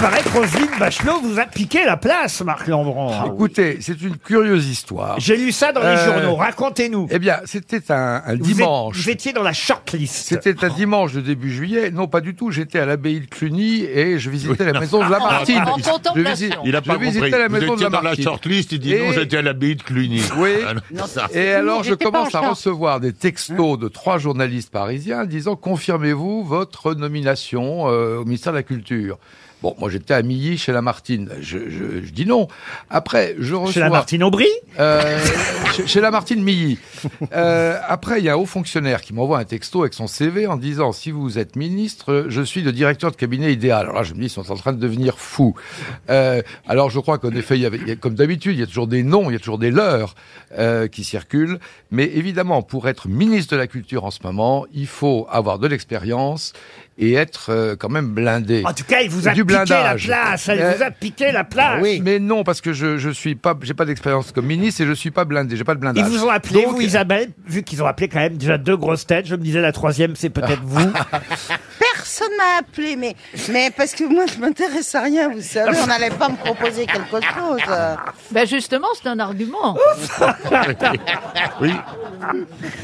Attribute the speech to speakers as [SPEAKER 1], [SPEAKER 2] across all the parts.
[SPEAKER 1] paraît que Roselyne Bachelot vous a piqué la place, Marc
[SPEAKER 2] Ah,
[SPEAKER 1] Lambron.
[SPEAKER 3] Écoutez, c'est une curieuse histoire.
[SPEAKER 1] J'ai lu ça dans les
[SPEAKER 3] Euh,
[SPEAKER 1] journaux. Racontez-nous.
[SPEAKER 3] Eh bien, c'était un, un
[SPEAKER 1] Vous êtes-
[SPEAKER 3] dimanche.
[SPEAKER 1] Vous étiez dans la shortlist.
[SPEAKER 3] C'était un dimanche de début juillet. Non, pas du tout. J'étais à l'abbaye de Cluny et je visitais la maison de
[SPEAKER 4] Ah,
[SPEAKER 3] Lamartine.
[SPEAKER 5] En
[SPEAKER 3] Je,
[SPEAKER 5] contemplation.
[SPEAKER 3] visi-
[SPEAKER 4] Il a
[SPEAKER 3] je
[SPEAKER 4] pas
[SPEAKER 3] visitais
[SPEAKER 4] compris.
[SPEAKER 3] la
[SPEAKER 4] Vous
[SPEAKER 3] maison de
[SPEAKER 4] étiez dans la
[SPEAKER 3] Lamartine.
[SPEAKER 4] shortlist, il dit
[SPEAKER 3] Et-
[SPEAKER 4] non, j'étais à l'abbaye de Cluny.
[SPEAKER 3] Oui.
[SPEAKER 4] Ah, non, ça.
[SPEAKER 3] Et alors, je
[SPEAKER 5] j'étais pas en
[SPEAKER 3] commence à
[SPEAKER 5] charge.
[SPEAKER 3] recevoir des textos de trois journalistes parisiens disant confirmez-vous votre nomination euh, au ministère de la Culture. Bon, moi j'étais à Milly chez Lamartine. Je, je, je dis non. Après, je reçois
[SPEAKER 1] Chez la Martine Aubry
[SPEAKER 3] euh, chez, chez Lamartine Milly. Euh, après, il y a un haut fonctionnaire qui m'envoie un texto avec son CV en disant si vous êtes ministre, je suis le directeur de cabinet idéal. Alors là, je me dis, ils sont en train de devenir fous. Euh, alors, je crois qu'en effet, il y avait, il y a- comme d'habitude, il y a toujours des noms, il y a toujours des leurs euh, qui circulent. Mais évidemment, pour être ministre de la Culture en ce moment, il faut avoir de l'expérience et être euh, quand même blindé.
[SPEAKER 1] En tout cas, il vous a
[SPEAKER 3] Du
[SPEAKER 1] piqué la
[SPEAKER 3] blindage.
[SPEAKER 1] place. Il
[SPEAKER 3] Euh,
[SPEAKER 1] Ah, vous a piqué la place.
[SPEAKER 3] Mais non, parce que je, je suis pas, j'ai pas d'expérience comme ministre et je suis pas blindé, j'ai pas de
[SPEAKER 1] Ils
[SPEAKER 3] blindage.
[SPEAKER 1] vous ont appelé,
[SPEAKER 3] Donc,
[SPEAKER 1] vous, Isabelle, vu qu'ils ont appelé quand même déjà deux grosses têtes. Je me disais, la troisième, c'est peut-être vous.
[SPEAKER 6] Personne m'a appelé, mais, mais parce que moi je m'intéresse à rien, vous savez, on n'allait pas me proposer quelque chose.
[SPEAKER 5] Ben justement, c'est un argument.
[SPEAKER 4] Oui.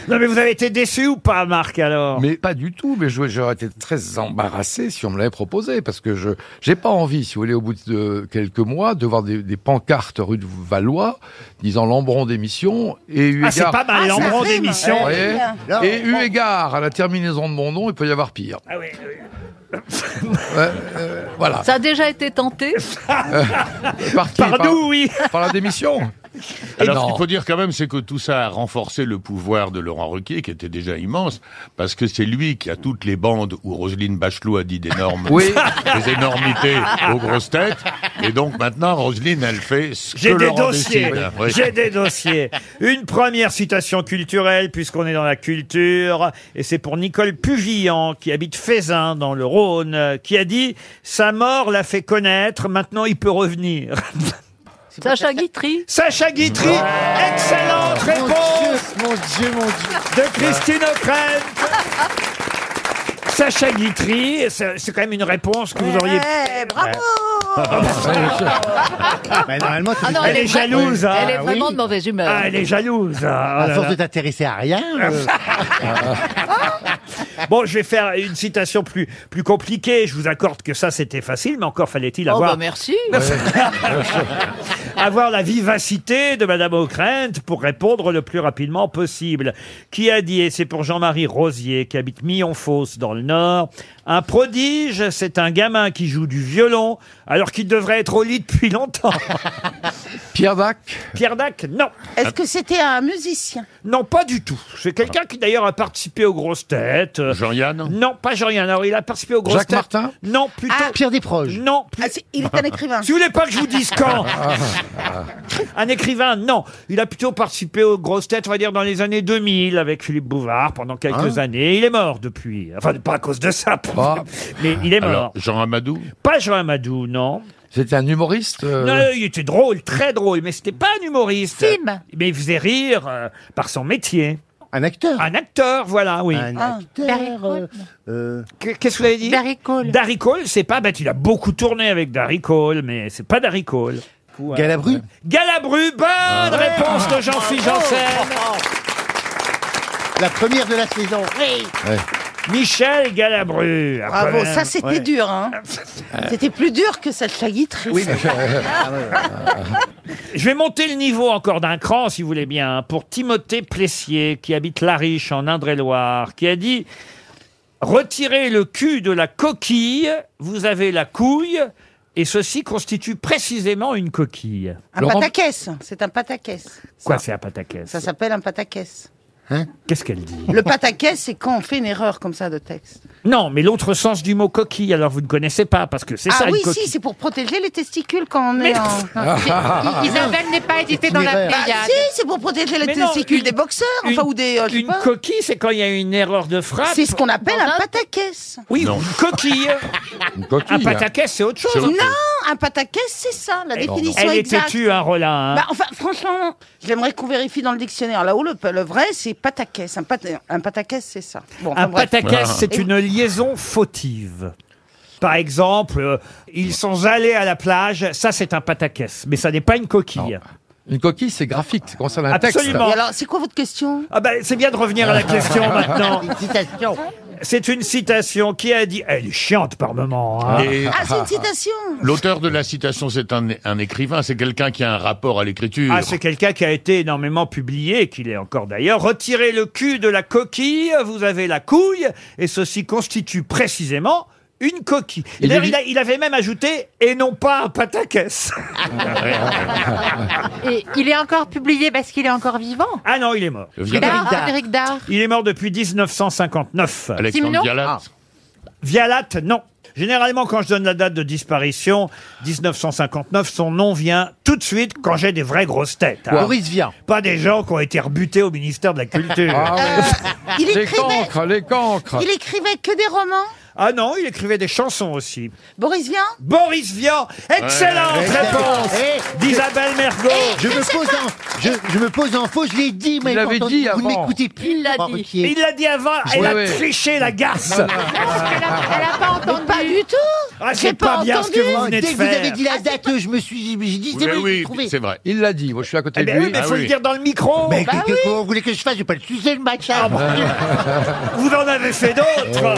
[SPEAKER 1] Non, mais vous avez été déçu ou pas, Marc, alors
[SPEAKER 3] Mais pas du tout, mais je- j'aurais été très embarrassé si on me l'avait proposé, parce que je j'ai pas envie, si vous voulez, au bout de quelques mois, de voir des, des pancartes rue de Valois disant Lambron d'émission, et eu
[SPEAKER 1] Ah, c'est
[SPEAKER 3] égard...
[SPEAKER 1] pas mal,
[SPEAKER 6] Ah, ça
[SPEAKER 1] l'embran
[SPEAKER 6] rime.
[SPEAKER 1] d'émission.
[SPEAKER 3] Vous
[SPEAKER 6] Ouais.
[SPEAKER 3] voyez et eu égard à la terminaison de mon nom, il peut y avoir pire. euh,
[SPEAKER 1] Ah oui, oui.
[SPEAKER 3] Voilà.
[SPEAKER 5] Ça a déjà été tenté. Oh,
[SPEAKER 3] Euh, Par, qui
[SPEAKER 1] Par nous, oui.
[SPEAKER 3] Par la démission
[SPEAKER 4] Alors,
[SPEAKER 3] non.
[SPEAKER 4] ce qu'il faut dire quand même, c'est que tout ça a renforcé le pouvoir de Laurent Ruquier, qui était déjà immense, parce que c'est lui qui a toutes les bandes où Roselyne Bachelot a dit d'énormes,
[SPEAKER 3] Oui.
[SPEAKER 4] des énormités aux grosses têtes. Et donc maintenant, Roselyne, elle fait ce que
[SPEAKER 1] J'ai des
[SPEAKER 4] Laurent
[SPEAKER 1] dossiers.
[SPEAKER 4] décide. Oui.
[SPEAKER 1] J'ai des dossiers. Une première citation culturelle, puisqu'on est dans la culture. Et c'est pour Nicole Puvillan, qui habite Fézin, dans le Rhône, euh, qui a dit Sa mort l'a fait connaître, maintenant il peut revenir.
[SPEAKER 5] Sacha Guitry.
[SPEAKER 1] Sacha Guitry, excellente réponse de Christine O'Krent. Sacha Guitry, c'est c'est quand même une réponse que vous auriez.
[SPEAKER 6] Eh, bravo
[SPEAKER 1] Ben,
[SPEAKER 2] Mais normalement, tu
[SPEAKER 5] Ah non,
[SPEAKER 1] Elle est
[SPEAKER 5] vra-
[SPEAKER 1] jalouse, hein.
[SPEAKER 5] Elle est
[SPEAKER 1] Ah
[SPEAKER 5] vraiment
[SPEAKER 2] oui.
[SPEAKER 5] de mauvaise humeur.
[SPEAKER 1] Ah, elle est jalouse. Ah,
[SPEAKER 2] à
[SPEAKER 1] là
[SPEAKER 2] force
[SPEAKER 1] là.
[SPEAKER 2] de t'intéresser à rien. euh,
[SPEAKER 1] Bon, je vais faire une citation plus, plus compliquée. Je vous accorde que ça, c'était facile, mais encore fallait-il
[SPEAKER 5] Oh bah
[SPEAKER 1] avoir,
[SPEAKER 5] merci.
[SPEAKER 1] avoir la vivacité de Madame O'Krent pour répondre le plus rapidement possible. Qui a dit, et c'est pour Jean-Marie Rosier, qui habite Millonfosse dans le Nord, un prodige, c'est un gamin qui joue du violon, alors qu'il devrait être au lit depuis longtemps.
[SPEAKER 3] Pierre Dac
[SPEAKER 1] Pierre Dac, non.
[SPEAKER 6] Est-ce que c'était un musicien
[SPEAKER 1] Non, pas du tout. C'est quelqu'un qui d'ailleurs a participé aux grosses têtes. Euh,
[SPEAKER 4] Jean-Yann
[SPEAKER 1] Non, pas Jean-Yann. Alors, il a participé aux grosses
[SPEAKER 3] Jacques
[SPEAKER 1] têtes.
[SPEAKER 3] Martin
[SPEAKER 1] Non, plutôt.
[SPEAKER 2] Pierre Desproges.
[SPEAKER 1] Non, plus-
[SPEAKER 6] Ah, c'est- Il est un écrivain.
[SPEAKER 1] Si vous voulez pas que je vous dise quand Un écrivain, non. Il a plutôt participé aux grosses têtes, on va dire, dans les années 2000 avec Philippe Bouvard pendant quelques années. Il est mort depuis. Enfin, pas à cause de ça,
[SPEAKER 3] Ah.
[SPEAKER 1] mais il est mort.
[SPEAKER 4] Alors, Jean Amadou
[SPEAKER 1] Pas Jean Amadou, non.
[SPEAKER 3] C'était un humoriste euh,
[SPEAKER 1] Non, il était drôle, très drôle, mais c'était pas un humoriste.
[SPEAKER 5] Sim.
[SPEAKER 1] Mais il faisait rire euh, par son métier.
[SPEAKER 2] Un acteur.
[SPEAKER 1] Un acteur, voilà, oui.
[SPEAKER 2] Un
[SPEAKER 6] Ah,
[SPEAKER 2] acteur. euh, euh,
[SPEAKER 1] Qu'est- Qu'est-ce que vous avez dit
[SPEAKER 5] Barry Cole.
[SPEAKER 1] Darry Cole, c'est pas bête. Il a beaucoup tourné avec Darry Cole, mais c'est pas Darry Cole.
[SPEAKER 2] Galabru. Ah.
[SPEAKER 1] Galabru, bonne réponse de Jean-Philippe Janssen.
[SPEAKER 2] La première de la saison.
[SPEAKER 1] Michel Galabru. Ah, quand
[SPEAKER 6] Bravo,
[SPEAKER 1] même.
[SPEAKER 6] ça c'était dur, hein. C'était plus dur que Sacha Guitry. Oui,
[SPEAKER 7] Ah,
[SPEAKER 1] Je vais monter le niveau encore d'un cran, si vous voulez bien, pour Timothée Plessier, qui habite La Riche, en Indre-et-Loire, qui a dit « Retirez le cul de la coquille, vous avez la couille, et ceci constitue précisément une coquille.
[SPEAKER 6] Un
[SPEAKER 3] Laurent-
[SPEAKER 6] pataquès, c'est un pataquès. »
[SPEAKER 1] Quoi,
[SPEAKER 6] Ça,
[SPEAKER 1] c'est un pataquès
[SPEAKER 6] ça s'appelle un pataquès.
[SPEAKER 1] Qu'est-ce qu'elle dit
[SPEAKER 6] Le pataquès, c'est quand on fait une erreur comme ça de texte.
[SPEAKER 1] Non, mais l'autre sens du mot coquille, alors vous ne connaissez pas, parce que c'est
[SPEAKER 6] Ah
[SPEAKER 1] ça
[SPEAKER 6] oui,
[SPEAKER 1] une coquille.
[SPEAKER 6] si, c'est pour protéger les testicules quand on est en...
[SPEAKER 5] Isabelle n'est pas éditée dans la
[SPEAKER 2] Itinéraire.
[SPEAKER 6] Bah,
[SPEAKER 5] pléiade.
[SPEAKER 6] si, c'est pour protéger les
[SPEAKER 1] Mais non,
[SPEAKER 6] testicules
[SPEAKER 1] une-
[SPEAKER 6] des boxeurs, enfin, ou des... euh, je sais
[SPEAKER 1] une
[SPEAKER 6] pas.
[SPEAKER 1] coquille, c'est quand il y a une erreur de frappe.
[SPEAKER 6] C'est ce qu'on appelle
[SPEAKER 5] Dans un-
[SPEAKER 6] un pataquès.
[SPEAKER 1] Oui,
[SPEAKER 4] Non.
[SPEAKER 1] une coquille.
[SPEAKER 3] une
[SPEAKER 1] un
[SPEAKER 3] coquille. hein.
[SPEAKER 1] pataquès, c'est autre chose.
[SPEAKER 6] Non, un pataquès, c'est ça, la définition
[SPEAKER 1] Elle est
[SPEAKER 6] exacte.
[SPEAKER 1] têtue, hein, Roland. hein.
[SPEAKER 6] Bah, enfin, franchement, j'aimerais qu'on vérifie dans le dictionnaire. Là-haut, le, le vrai, c'est pataquès. Un, pat- un pataquès, c'est ça. Bon, enfin,
[SPEAKER 1] Un
[SPEAKER 6] bref.
[SPEAKER 1] pataquès, c'est
[SPEAKER 6] Et-
[SPEAKER 1] une liaison fautive. Par exemple, euh, ils sont allés à la plage. Ça, c'est un pataquès, mais ça n'est pas une coquille.
[SPEAKER 3] Une coquille, c'est graphique, ça concerne un
[SPEAKER 1] Absolument.
[SPEAKER 8] Et alors, c'est quoi votre question
[SPEAKER 1] Ah ben, c'est bien de revenir à la question maintenant. C'est une citation qui a dit. Elle est chiante par moment. hein.
[SPEAKER 4] Et
[SPEAKER 8] Ah, c'est une citation
[SPEAKER 4] l'auteur de la citation, c'est un, un écrivain, c'est quelqu'un qui a un rapport à l'écriture.
[SPEAKER 1] Ah, c'est quelqu'un qui a été énormément publié, et qu'il est encore d'ailleurs. Retirez le cul de la coquille, vous avez la couille, et ceci constitue précisément une coquille. Et
[SPEAKER 3] Il
[SPEAKER 1] D'ailleurs,
[SPEAKER 3] est-
[SPEAKER 1] il, a- il avait même ajouté, et non pas un pataquès.
[SPEAKER 7] Ah. Et il est encore publié parce qu'il est encore vivant.
[SPEAKER 1] Ah non, il est mort.
[SPEAKER 4] Viala-
[SPEAKER 7] Dard, Frédéric Dard.
[SPEAKER 1] Il est mort depuis 1959.
[SPEAKER 4] Alexandre
[SPEAKER 7] Simon
[SPEAKER 4] Vialat.
[SPEAKER 1] Ah. Vialat, non. Généralement, quand je donne la date de disparition, 1959, son nom vient tout de suite quand j'ai des vraies grosses têtes. hein.
[SPEAKER 9] Boris Vian.
[SPEAKER 1] Pas des gens qui ont été rebutés au ministère de la Culture.
[SPEAKER 3] Ah ouais.
[SPEAKER 10] Euh,
[SPEAKER 8] il
[SPEAKER 3] Les
[SPEAKER 8] écrivait,
[SPEAKER 3] cancres, les cancres.
[SPEAKER 8] il écrivait que des romans
[SPEAKER 1] Ah non, il écrivait des chansons aussi.
[SPEAKER 8] Boris Vian
[SPEAKER 1] Boris Vian, excellente réponse
[SPEAKER 9] Eh,
[SPEAKER 1] d'Isabelle Mergo.
[SPEAKER 9] Je me, pose en, je, je me pose en faux, je l'ai dit, mais
[SPEAKER 3] Il l'avait
[SPEAKER 9] quand on-
[SPEAKER 3] dit
[SPEAKER 9] vous ne
[SPEAKER 3] avant.
[SPEAKER 9] m'écoutez plus.
[SPEAKER 7] Il l'a
[SPEAKER 9] Laurent
[SPEAKER 7] dit.
[SPEAKER 9] Ruquier.
[SPEAKER 1] Il l'a dit avant, elle
[SPEAKER 3] Ouais,
[SPEAKER 1] a
[SPEAKER 3] ouais.
[SPEAKER 1] triché la garce.
[SPEAKER 7] Elle a pas entendu. Pas du tout.
[SPEAKER 1] Ah, c'est pas, bien ce que vous venez de
[SPEAKER 9] Dès que vous avez
[SPEAKER 1] faire.
[SPEAKER 7] Ah,
[SPEAKER 9] dit la date, je me suis dit, j'ai dit, c'est
[SPEAKER 4] Mais
[SPEAKER 9] vrai, j'ai
[SPEAKER 4] oui,
[SPEAKER 9] trouvé.
[SPEAKER 4] c'est vrai.
[SPEAKER 3] Il l'a dit, moi je suis à côté
[SPEAKER 1] Eh
[SPEAKER 3] de
[SPEAKER 1] ben oui,
[SPEAKER 3] lui.
[SPEAKER 1] mais
[SPEAKER 4] Ah
[SPEAKER 1] faut
[SPEAKER 4] oui.
[SPEAKER 1] le dire dans le micro. Ah
[SPEAKER 7] Bah
[SPEAKER 9] Mais qu'est-ce que vous voulez que je fasse Je vais pas le sucer, le match.
[SPEAKER 3] Euh.
[SPEAKER 1] Vous en avez fait d'autres.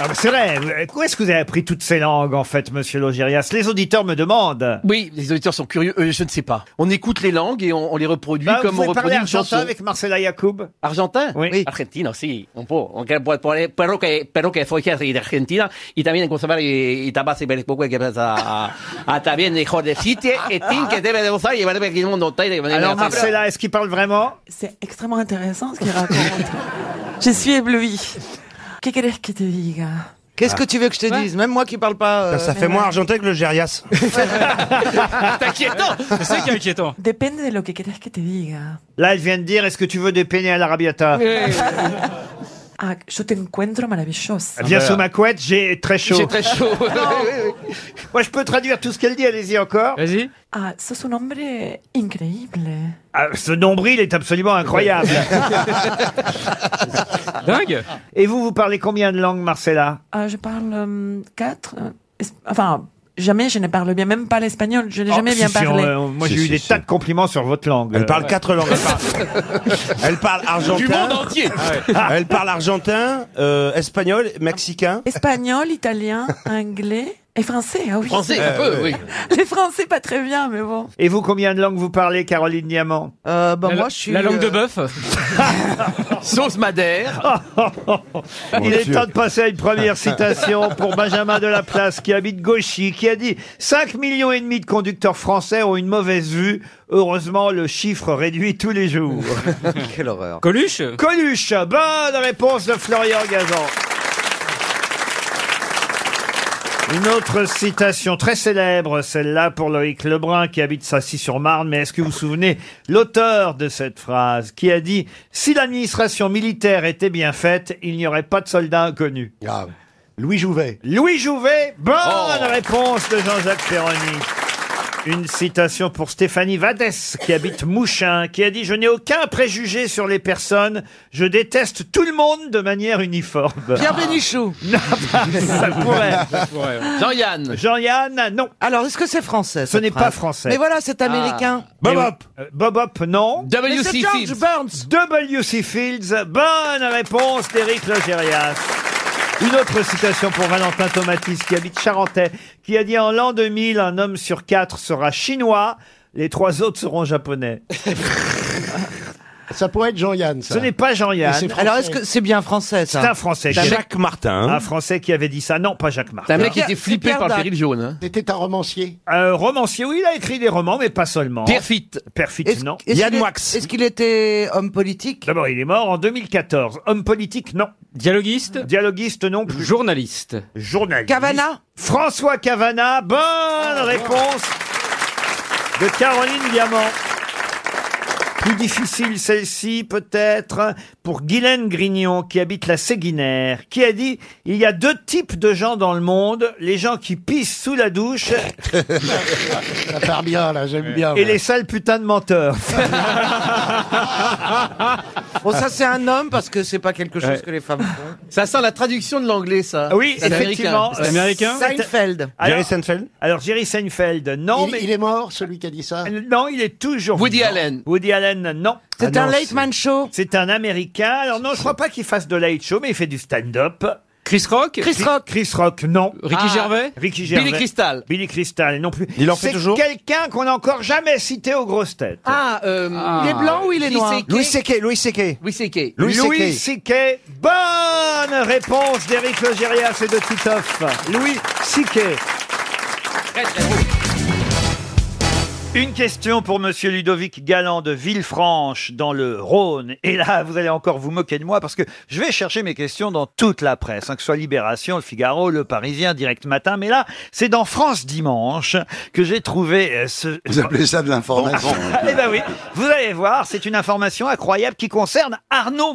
[SPEAKER 1] Ah, mais c'est vrai. Où est-ce que vous avez appris toutes ces langues, en fait, monsieur Logérias Les auditeurs me demandent.
[SPEAKER 10] Oui, les auditeurs sont curieux. Euh, je ne sais pas. On écoute les langues et on, on les reproduit
[SPEAKER 1] Bah,
[SPEAKER 10] comme
[SPEAKER 1] vous
[SPEAKER 10] on
[SPEAKER 1] pouvez parler
[SPEAKER 10] reproduit une chanson.
[SPEAKER 1] argentin avec Marcela Yacoub
[SPEAKER 10] Argentin,
[SPEAKER 1] Oui.
[SPEAKER 10] Argentina, sí, un poco. Aunque puedo poner perro que perro que soy de Argentina y también consumar y, y tapas y ver poco que pasa a, a también mejor de sitio y eh, tin que debe de usar y llevarme aquí en un montón de
[SPEAKER 1] Alors, Marcela, Ah, est-ce qu'il parle vraiment
[SPEAKER 11] C'est extrêmement intéressant ce qu'il raconte. je suis éblouie. Que querés que te diga
[SPEAKER 12] Qu'est-ce que tu veux que je te dise Même moi qui parle pas. euh,
[SPEAKER 13] Ça fait moins argentin que le Gérias.
[SPEAKER 10] inquiétant. C'est qui est inquiétant.
[SPEAKER 11] Depende de lo que querés que te diga. Eh.
[SPEAKER 1] Là, elle vient de dire, est-ce que tu veux des peignets à Ah, l'arabiata
[SPEAKER 11] Ah, je t'encuentro maravillosa.
[SPEAKER 12] Ah,
[SPEAKER 1] Viens sous ma couette, Ah, ben j'ai très chaud.
[SPEAKER 10] C'est très chaud.
[SPEAKER 1] Moi, je peux traduire tout ce qu'elle dit, allez-y encore.
[SPEAKER 10] Vas-y.
[SPEAKER 11] Ah, sos un hombre incroyable.
[SPEAKER 1] Ah, ce nombril est absolument incroyable.
[SPEAKER 10] Dingue.
[SPEAKER 1] Et vous, vous parlez combien de langues, Marcella
[SPEAKER 11] Ah, je parle euh, quatre. euh, es- Enfin, jamais je ne parle bien, même pas l'espagnol. Je n'ai jamais
[SPEAKER 1] Oh,
[SPEAKER 11] bien
[SPEAKER 1] si, si,
[SPEAKER 11] parlé.
[SPEAKER 1] on- euh, moi,
[SPEAKER 13] Si,
[SPEAKER 1] j'ai eu
[SPEAKER 13] si,
[SPEAKER 1] des
[SPEAKER 13] si.
[SPEAKER 1] tas de compliments sur votre langue.
[SPEAKER 13] Elle parle quatre langues. Elle parle, elle parle argentin.
[SPEAKER 10] entier.
[SPEAKER 13] Elle parle argentin, euh, espagnol, mexicain.
[SPEAKER 11] Espagnol, italien, anglais et français. Ah oui.
[SPEAKER 10] Français un peu, oui.
[SPEAKER 11] Les français pas très bien, mais bon.
[SPEAKER 1] Et vous, combien de langues vous parlez, Caroline Diamant
[SPEAKER 12] euh, bah, moi, je suis. euh,
[SPEAKER 10] bœuf. Sauce madère.
[SPEAKER 1] Il est
[SPEAKER 13] Dieu.
[SPEAKER 1] temps de passer à une première citation pour Benjamin Delaplace, qui habite Gauchy, qui a dit « 5 millions et demi de conducteurs français ont une mauvaise vue. Heureusement, le chiffre réduit tous les jours.
[SPEAKER 12] Quelle horreur.
[SPEAKER 10] Coluche. »
[SPEAKER 1] Coluche, bonne réponse de Florian Gazan. Une autre citation très célèbre, celle-là pour Loïc Lebrun qui habite Sassy-sur-Marne. Mais est-ce que vous vous souvenez l'auteur de cette phrase qui a dit « Si l'administration militaire était bien faite, il n'y aurait pas de soldats inconnus ».
[SPEAKER 9] Louis Jouvet.
[SPEAKER 1] Louis Jouvet, bonne réponse de Jean-Jacques Perroni. Une citation pour Stéphanie Vadès, qui habite Mouchin, qui a dit « Je n'ai aucun préjugé sur les personnes, je déteste tout le monde de manière uniforme.
[SPEAKER 12] Pierre Bénichou. »
[SPEAKER 1] Ça pourrait.
[SPEAKER 10] Jean-Yann.
[SPEAKER 1] Jean-Yann, non,
[SPEAKER 12] Alors, est-ce que c'est français
[SPEAKER 1] ce
[SPEAKER 12] cette
[SPEAKER 1] n'est pas
[SPEAKER 12] phrase
[SPEAKER 1] français.
[SPEAKER 12] Mais voilà, c'est américain.
[SPEAKER 1] Bob Hop. Euh, Bob Hop, non.
[SPEAKER 12] Mais c'est
[SPEAKER 10] W.C.
[SPEAKER 12] George Burns.
[SPEAKER 1] W.C. Fields, bonne réponse d'Éric Logérias. Une autre citation pour Valentin Tomatis qui habite Charentais, qui a dit en l'an 2000, un homme sur quatre sera chinois, les trois autres seront japonais.
[SPEAKER 9] Ça pourrait être Jean-Yann,
[SPEAKER 1] Ce n'est pas Jean-Yann,
[SPEAKER 12] Alors, est-ce que c'est bien français
[SPEAKER 1] c'est un
[SPEAKER 12] ça
[SPEAKER 1] Français. qui avait-
[SPEAKER 13] Jacques Martin.
[SPEAKER 9] Hein
[SPEAKER 1] Un Français qui avait dit ça. Non, pas Jacques Martin.
[SPEAKER 10] T'as un mec qui était
[SPEAKER 12] Pierre-
[SPEAKER 10] flippé
[SPEAKER 12] c'est
[SPEAKER 10] par le
[SPEAKER 12] Pierre
[SPEAKER 10] péril jaune. Hein.
[SPEAKER 9] C'était un romancier.
[SPEAKER 1] Un romancier, oui, il a écrit des romans, mais pas seulement.
[SPEAKER 10] Pierre Fitte.
[SPEAKER 1] Perfit,
[SPEAKER 12] Est-ce-
[SPEAKER 1] non.
[SPEAKER 12] est-ce
[SPEAKER 13] Yann
[SPEAKER 12] qu'il est-
[SPEAKER 13] Wax.
[SPEAKER 12] Est-ce qu'il était homme politique
[SPEAKER 1] D'abord, il est mort en 2014. Homme politique, non.
[SPEAKER 10] Dialoguiste.
[SPEAKER 1] Dialoguiste, non plus.
[SPEAKER 10] Journaliste.
[SPEAKER 1] Journaliste.
[SPEAKER 12] Cavana
[SPEAKER 1] François Cavana, bonne réponse de Caroline Diamant. Plus difficile celle-ci peut-être pour Guylaine Grignon qui habite la Séguinaire, qui a dit il y a deux types de gens dans le monde, les gens qui pissent sous la douche
[SPEAKER 2] Ça part bien, là, j'aime bien.
[SPEAKER 1] et les sales putains de menteurs.
[SPEAKER 12] Bon, ça, c'est un homme parce que c'est pas quelque chose que les femmes font.
[SPEAKER 14] Ça sent la traduction de l'anglais, ça.
[SPEAKER 1] Ah Oui,
[SPEAKER 14] C'est américain.
[SPEAKER 1] effectivement. Euh,
[SPEAKER 14] C'est américain
[SPEAKER 12] Seinfeld.
[SPEAKER 15] Jerry
[SPEAKER 1] Alors,
[SPEAKER 15] Seinfeld
[SPEAKER 1] alors, Jerry Seinfeld, non,
[SPEAKER 2] il,
[SPEAKER 1] mais Euh,
[SPEAKER 2] il est mort, celui qui a dit ça
[SPEAKER 1] non, il est toujours.
[SPEAKER 14] Woody
[SPEAKER 1] vivant.
[SPEAKER 14] Allen.
[SPEAKER 1] Woody Allen, non.
[SPEAKER 12] C'est
[SPEAKER 2] Ah
[SPEAKER 12] un
[SPEAKER 2] non,
[SPEAKER 12] late
[SPEAKER 2] c'est-
[SPEAKER 12] man show.
[SPEAKER 1] C'est un Américain. Alors non, je crois pas qu'il fasse de late show, mais il fait du stand-up.
[SPEAKER 14] Chris Rock
[SPEAKER 12] Chris Rock.
[SPEAKER 1] Chris Rock, non.
[SPEAKER 14] Ricky
[SPEAKER 9] Ah.
[SPEAKER 14] Gervais
[SPEAKER 1] Ricky Gervais.
[SPEAKER 14] Billy Crystal.
[SPEAKER 1] Billy Crystal, non plus.
[SPEAKER 15] Il en fait
[SPEAKER 1] C'est
[SPEAKER 15] toujours
[SPEAKER 1] quelqu'un qu'on n'a encore jamais cité aux grosses têtes.
[SPEAKER 14] Ah, euh,
[SPEAKER 12] Il est blanc ou il est
[SPEAKER 14] Louis
[SPEAKER 12] noir
[SPEAKER 14] C.K.
[SPEAKER 2] Louis C.K., Louis C.K.
[SPEAKER 14] Louis C.K.
[SPEAKER 2] Louis
[SPEAKER 1] Louis
[SPEAKER 2] C.K.
[SPEAKER 1] Siquet. Bonne réponse d'Éric Logérias et de Titoff. Louis Siquet.
[SPEAKER 14] Très, très beau.
[SPEAKER 1] Une question pour Monsieur Ludovic Galland de Villefranche dans le Rhône. Et là, vous allez encore vous moquer de moi parce que je vais chercher mes questions dans toute la presse, hein, que ce soit Libération, Le Figaro, Le Parisien, Direct Matin. Mais là, c'est dans France Dimanche que j'ai trouvé euh, ce...
[SPEAKER 16] Vous appelez ça de l'information
[SPEAKER 1] Eh ben oui, vous allez voir, c'est une information incroyable qui concerne Arnaud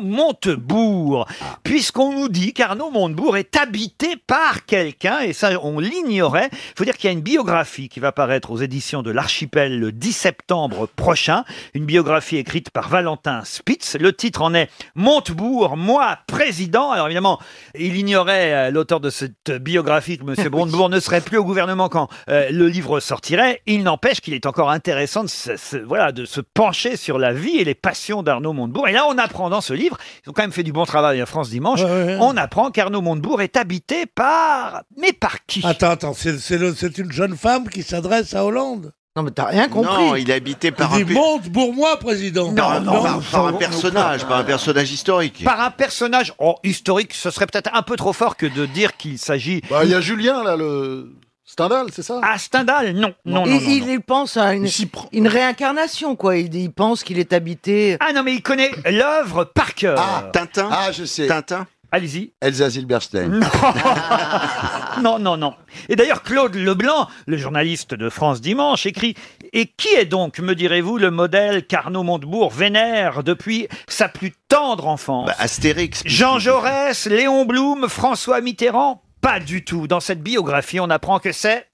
[SPEAKER 1] Montebourg, puisqu'on nous dit qu'Arnaud Montebourg est habité par quelqu'un, et ça on l'ignorait. Il faut dire qu'il y a une biographie qui va paraître aux éditions de l'Archipel le 10 septembre prochain, une biographie écrite par Valentin Spitz. Le titre en est Montebourg, moi président. Alors évidemment, il ignorait euh, l'auteur de cette biographie que M. Montebourg ne serait plus au gouvernement quand euh, le livre sortirait. Il n'empêche qu'il est encore intéressant de se, se- voilà, de se pencher sur la vie et les passions d'Arnaud Montebourg. Et là, on apprend dans ce livre, ils ont quand même fait du bon travail à France Dimanche, on apprend qu'Arnaud Montebourg est habité par... Mais par qui
[SPEAKER 17] Attends, attends, c'est- c'est le- c'est une jeune femme qui s'adresse à Hollande.
[SPEAKER 12] Non, mais t'as rien
[SPEAKER 16] Non,
[SPEAKER 12] compris.
[SPEAKER 16] il est habité
[SPEAKER 17] Elle
[SPEAKER 16] par un,
[SPEAKER 17] dit
[SPEAKER 16] pe-
[SPEAKER 17] monte pour moi, président.
[SPEAKER 16] par-
[SPEAKER 17] non,
[SPEAKER 16] par- par un personnage, par un personnage historique.
[SPEAKER 1] Par un personnage oh, historique, ce serait peut-être un peu trop fort que de dire qu'il s'agit...
[SPEAKER 17] Bah, il y a Julien, là, le. Stendhal, c'est ça
[SPEAKER 1] à Stendhal Non, non, non.
[SPEAKER 12] il,
[SPEAKER 1] non, non.
[SPEAKER 12] il pense à une, une réincarnation, quoi. Il, il pense qu'il est habité.
[SPEAKER 1] Ah non, mais il connaît l'œuvre par cœur.
[SPEAKER 16] Ah, Tintin
[SPEAKER 17] Ah, je sais.
[SPEAKER 16] Tintin
[SPEAKER 1] Allez-y.
[SPEAKER 16] Elsa Silberstein. Ah.
[SPEAKER 1] Non, non, non. Et d'ailleurs, Claude Leblanc, le journaliste de France Dimanche, écrit Et qui est donc, me direz-vous, le modèle qu'Arnaud Montebourg vénère depuis sa plus tendre enfance
[SPEAKER 16] Bah, Astérix.
[SPEAKER 1] Jean Jaurès, Léon Blum, François Mitterrand Pas du tout. Dans cette biographie, on apprend que c'est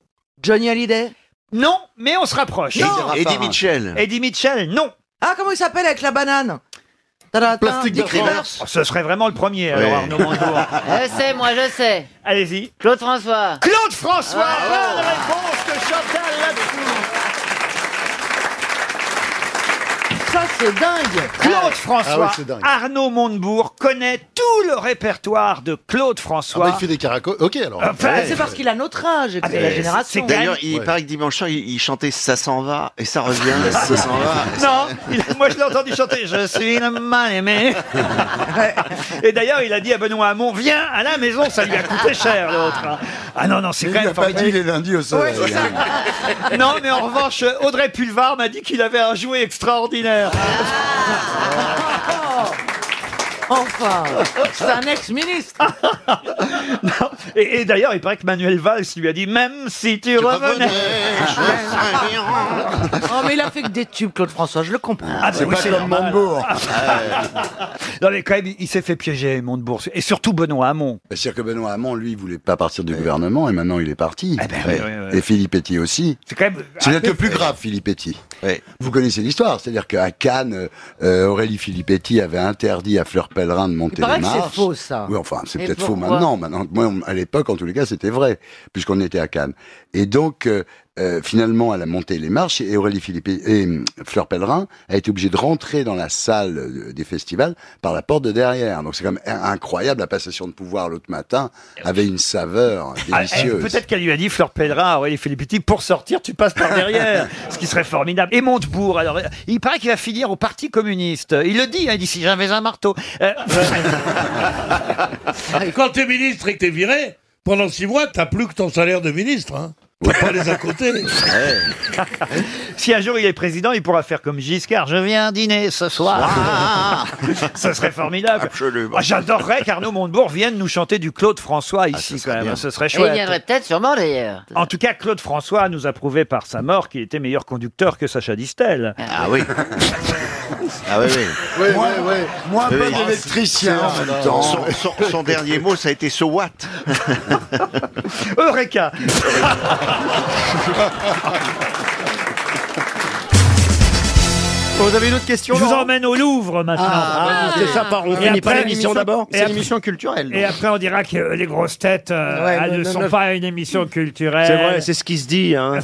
[SPEAKER 12] Johnny Hallyday.
[SPEAKER 1] non, mais on se rapproche.
[SPEAKER 16] Eddie-
[SPEAKER 12] Non.
[SPEAKER 16] Eddie Mitchell.
[SPEAKER 1] Eddie Mitchell, non.
[SPEAKER 12] Ah, comment il s'appelle avec la banane Tadata,
[SPEAKER 17] Plastique de
[SPEAKER 12] Dick Rivers.
[SPEAKER 1] Oh, ce serait vraiment le premier, alors,
[SPEAKER 16] Ouais.
[SPEAKER 1] Arnaud Montebourg.
[SPEAKER 12] Euh,
[SPEAKER 5] Je sais, moi, je sais.
[SPEAKER 1] Allez-y.
[SPEAKER 5] Claude François.
[SPEAKER 1] Claude François,
[SPEAKER 18] Ah,
[SPEAKER 1] bonne réponse de Chantal Latsou.
[SPEAKER 12] Ça, c'est dingue.
[SPEAKER 1] Claude François,
[SPEAKER 17] Ah oui, c'est dingue.
[SPEAKER 1] Arnaud Montebourg connaît tout le répertoire de Claude
[SPEAKER 17] Ah, bah,
[SPEAKER 1] François.
[SPEAKER 17] il fait des caracoles. Ok, alors.
[SPEAKER 1] Enfin,
[SPEAKER 12] Ah, C'est parce qu'il a notre âge et que
[SPEAKER 1] Ah,
[SPEAKER 12] c'est la
[SPEAKER 1] mais c'est quand
[SPEAKER 12] génération.
[SPEAKER 1] même-
[SPEAKER 16] D'ailleurs, il
[SPEAKER 17] Ouais.
[SPEAKER 16] paraît que dimanche soir, il, il chantait Ça s'en va et ça revient, ça s'en va.
[SPEAKER 1] Non, il- moi je l'ai entendu chanter Je suis le mal aimé. Et d'ailleurs, il a dit à Benoît Hamon Viens à la maison, ça lui a coûté cher l'autre. hein. Ah non, non, c'est quand
[SPEAKER 16] Il n'a
[SPEAKER 1] même
[SPEAKER 16] pas dit les
[SPEAKER 1] formidable.
[SPEAKER 16] lundis au soleil. hein.
[SPEAKER 1] Non, mais en revanche, Audrey Pulvar m'a dit qu'il avait un jouet extraordinaire.
[SPEAKER 16] Ah,
[SPEAKER 12] Enfin, Oh, c'est un ex-ministre.
[SPEAKER 1] Ah. Non. Et, et d'ailleurs, il paraît que Manuel Valls lui a dit Même si tu revenais.
[SPEAKER 12] Oh, mais il a fait que des tubes, Claude François, je le comprends.
[SPEAKER 1] Ah, bah oui, c'est normal.
[SPEAKER 16] Montebourg.
[SPEAKER 1] Ah, Non, mais quand même, il- il s'est fait piéger, Montebourg. Et surtout Benoît Hamon.
[SPEAKER 16] Bah, C'est-à-dire que Benoît Hamon, lui, voulait pas partir du gouvernement et maintenant il est parti.
[SPEAKER 1] ben
[SPEAKER 16] Ouais.
[SPEAKER 1] oui, oui, oui.
[SPEAKER 16] Et Philippe Etty aussi.
[SPEAKER 1] C'est quand même.
[SPEAKER 16] C'est peut-être le plus grave, Filippetti. Vous connaissez l'histoire, c'est-à-dire qu'à Cannes, euh, Aurélie Filippetti avait interdit à Fleur Pellerin de monter
[SPEAKER 12] Il paraît
[SPEAKER 16] les
[SPEAKER 12] que c'est
[SPEAKER 16] marches.
[SPEAKER 12] faux, ça.
[SPEAKER 16] Oui, enfin, c'est
[SPEAKER 5] Et
[SPEAKER 16] peut-être faux
[SPEAKER 5] pourquoi
[SPEAKER 16] maintenant. Maintenant, moi, on- à l'époque, en tous les cas, c'était vrai, puisqu'on était à Cannes. Et donc, euh, euh, finalement, elle a monté les marches et Aurélie Filippetti et hum, Fleur Pellerin a été obligée de rentrer dans la salle euh, des festivals par la porte de derrière. Donc, c'est quand même in- incroyable. La passation de pouvoir l'autre matin avait une saveur
[SPEAKER 1] Ah, eh,
[SPEAKER 16] délicieuse.
[SPEAKER 1] Peut-être qu'elle lui a dit Fleur Pellerin, Aurélie Filippetti, pour sortir, tu passes par derrière. ce qui serait formidable. Et Montebourg, alors, euh, il paraît qu'il va finir au Parti communiste. Il le dit, hein, il dit si j'avais un marteau. Euh,
[SPEAKER 17] Ah, Et quand t'es ministre et que t'es viré, pendant six mois, t'as plus que ton salaire de ministre. Hein. T'as pas les à côté.
[SPEAKER 1] si un jour il est président, il pourra faire comme Giscard je viens dîner ce soir. ce serait formidable.
[SPEAKER 16] Absolument.
[SPEAKER 1] Ah, J'adorerais qu'Arnaud Montebourg vienne nous chanter du Claude
[SPEAKER 17] Ah,
[SPEAKER 1] François ici,
[SPEAKER 16] serait
[SPEAKER 1] quand même.
[SPEAKER 16] bien.
[SPEAKER 1] Ce serait
[SPEAKER 5] Et il
[SPEAKER 1] chouette.
[SPEAKER 5] viendrait peut-être sûrement d'ailleurs.
[SPEAKER 1] En tout cas, Claude
[SPEAKER 9] Ah
[SPEAKER 1] François nous a prouvé par sa mort qu'il était meilleur conducteur que Sacha Distel.
[SPEAKER 16] Ah oui. Ah oui, oui.
[SPEAKER 19] Oui,
[SPEAKER 16] Moi-
[SPEAKER 19] oui, oui.
[SPEAKER 16] moi,
[SPEAKER 19] Oui,
[SPEAKER 16] bon
[SPEAKER 19] oui.
[SPEAKER 16] électricien.
[SPEAKER 19] C'est en même temps.
[SPEAKER 16] Ah, Son, son- son dernier mot, ça a été so what
[SPEAKER 1] Eureka
[SPEAKER 9] Vous avez une autre question
[SPEAKER 1] Je vous
[SPEAKER 9] Laurent
[SPEAKER 1] emmène au Louvre maintenant.
[SPEAKER 9] Ah, ah, c'est sympa, on
[SPEAKER 1] Et
[SPEAKER 9] finit pas
[SPEAKER 1] après-
[SPEAKER 9] l'émission d'abord
[SPEAKER 1] et
[SPEAKER 9] C'est
[SPEAKER 1] après-
[SPEAKER 9] l'émission culturelle. donc.
[SPEAKER 1] Et après, on dira que euh, les grosses têtes euh,
[SPEAKER 9] Ouais,
[SPEAKER 1] ah,
[SPEAKER 9] non,
[SPEAKER 1] ne
[SPEAKER 9] non,
[SPEAKER 1] sont
[SPEAKER 9] non.
[SPEAKER 1] pas une émission culturelle.
[SPEAKER 9] C'est vrai, c'est ce qui se dit. Hein.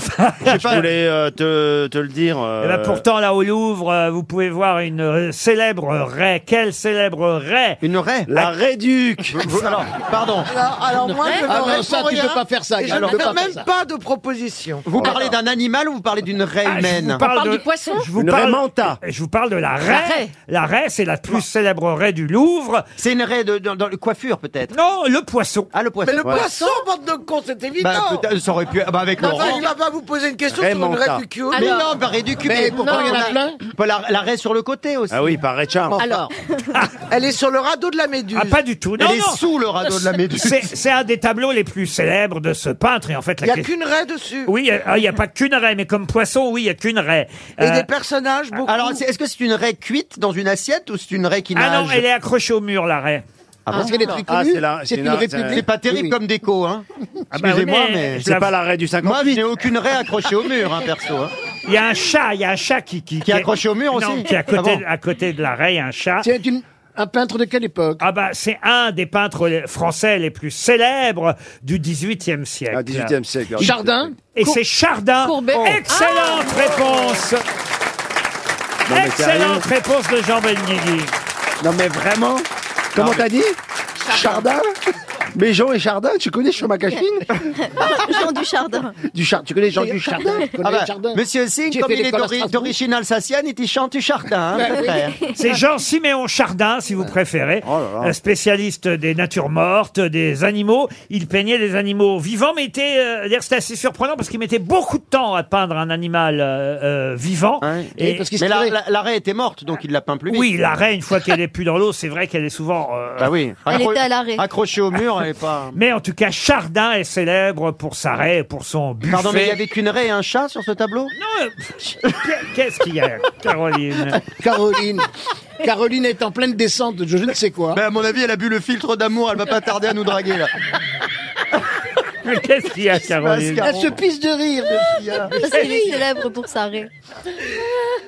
[SPEAKER 9] Je voulais euh, te, te le dire.
[SPEAKER 1] Eh ben,
[SPEAKER 9] euh,
[SPEAKER 1] pourtant, là, au Louvre, euh, vous pouvez voir une euh, célèbre raie. Quelle célèbre raie Une raie La raie duc
[SPEAKER 9] Alors, pardon.
[SPEAKER 12] Alors, alors
[SPEAKER 9] Une
[SPEAKER 12] moi,
[SPEAKER 9] raie
[SPEAKER 12] je ne
[SPEAKER 9] Ah,
[SPEAKER 12] réponds
[SPEAKER 9] non, ça, tu
[SPEAKER 12] rien,
[SPEAKER 9] peux pas faire ça,
[SPEAKER 12] et je
[SPEAKER 9] Gaël,
[SPEAKER 12] ne
[SPEAKER 9] on peut
[SPEAKER 12] fais
[SPEAKER 9] pas faire
[SPEAKER 12] même
[SPEAKER 9] ça.
[SPEAKER 12] pas de proposition. Ah.
[SPEAKER 9] Vous parlez d'un animal ou vous parlez d'une raie
[SPEAKER 1] Ah, je vous
[SPEAKER 9] humaine
[SPEAKER 1] parle de- je vous parle- Je vous parle de la raie.
[SPEAKER 9] raie.
[SPEAKER 1] La raie, c'est la plus célèbre raie du Louvre.
[SPEAKER 9] C'est une raie de, dans, dans le coiffure peut-être
[SPEAKER 1] Non, le poisson.
[SPEAKER 9] Ah, le poisson.
[SPEAKER 12] Mais le
[SPEAKER 9] ouais.
[SPEAKER 12] poisson, bande de cons, c'est évident.
[SPEAKER 9] Bah, peut-être, ça aurait pu. ah, Bah, avec
[SPEAKER 12] Non,
[SPEAKER 9] Laurent.
[SPEAKER 12] il va pas vous poser une question
[SPEAKER 9] Raymond
[SPEAKER 12] sur une
[SPEAKER 9] Tard.
[SPEAKER 12] raie du cul.
[SPEAKER 9] Mais non, bah, raie du cul. mais pourquoi il y en a plein la, la raie sur le côté aussi. Ah oui, par raie charme.
[SPEAKER 12] Alors. Elle est sur le radeau de la méduse.
[SPEAKER 1] Ah, pas du tout. Non,
[SPEAKER 12] Elle est
[SPEAKER 1] non.
[SPEAKER 12] sous le radeau de la Méduse.
[SPEAKER 1] C'est c'est un des tableaux les plus célèbres de ce peintre. Et en fait,
[SPEAKER 12] Il n'y a qu'une raie dessus.
[SPEAKER 1] Oui, euh, ah, il n'y a, pas qu'une raie, mais comme poisson, oui, il n'y a qu'une raie.
[SPEAKER 12] Et
[SPEAKER 1] Euh,
[SPEAKER 12] des personnages, beaucoup.
[SPEAKER 9] Alors, c'est- est-ce que c'est une raie cuite dans une assiette ou c'est une raie qui nage
[SPEAKER 1] Ah non, elle est accrochée au mur, la raie.
[SPEAKER 9] Ah, parce qu'elle est très
[SPEAKER 1] Ah,
[SPEAKER 9] connue.
[SPEAKER 1] c'est la-
[SPEAKER 9] C'est
[SPEAKER 1] c'est
[SPEAKER 9] une
[SPEAKER 1] la-
[SPEAKER 9] république. C'est pas terrible
[SPEAKER 1] Oui, oui.
[SPEAKER 9] comme déco, hein.
[SPEAKER 1] Ah bah oui,
[SPEAKER 9] Excusez-moi,
[SPEAKER 1] mais
[SPEAKER 9] mais
[SPEAKER 1] je la-
[SPEAKER 9] Moi, je n'ai aucune raie accrochée au mur, hein, perso. hein.
[SPEAKER 1] Il y a un chat, il y a un chat qui... Qui,
[SPEAKER 9] est accroché au mur
[SPEAKER 1] non,
[SPEAKER 9] aussi
[SPEAKER 1] qui est à côté,
[SPEAKER 9] Ah bon
[SPEAKER 1] à côté de la raie, il y a un chat. C'est un peintre de quelle époque Ah bah, c'est un des peintres français les plus célèbres du XVIIIe siècle.
[SPEAKER 9] Ah, XVIIIe siècle, alors.
[SPEAKER 1] Chardin Et c'est Chardin. Excellente réponse
[SPEAKER 9] Non, mais
[SPEAKER 1] Excellente réponse de Jean Benguigui.
[SPEAKER 15] Non mais vraiment Comment t'as dit Chardin Mais Jean et Chardin, tu connais Chomacachine
[SPEAKER 5] Jean du Chardin.
[SPEAKER 15] Du Char- tu connais Jean du Chardin Tu connais
[SPEAKER 9] Ah bah,
[SPEAKER 15] Chardin
[SPEAKER 9] Monsieur Singh,
[SPEAKER 15] J'ai
[SPEAKER 9] comme
[SPEAKER 15] fait
[SPEAKER 9] il est
[SPEAKER 15] l'école à
[SPEAKER 9] d'ori-
[SPEAKER 15] Strasbourg.
[SPEAKER 9] d'origine alsacienne, il dit chante du Chardin, hein, Oh
[SPEAKER 15] Bah
[SPEAKER 9] mon
[SPEAKER 15] oui.
[SPEAKER 9] frère.
[SPEAKER 1] C'est Jean Siméon Chardin, si vous préférez, euh, spécialiste des natures mortes, des animaux. Il peignait des animaux vivants, mais était, euh, d'ailleurs, c'était assez surprenant parce qu'il mettait beaucoup de temps à peindre un animal euh, euh, vivant.
[SPEAKER 9] Et- mais la, la- la raie était morte, donc il l'a peint plus vite.
[SPEAKER 1] Oui, la raie, une fois qu'elle est plus dans l'eau, c'est vrai qu'elle est souvent. euh,
[SPEAKER 9] Bah oui.
[SPEAKER 1] Elle
[SPEAKER 9] Accro-
[SPEAKER 1] était à
[SPEAKER 5] l'arrêt.
[SPEAKER 9] Accrochée au mur, elle est pas.
[SPEAKER 1] Mais en tout cas, Chardin est célèbre pour sa raie, et pour son buffet.
[SPEAKER 9] Pardon, mais il y avait qu'une raie et un chat sur ce tableau
[SPEAKER 1] Non, euh, Qu'est-ce qu'il y a, Caroline
[SPEAKER 15] Caroline. Caroline est en pleine descente de je ne sais quoi.
[SPEAKER 9] Ben, à mon avis, elle a bu le filtre d'amour, elle va pas tarder à nous draguer là.
[SPEAKER 1] Mais qu'est-ce qu'il y a, Caroline
[SPEAKER 15] Elle se pisse de rire. le fille, hein.
[SPEAKER 5] Parce qu'il est célèbre pour sa raie.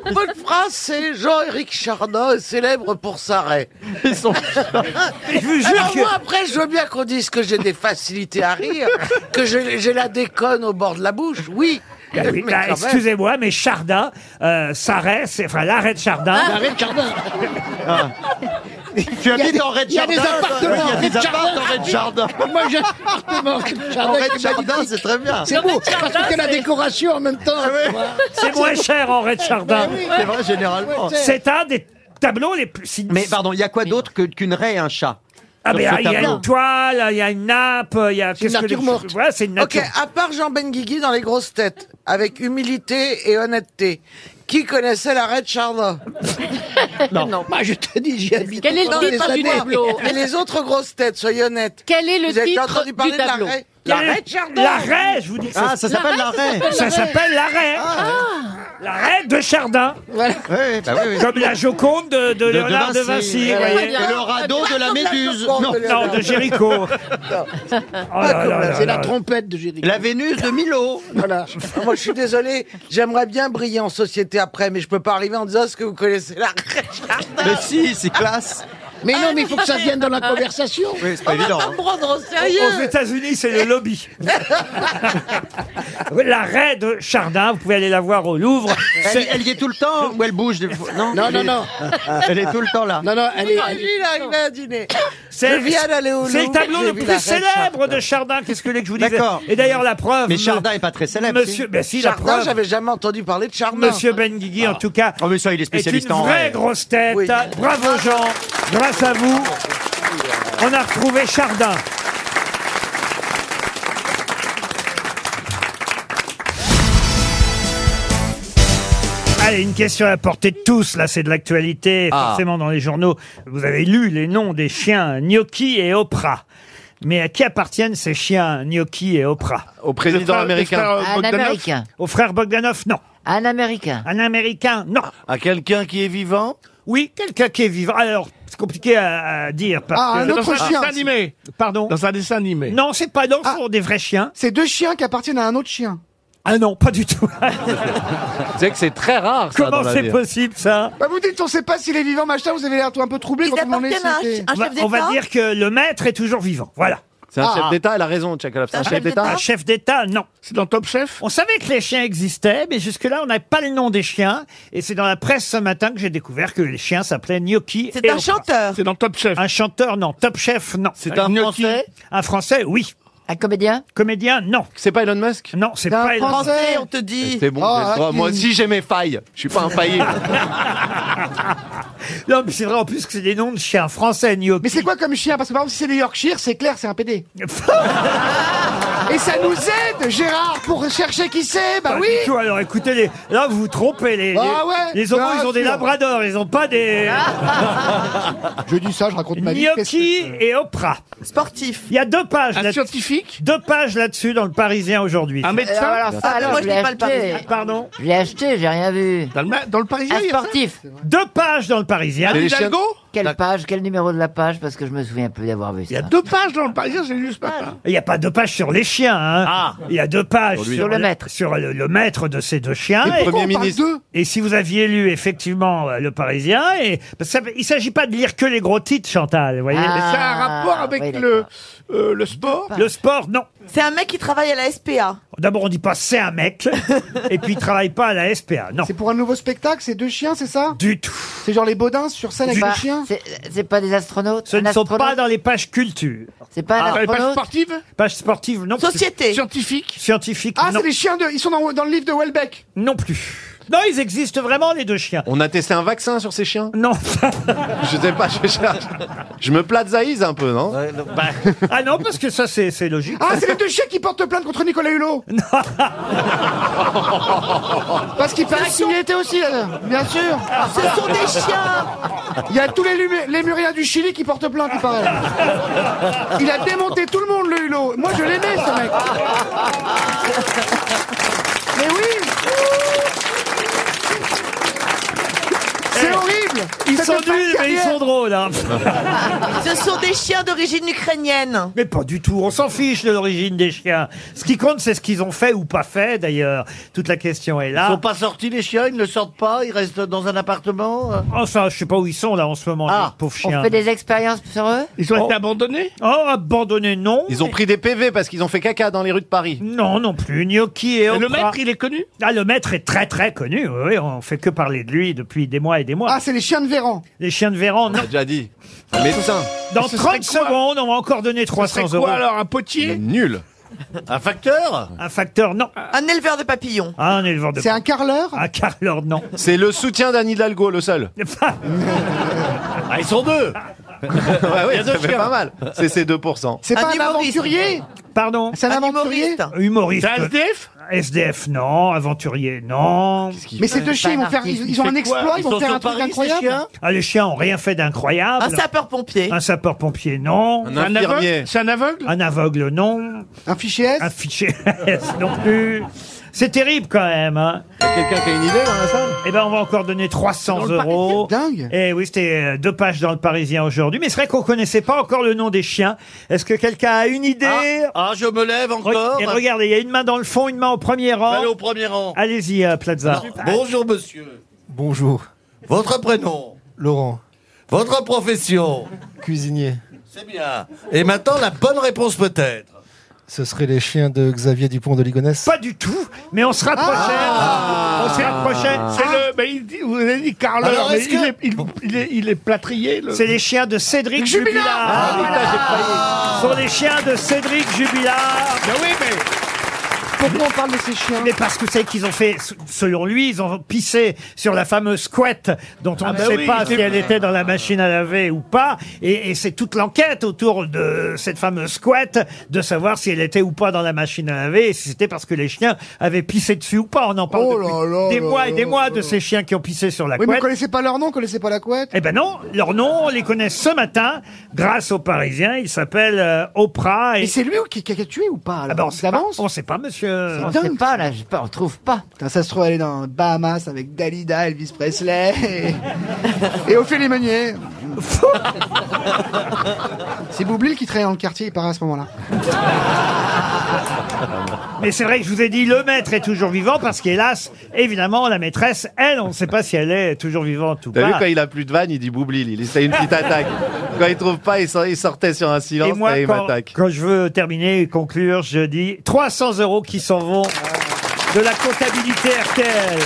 [SPEAKER 12] Votre phrase, c'est Jean-Éric Chardin est célèbre pour sa raie. Ils sont...
[SPEAKER 1] vous jure
[SPEAKER 12] Alors
[SPEAKER 1] que-
[SPEAKER 12] moi, après, je veux bien qu'on dise que j'ai des facilités à rire, que je- j'ai la déconne au bord de la bouche, oui.
[SPEAKER 1] Bah oui, bah,
[SPEAKER 12] Mais quand même.
[SPEAKER 1] Excusez-moi, mais Chardin, euh, sa raie, c'est- enfin l'arrêt de Chardin.
[SPEAKER 15] Arrête Chardin. Ah.
[SPEAKER 9] Tu habites en
[SPEAKER 15] Il y a des
[SPEAKER 9] Red Jardin, toi. Il
[SPEAKER 15] appartements.
[SPEAKER 9] y a des
[SPEAKER 15] Red Jardin.
[SPEAKER 9] appartements en Red Jardin.
[SPEAKER 15] Moi, j'ai un appartement. en Red Jardin,
[SPEAKER 9] En Red
[SPEAKER 15] c'est
[SPEAKER 9] Jardin,
[SPEAKER 15] magnifique.
[SPEAKER 9] c'est très bien.
[SPEAKER 15] C'est
[SPEAKER 9] Le
[SPEAKER 15] beau.
[SPEAKER 9] Red Jardin,
[SPEAKER 15] Parce que t'as la
[SPEAKER 9] c'est-
[SPEAKER 15] décoration en même temps. tu vois.
[SPEAKER 1] C'est moins cher en Red Jardin.
[SPEAKER 15] Ben oui.
[SPEAKER 9] C'est vrai, généralement.
[SPEAKER 1] C'est un des tableaux les plus. si-
[SPEAKER 9] Mais pardon, il y a quoi d'autre que- qu'une raie et un chat
[SPEAKER 1] Ah,
[SPEAKER 9] Sur
[SPEAKER 1] mais
[SPEAKER 9] ce
[SPEAKER 1] ah, il y a
[SPEAKER 9] tableau.
[SPEAKER 1] une toile, il y a une nappe, il y a. qu'est-ce que les- Voilà, c'est une
[SPEAKER 12] Ok,
[SPEAKER 1] nature.
[SPEAKER 12] à part Jean Benguigui dans Les Grosses Têtes, avec humilité et honnêteté, qui connaissait la raie de Chardin
[SPEAKER 9] Non.
[SPEAKER 15] Moi, je te dis, j'y habite.
[SPEAKER 12] Quel
[SPEAKER 7] est le titre du tableau
[SPEAKER 12] Mais les autres grosses têtes, soyez honnêtes.
[SPEAKER 7] Quel est le
[SPEAKER 12] Vous avez
[SPEAKER 7] titre
[SPEAKER 12] entendu
[SPEAKER 7] du
[SPEAKER 12] parler de la
[SPEAKER 7] tableau
[SPEAKER 12] raie
[SPEAKER 1] Quel
[SPEAKER 12] La
[SPEAKER 1] est-
[SPEAKER 12] raie de Chardin
[SPEAKER 1] La raie, je vous dis.
[SPEAKER 9] Ah, ça s'appelle la raie.
[SPEAKER 1] Ça s'appelle la raie.
[SPEAKER 11] Ah.
[SPEAKER 1] La raie de Chardin.
[SPEAKER 9] Ouais, bah oui, oui.
[SPEAKER 1] Comme la Joconde de, de
[SPEAKER 9] De- de
[SPEAKER 1] Léonard de Vinci.
[SPEAKER 9] Vinci.
[SPEAKER 10] Eh
[SPEAKER 9] Ouais,
[SPEAKER 1] vous voyez.
[SPEAKER 9] ouais. Et le radeau de la Méduse.
[SPEAKER 1] Non,
[SPEAKER 9] Non.
[SPEAKER 1] non, de Géricault. Oh là là là
[SPEAKER 15] C'est
[SPEAKER 1] là
[SPEAKER 15] la
[SPEAKER 1] là.
[SPEAKER 15] trompette de Géry.
[SPEAKER 9] La Vénus de Milo.
[SPEAKER 15] Voilà.
[SPEAKER 12] Ah, Moi, je suis désolé, j'aimerais bien briller en société après, mais je peux pas arriver en disant ce que vous connaissez la raie de Chardin.
[SPEAKER 9] Mais si, c'est classe.
[SPEAKER 15] Mais non, mais il faut que ça vienne dans la conversation.
[SPEAKER 9] Oui, c'est pas évident. hein.
[SPEAKER 12] Prendre au
[SPEAKER 1] Aux
[SPEAKER 12] sérieux
[SPEAKER 1] États-Unis, c'est le lobby. la raie de Chardin, vous pouvez aller la voir au Louvre.
[SPEAKER 9] Elle, elle y est tout le temps ou elle bouge des fois Non,
[SPEAKER 15] Non,
[SPEAKER 9] elle
[SPEAKER 15] non,
[SPEAKER 9] est-
[SPEAKER 15] non.
[SPEAKER 9] Elle est tout le temps là.
[SPEAKER 15] Non, non, elle est.
[SPEAKER 12] Quand
[SPEAKER 15] elle-
[SPEAKER 12] lui, il arrivait à dîner.
[SPEAKER 1] C'est
[SPEAKER 12] Je viens d'aller au
[SPEAKER 1] c'est le
[SPEAKER 12] Louvre,
[SPEAKER 1] tableau
[SPEAKER 12] j'ai
[SPEAKER 1] le
[SPEAKER 12] vu
[SPEAKER 1] plus
[SPEAKER 12] la raie de
[SPEAKER 1] célèbre
[SPEAKER 12] Chardin.
[SPEAKER 1] de Chardin. Qu'est-ce que vous voulez que je vous dise
[SPEAKER 9] D'accord.
[SPEAKER 1] Et d'ailleurs, la preuve.
[SPEAKER 9] Mais
[SPEAKER 1] me-
[SPEAKER 9] Chardin est pas très célèbre.
[SPEAKER 1] Monsieur,
[SPEAKER 9] si
[SPEAKER 1] ben si, la
[SPEAKER 12] Chardin,
[SPEAKER 1] preuve.
[SPEAKER 12] j'avais jamais entendu parler de Chardin.
[SPEAKER 1] Monsieur Benguigui, en tout cas,
[SPEAKER 9] Oh, mais ça, il est
[SPEAKER 1] est
[SPEAKER 9] spécialiste
[SPEAKER 1] une
[SPEAKER 9] en
[SPEAKER 1] vraie
[SPEAKER 9] raie.
[SPEAKER 1] grosse tête.
[SPEAKER 12] Oui.
[SPEAKER 1] Bravo Jean, grâce à vous, on a retrouvé Chardin. Allez, une question à la portée de tous, là c'est de l'actualité,
[SPEAKER 9] Ah.
[SPEAKER 1] forcément dans les journaux. Vous avez lu les noms des chiens Gnocchi et Oprah. Mais à qui appartiennent ces chiens Gnocchi et Oprah
[SPEAKER 9] Au président américain.
[SPEAKER 20] À un Américain.
[SPEAKER 1] Au frère Bogdanov, non.
[SPEAKER 20] À un Américain.
[SPEAKER 1] Un Américain, non.
[SPEAKER 9] À quelqu'un qui est vivant
[SPEAKER 1] Oui, quelqu'un qui est vivant. Alors, c'est compliqué à, à dire. Parce
[SPEAKER 9] Ah, un
[SPEAKER 1] que-
[SPEAKER 9] autre Dans un chien. dessin animé.
[SPEAKER 1] Pardon
[SPEAKER 9] Dans un dessin animé. Ah.
[SPEAKER 1] Non, c'est pas. Non, ce sont des vrais chiens.
[SPEAKER 9] C'est deux chiens qui appartiennent à un autre chien.
[SPEAKER 1] Ah non, pas du tout.
[SPEAKER 13] C'est que c'est très rare.
[SPEAKER 9] Ah,
[SPEAKER 13] ça,
[SPEAKER 1] Comment
[SPEAKER 13] dans la
[SPEAKER 1] c'est
[SPEAKER 13] vie.
[SPEAKER 1] possible ça
[SPEAKER 9] Bah vous dites, on sait pas s'il est vivant, machin, vous avez l'air tout un peu troublé quand on est
[SPEAKER 1] On va- Bah, On va dire que le maître est toujours vivant. Voilà.
[SPEAKER 13] C'est un chef d'État, elle a raison, Tchakalov. Ah. C'est un chef d'État.
[SPEAKER 1] Un chef d'État, non.
[SPEAKER 9] C'est dans Top Chef
[SPEAKER 1] On savait que les chiens existaient, mais jusque-là, on n'avait pas le nom des chiens. Et c'est dans la presse ce matin que j'ai découvert que les chiens s'appelaient Gnocchi.
[SPEAKER 9] C'est un
[SPEAKER 1] chanteur.
[SPEAKER 9] C'est dans Top Chef.
[SPEAKER 1] Un chanteur, non. Top Chef, non. C'est
[SPEAKER 13] un Gnocchi. Français
[SPEAKER 1] Un Français, oui. Un comédien Comédien, non.
[SPEAKER 13] C'est pas Elon Musk
[SPEAKER 1] Non, c'est pas Elon Musk.
[SPEAKER 13] on te dit. Eh, C'est
[SPEAKER 9] Oh,
[SPEAKER 13] bon,
[SPEAKER 9] Ah,
[SPEAKER 13] j'ai le droit. moi aussi j'ai mes failles. Je suis pas infaillible.
[SPEAKER 1] Non, mais c'est vrai en plus que c'est des noms de chiens français, Gnocchi.
[SPEAKER 9] Mais c'est quoi comme chien Parce que par exemple, si c'est les Yorkshire, c'est clair, c'est un PD. Et ça nous aide, Gérard, pour chercher qui c'est, bah
[SPEAKER 1] Pas
[SPEAKER 9] oui
[SPEAKER 1] du tout. Alors écoutez, les... là vous vous trompez. Les,
[SPEAKER 9] Ah
[SPEAKER 1] les-
[SPEAKER 9] ouais,
[SPEAKER 1] les homos,
[SPEAKER 9] bien
[SPEAKER 1] ils ont des
[SPEAKER 9] sûr.
[SPEAKER 1] labradors, ils ont pas des.
[SPEAKER 9] Je dis ça, je raconte ma vie. qu'est-ce que-
[SPEAKER 1] Gnocchi et Oprah. Sportif. Il y a deux pages. Un
[SPEAKER 9] scientifique
[SPEAKER 1] Deux pages là-dessus dans le Parisien aujourd'hui. Un
[SPEAKER 18] médecin Euh, Alors, alors, ça, Alors, alors, moi, je je lis l'ai pas le acheté. Parisien.
[SPEAKER 1] Pardon
[SPEAKER 18] Je l'ai acheté, j'ai rien vu.
[SPEAKER 9] Dans le, Parisien,
[SPEAKER 18] Un sportif.
[SPEAKER 1] Deux pages dans le Parisien.
[SPEAKER 18] Quelle page Quel numéro de la page Parce que je me souviens plus d'avoir vu ça.
[SPEAKER 9] Deux pages dans le Parisien, j'ai lu ce matin.
[SPEAKER 1] Il n'y a pas deux pages sur les chiens. hein. Il y a deux pages
[SPEAKER 18] Ah. Sur
[SPEAKER 1] sur,
[SPEAKER 18] lui. Sur le maître.
[SPEAKER 1] sur le, le maître de ces deux chiens.
[SPEAKER 13] Et le Premier Pourquoi on parle ministre.
[SPEAKER 1] Et si vous aviez lu effectivement euh, le Parisien, et parce que ça- il ne s'agit pas de lire que les gros titres, Chantal. Vous voyez.
[SPEAKER 9] Mais ça a
[SPEAKER 11] Ah,
[SPEAKER 9] un rapport avec le, euh, le sport
[SPEAKER 1] Le sport, non.
[SPEAKER 11] C'est un mec qui travaille à la SPA.
[SPEAKER 1] D'abord, on dit pas c'est un mec, et puis il travaille pas à la SPA. Non,
[SPEAKER 9] C'est pour un nouveau spectacle, c'est deux chiens, c'est ça
[SPEAKER 1] du tout.
[SPEAKER 9] C'est genre les Baudins sur scène avec
[SPEAKER 1] Bah,
[SPEAKER 9] des chiens
[SPEAKER 18] C'est pas des astronautes
[SPEAKER 1] Ce ne sont pas dans les pages culture. Ah,
[SPEAKER 18] C'est pas un astronaute
[SPEAKER 9] sportives
[SPEAKER 1] Pages sportives, non.
[SPEAKER 11] Société.
[SPEAKER 9] Scientifique
[SPEAKER 1] Scientifique,
[SPEAKER 9] Ah,
[SPEAKER 1] non.
[SPEAKER 9] c'est les chiens de. Ils sont dans, dans le livre de Welbeck.
[SPEAKER 1] Non plus. Non, ils existent vraiment, les deux chiens.
[SPEAKER 13] On a testé un vaccin sur ces chiens
[SPEAKER 1] Non.
[SPEAKER 13] je sais pas, je cherche. Je me plazaïse un peu, non
[SPEAKER 1] Ah non, parce que ça, c'est c'est logique.
[SPEAKER 9] Ah, c'est les deux chiens qui portent plainte contre Nicolas Hulot Parce qu'il paraît qu'il y était aussi, euh, bien sûr
[SPEAKER 11] Ah, Ce sont des chiens
[SPEAKER 9] Il y a tous les lumé- lémuriens du Chili qui portent plainte, il paraît. Il a démonté tout le monde, le Hulot. Moi, je l'aimais, ce mec. Mais oui C'est horrible
[SPEAKER 1] Ils
[SPEAKER 9] Ça
[SPEAKER 1] sont
[SPEAKER 9] fait pas de
[SPEAKER 1] nuls, mais ils
[SPEAKER 9] carrière.
[SPEAKER 1] sont drôles. hein.
[SPEAKER 11] Ce sont des chiens d'origine ukrainienne.
[SPEAKER 1] Mais pas du tout, on s'en fiche de l'origine des chiens. Ce qui compte, c'est ce qu'ils ont fait ou pas fait, d'ailleurs. Toute la question est là.
[SPEAKER 14] Ils sont pas sortis les chiens, ils ne sortent pas, ils restent dans un appartement. euh.
[SPEAKER 1] Enfin, je sais pas où ils sont là en ce moment, les pauvres chiens.
[SPEAKER 18] On fait des expériences sur eux
[SPEAKER 9] Ils ont
[SPEAKER 1] été
[SPEAKER 9] abandonnés
[SPEAKER 1] Oh, abandonnés, non.
[SPEAKER 13] Ils ont pris des PV parce qu'ils ont fait caca dans les rues de Paris.
[SPEAKER 1] Non, non plus. Gnocchi et
[SPEAKER 9] le
[SPEAKER 1] Oprah.
[SPEAKER 9] maître, il est connu
[SPEAKER 1] Ah, le maître est très très connu. Oui, oui, on fait que parler de lui depuis des mois et des mois.
[SPEAKER 9] Ah, c'est les chiens de Véran.
[SPEAKER 1] les chiens de Véran, non.
[SPEAKER 13] On a déjà dit. Un médecin.
[SPEAKER 1] Dans
[SPEAKER 9] Ce serait
[SPEAKER 1] 30
[SPEAKER 9] quoi
[SPEAKER 1] secondes, on va encore donner 300 euros.
[SPEAKER 9] un potier
[SPEAKER 13] Nul. Un facteur
[SPEAKER 1] Un facteur, non.
[SPEAKER 11] Un éleveur de papillons.
[SPEAKER 1] Ah, un éleveur de.
[SPEAKER 9] C'est un carleur
[SPEAKER 1] Un carleur, non.
[SPEAKER 13] C'est le soutien d'Anne Ah, Hidalgo, le seul.
[SPEAKER 1] Ah, ils sont deux
[SPEAKER 13] ouais, ouais, ça fait pas mal. C'est ces 2%.
[SPEAKER 9] C'est
[SPEAKER 11] Un
[SPEAKER 9] pas un
[SPEAKER 11] humoriste.
[SPEAKER 9] aventurier
[SPEAKER 1] Pardon
[SPEAKER 9] C'est un aventurier
[SPEAKER 11] humoriste.
[SPEAKER 1] Eh, Humoriste.
[SPEAKER 9] SDF
[SPEAKER 1] SDF, non. Aventurier, non.
[SPEAKER 9] Mais ces deux chiens, ils vont faire, ils, ils ont un exploit, ils vont faire un truc incroyable.
[SPEAKER 1] Ah, les chiens ont rien fait d'incroyable.
[SPEAKER 11] Un sapeur-pompier.
[SPEAKER 1] Un sapeur-pompier, non.
[SPEAKER 13] Un infirmier.
[SPEAKER 9] C'est un aveugle
[SPEAKER 1] Un aveugle, non.
[SPEAKER 9] Un fichier S
[SPEAKER 1] Un fichier S non plus. C'est terrible quand même. Hein.
[SPEAKER 13] Quelqu'un qui a une idée dans la salle
[SPEAKER 1] Eh ben, on va encore donner 300 euros.
[SPEAKER 9] Dingue
[SPEAKER 1] Eh oui, c'était euh, deux pages dans le Parisien aujourd'hui. Mais c'est vrai qu'on connaissait pas encore le nom des chiens. Est-ce que quelqu'un a une idée
[SPEAKER 14] Ah, je me lève
[SPEAKER 1] Re-
[SPEAKER 14] encore.
[SPEAKER 1] Et regardez, il y a une main dans le fond, une main au premier rang.
[SPEAKER 14] Allez au premier rang.
[SPEAKER 1] Allez-y, euh, Plaza.
[SPEAKER 14] Bonjour monsieur.
[SPEAKER 9] Bonjour.
[SPEAKER 14] Votre prénom
[SPEAKER 9] Laurent,
[SPEAKER 14] Votre profession
[SPEAKER 9] cuisinier.
[SPEAKER 14] C'est bien. Et maintenant la bonne réponse peut-être.
[SPEAKER 9] Ce serait les chiens de Xavier Dupont de Ligonnès
[SPEAKER 1] Pas du tout, mais on se rapprochait. on se rapprochait.
[SPEAKER 17] C'est le. Mais il dit, vous avez dit Carleur,
[SPEAKER 14] Alors,
[SPEAKER 17] mais
[SPEAKER 14] est-ce
[SPEAKER 17] il,
[SPEAKER 14] que-
[SPEAKER 17] est, il, il est, il est plâtrier. Le... Ah
[SPEAKER 1] C'est les chiens de Cédric Jubilard.
[SPEAKER 14] Ah,
[SPEAKER 1] Ce sont les chiens de Cédric Jubilard.
[SPEAKER 17] Ben oui, mais.
[SPEAKER 9] Pourquoi on parle de ces chiens
[SPEAKER 1] Mais parce que c'est qu'ils ont fait, s- selon lui, ils ont pissé sur la fameuse couette dont on ne
[SPEAKER 17] bah
[SPEAKER 1] sait
[SPEAKER 17] oui,
[SPEAKER 1] pas
[SPEAKER 17] c'est
[SPEAKER 1] si elle était dans la machine à laver ou pas. Et, et c'est toute l'enquête autour de cette fameuse couette de savoir si elle était ou pas dans la machine à laver et si c'était parce que les chiens avaient pissé dessus ou pas. On en parle
[SPEAKER 9] Oh
[SPEAKER 1] depuis
[SPEAKER 9] là là
[SPEAKER 1] des
[SPEAKER 9] là
[SPEAKER 1] mois et
[SPEAKER 9] là
[SPEAKER 1] des
[SPEAKER 9] là
[SPEAKER 1] mois
[SPEAKER 9] là
[SPEAKER 1] de ces chiens qui ont pissé sur la
[SPEAKER 9] Oui, mais
[SPEAKER 1] couette.
[SPEAKER 9] connaissez pas leur nom, connaissez pas la couette
[SPEAKER 1] Eh ben non, leurs noms, on les connaît ce matin grâce aux Parisiens. Ils s'appellent euh, Oprah et...
[SPEAKER 9] Et c'est lui qui, qui a tué ou pas
[SPEAKER 1] Ah
[SPEAKER 9] alors
[SPEAKER 1] ben on
[SPEAKER 9] Il
[SPEAKER 1] sait pas,
[SPEAKER 9] avance
[SPEAKER 1] on sait pas, monsieur. euh,
[SPEAKER 18] On sait pas, là, on trouve pas. ça se trouve, elle est dans Bahamas avec Dalida, Elvis Presley et, et Ophélie Meunier. C'est Boublil qui traînait dans le quartier, il paraît à ce moment-là.
[SPEAKER 1] Mais c'est vrai que je vous ai dit, le maître est toujours vivant parce qu'hélas, évidemment, la maîtresse, elle, on ne sait pas si elle est toujours vivante ou
[SPEAKER 11] T'as vu
[SPEAKER 1] pas.
[SPEAKER 11] quand il a plus de vanne, il dit Boublil, il essaye une petite attaque. Quand il trouve pas, il, sort- il sortait sur un silence
[SPEAKER 1] Et moi,
[SPEAKER 11] et il
[SPEAKER 1] quand,
[SPEAKER 11] m'attaque.
[SPEAKER 1] quand je veux terminer et conclure, je dis 300 euros qui s'en vont de la comptabilité RTL.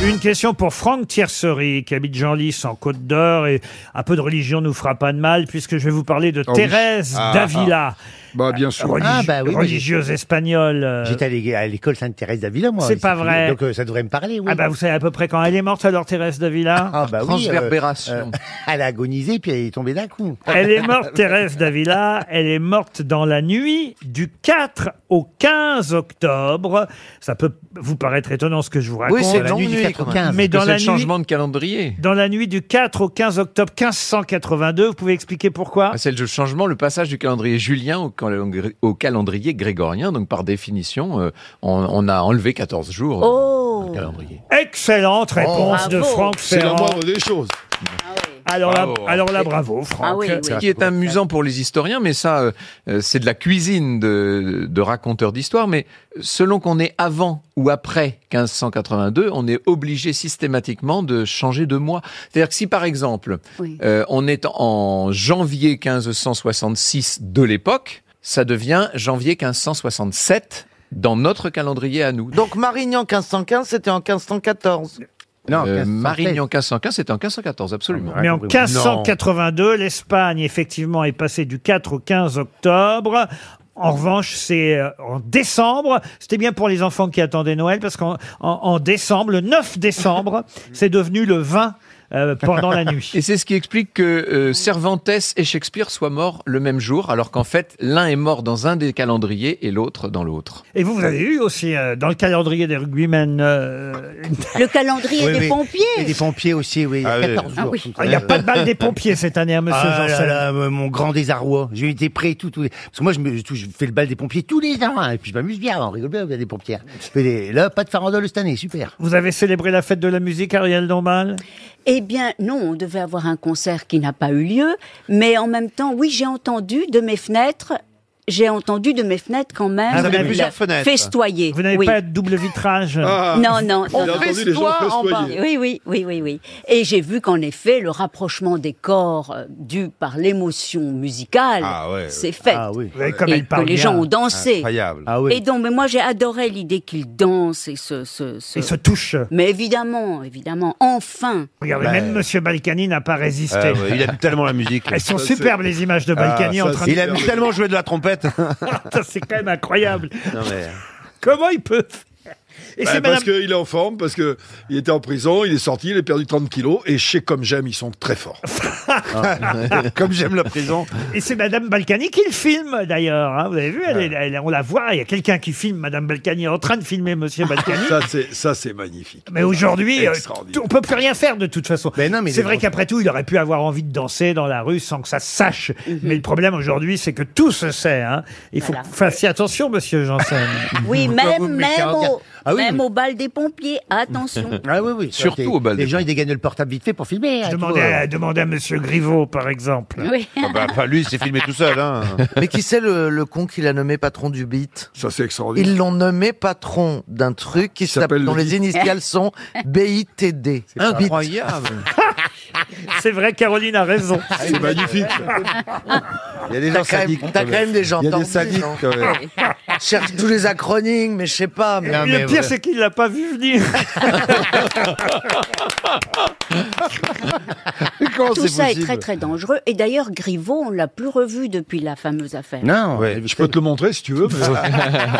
[SPEAKER 1] Une question pour Franck Tiercery, qui habite Genlis en Côte d'Or, et un peu de religion nous fera pas de mal, puisque je vais vous parler de
[SPEAKER 9] Ah oui.
[SPEAKER 1] Thérèse
[SPEAKER 9] Ah,
[SPEAKER 1] d'Avila.
[SPEAKER 9] Bah, bien sûr.
[SPEAKER 1] Religi-
[SPEAKER 9] Ah, bah oui, mais
[SPEAKER 1] religieuse
[SPEAKER 9] j'ai-
[SPEAKER 1] espagnole. euh,
[SPEAKER 9] J'étais à l'é- à l'école Sainte-Thérèse d'Avila, moi.
[SPEAKER 1] C'est
[SPEAKER 9] ici.
[SPEAKER 1] pas vrai.
[SPEAKER 9] Donc euh, ça devrait me parler, oui.
[SPEAKER 1] Ah bah vous savez à peu près quand elle est morte alors Thérèse Davila
[SPEAKER 9] Ah bah oui, euh, euh, elle a agonisé, puis elle est tombée d'un
[SPEAKER 11] Ah,
[SPEAKER 9] coup.
[SPEAKER 1] Elle est morte Thérèse Davila, elle est morte dans la nuit du 4 au 15 octobre. Ça peut vous paraître étonnant ce que je vous raconte.
[SPEAKER 21] Oui, c'est la nuit du 4 au 15.
[SPEAKER 1] Mais dans
[SPEAKER 21] le
[SPEAKER 1] la nuit
[SPEAKER 21] changement de calendrier.
[SPEAKER 1] dans la nuit du 4 au 15 octobre 1582, vous pouvez expliquer pourquoi
[SPEAKER 21] Ah, C'est le changement, le passage du calendrier julien au, cal- au calendrier grégorien. Donc, par définition, euh, on, on a enlevé 14 jours euh,
[SPEAKER 1] Oh.
[SPEAKER 21] dans le calendrier.
[SPEAKER 1] Excellente réponse
[SPEAKER 21] Oh,
[SPEAKER 1] de
[SPEAKER 21] bravo.
[SPEAKER 1] Franck
[SPEAKER 21] C'est la
[SPEAKER 1] Ferrand.
[SPEAKER 21] moindre
[SPEAKER 1] des choses. Alors là,
[SPEAKER 21] Bravo. Ah
[SPEAKER 1] alors là, bravo, Franck.
[SPEAKER 21] Ce qui est amusant pour les historiens, mais ça, euh, euh, c'est de la cuisine de, de raconteurs d'histoire. Mais selon qu'on est avant ou après 1582, on est obligé systématiquement de changer de mois. C'est-à-dire que si, par exemple, euh, on est en janvier 1566 de l'époque, ça devient janvier 1567 dans notre calendrier à nous.
[SPEAKER 22] Donc Marignan 1515, c'était en 1514.
[SPEAKER 21] Non, Euh, Marignan 1515, c'était en 1514, absolument.
[SPEAKER 1] Mais en 1582, l'Espagne, effectivement, est passée du 4 au 15 octobre. En revanche, c'est euh, en décembre. C'était bien pour les enfants qui attendaient Noël, parce qu'en en, en décembre, le 9 décembre, c'est devenu le 20 euh, pendant la nuit.
[SPEAKER 21] Et c'est ce qui explique que euh, Cervantes et Shakespeare soient morts le même jour, alors qu'en fait, l'un est mort dans un des calendriers et l'autre dans l'autre.
[SPEAKER 1] Et vous, vous avez eu aussi euh, dans le calendrier des rugbymen. euh,
[SPEAKER 5] Le calendrier
[SPEAKER 9] Oui,
[SPEAKER 5] des
[SPEAKER 9] oui.
[SPEAKER 5] pompiers.
[SPEAKER 9] Et des pompiers aussi, oui.
[SPEAKER 1] Ah oui.
[SPEAKER 9] 14
[SPEAKER 5] Ah
[SPEAKER 9] jours.
[SPEAKER 5] oui.
[SPEAKER 9] comme ça.
[SPEAKER 1] Il n'y a pas de balle des pompiers cette année, à monsieur
[SPEAKER 9] Ah
[SPEAKER 1] Janssen.
[SPEAKER 9] là là, euh, mon grand désarroi. J'ai été prêt et tout, tout. Parce que moi, je, me, je touche- je fais le bal des pompiers tous les ans. hein, et puis je m'amuse bien, on rigole bien, il y a des pompiers. Je fais des- Là, pas de farandole cette année, super.
[SPEAKER 1] Vous avez célébré la fête de la musique, Ariel Dombal
[SPEAKER 5] Eh bien, non, on devait avoir un concert qui n'a pas eu lieu, mais en même temps, oui, j'ai entendu de mes fenêtres, j'ai entendu de mes fenêtres quand même.
[SPEAKER 1] Ah, vous avez
[SPEAKER 5] la-
[SPEAKER 1] plusieurs fenêtres.
[SPEAKER 5] Festoyer.
[SPEAKER 1] Vous n'avez
[SPEAKER 5] oui. Ah.
[SPEAKER 1] pas de double vitrage
[SPEAKER 5] Non, non, non. non.
[SPEAKER 1] Oui.
[SPEAKER 5] Oui, oui, oui, oui, oui. Et j'ai vu qu'en effet, le rapprochement des corps euh, dû par l'émotion musicale s'est fait.
[SPEAKER 1] Vous voyez comme
[SPEAKER 5] et
[SPEAKER 1] elle parle
[SPEAKER 5] que les
[SPEAKER 1] bien.
[SPEAKER 5] gens ont dansé.
[SPEAKER 1] Incroyable. Ah oui.
[SPEAKER 5] Et donc, mais moi, j'ai adoré l'idée qu'ils dansent et se, se,
[SPEAKER 1] Ils se touchent.
[SPEAKER 5] Mais évidemment, évidemment, enfin.
[SPEAKER 1] Regardez,
[SPEAKER 5] Bah,
[SPEAKER 1] même Monsieur Balkany n'a pas résisté.
[SPEAKER 13] Ben, Ah ouais, il aime tellement la musique.
[SPEAKER 1] Elles sont
[SPEAKER 13] Ça,
[SPEAKER 1] superbes
[SPEAKER 13] c'est-
[SPEAKER 1] les images de Balkany
[SPEAKER 13] Ah,
[SPEAKER 1] en
[SPEAKER 13] ça,
[SPEAKER 1] train
[SPEAKER 13] c'est-
[SPEAKER 1] de.
[SPEAKER 13] Il aime tellement jouer de la trompette.
[SPEAKER 1] Ça, c'est quand même incroyable.
[SPEAKER 13] euh,
[SPEAKER 1] Comment il peut Et c'est
[SPEAKER 9] c'est madame-
[SPEAKER 17] Bah, Parce qu'il est en forme, parce qu'il était en prison, il est sorti, il a perdu 30 kilos, et chez Comme J'aime, ils sont très forts.
[SPEAKER 1] Ah.
[SPEAKER 13] Comme j'aime la prison.
[SPEAKER 1] Et c'est Madame Balkany qui le filme d'ailleurs. hein. Vous avez vu, elle est- elle- on la voit. Il y a quelqu'un qui filme Madame Balkany en train de filmer Monsieur
[SPEAKER 13] Ah,
[SPEAKER 1] Balkany.
[SPEAKER 17] ça, c'est, ça, c'est magnifique.
[SPEAKER 1] Mais aujourd'hui, euh,
[SPEAKER 17] Oh, bah, Extraordinaire.
[SPEAKER 1] tout- on peut plus rien faire de toute façon. c'est
[SPEAKER 17] mais les
[SPEAKER 1] vrai
[SPEAKER 17] grosses-
[SPEAKER 1] qu'après tout, il aurait pu avoir envie de danser dans la rue sans que ça se sache. Mais le problème aujourd'hui, c'est que tout se sait. hein. Il faut
[SPEAKER 5] Mhm. Voilà.
[SPEAKER 1] que vous fassiez attention, Monsieur Janssen.
[SPEAKER 5] Oui, même, même, au,
[SPEAKER 9] Ah oui,
[SPEAKER 5] même
[SPEAKER 9] mais-
[SPEAKER 5] au bal des pompiers, attention.
[SPEAKER 9] Ah oui, oui.
[SPEAKER 1] Surtout
[SPEAKER 9] Les-
[SPEAKER 1] au bal des
[SPEAKER 9] Les gens, ils dégainent le portable vite fait pour filmer. hein,
[SPEAKER 1] Je
[SPEAKER 9] tu
[SPEAKER 1] demandais
[SPEAKER 9] vois.
[SPEAKER 1] à, demandez à Monsieur Griveau, par exemple.
[SPEAKER 5] Oui.
[SPEAKER 13] Enfin, bah, lui, il s'est filmé tout seul. Hein.
[SPEAKER 12] Mais qui c'est le, le con qu'il a nommé patron du beat
[SPEAKER 17] Ça, c'est extraordinaire.
[SPEAKER 12] Ils l'ont nommé patron d'un truc qui
[SPEAKER 17] s'appelle
[SPEAKER 12] s'appelle, dont
[SPEAKER 17] le
[SPEAKER 12] les
[SPEAKER 17] beat.
[SPEAKER 12] initiales sont BITD. C'est
[SPEAKER 1] incroyable. C'est vrai, Caroline a raison.
[SPEAKER 12] Ah
[SPEAKER 17] C'est magnifique.
[SPEAKER 12] Il y a des gens sadiques. T'as quand même des gens
[SPEAKER 1] Il y a des
[SPEAKER 12] tordus,
[SPEAKER 1] sadiques,
[SPEAKER 12] hein.
[SPEAKER 1] quand même.
[SPEAKER 12] Cherche tous les acronymes, mais je sais pas. mais-
[SPEAKER 1] Et le pire, c'est qu'il l'a pas vu venir.
[SPEAKER 5] Tout ça est très très dangereux. Et d'ailleurs, Griveau, on l'a plus revu depuis la fameuse affaire.
[SPEAKER 12] Ah,
[SPEAKER 17] Non, je peux te le montrer si tu veux.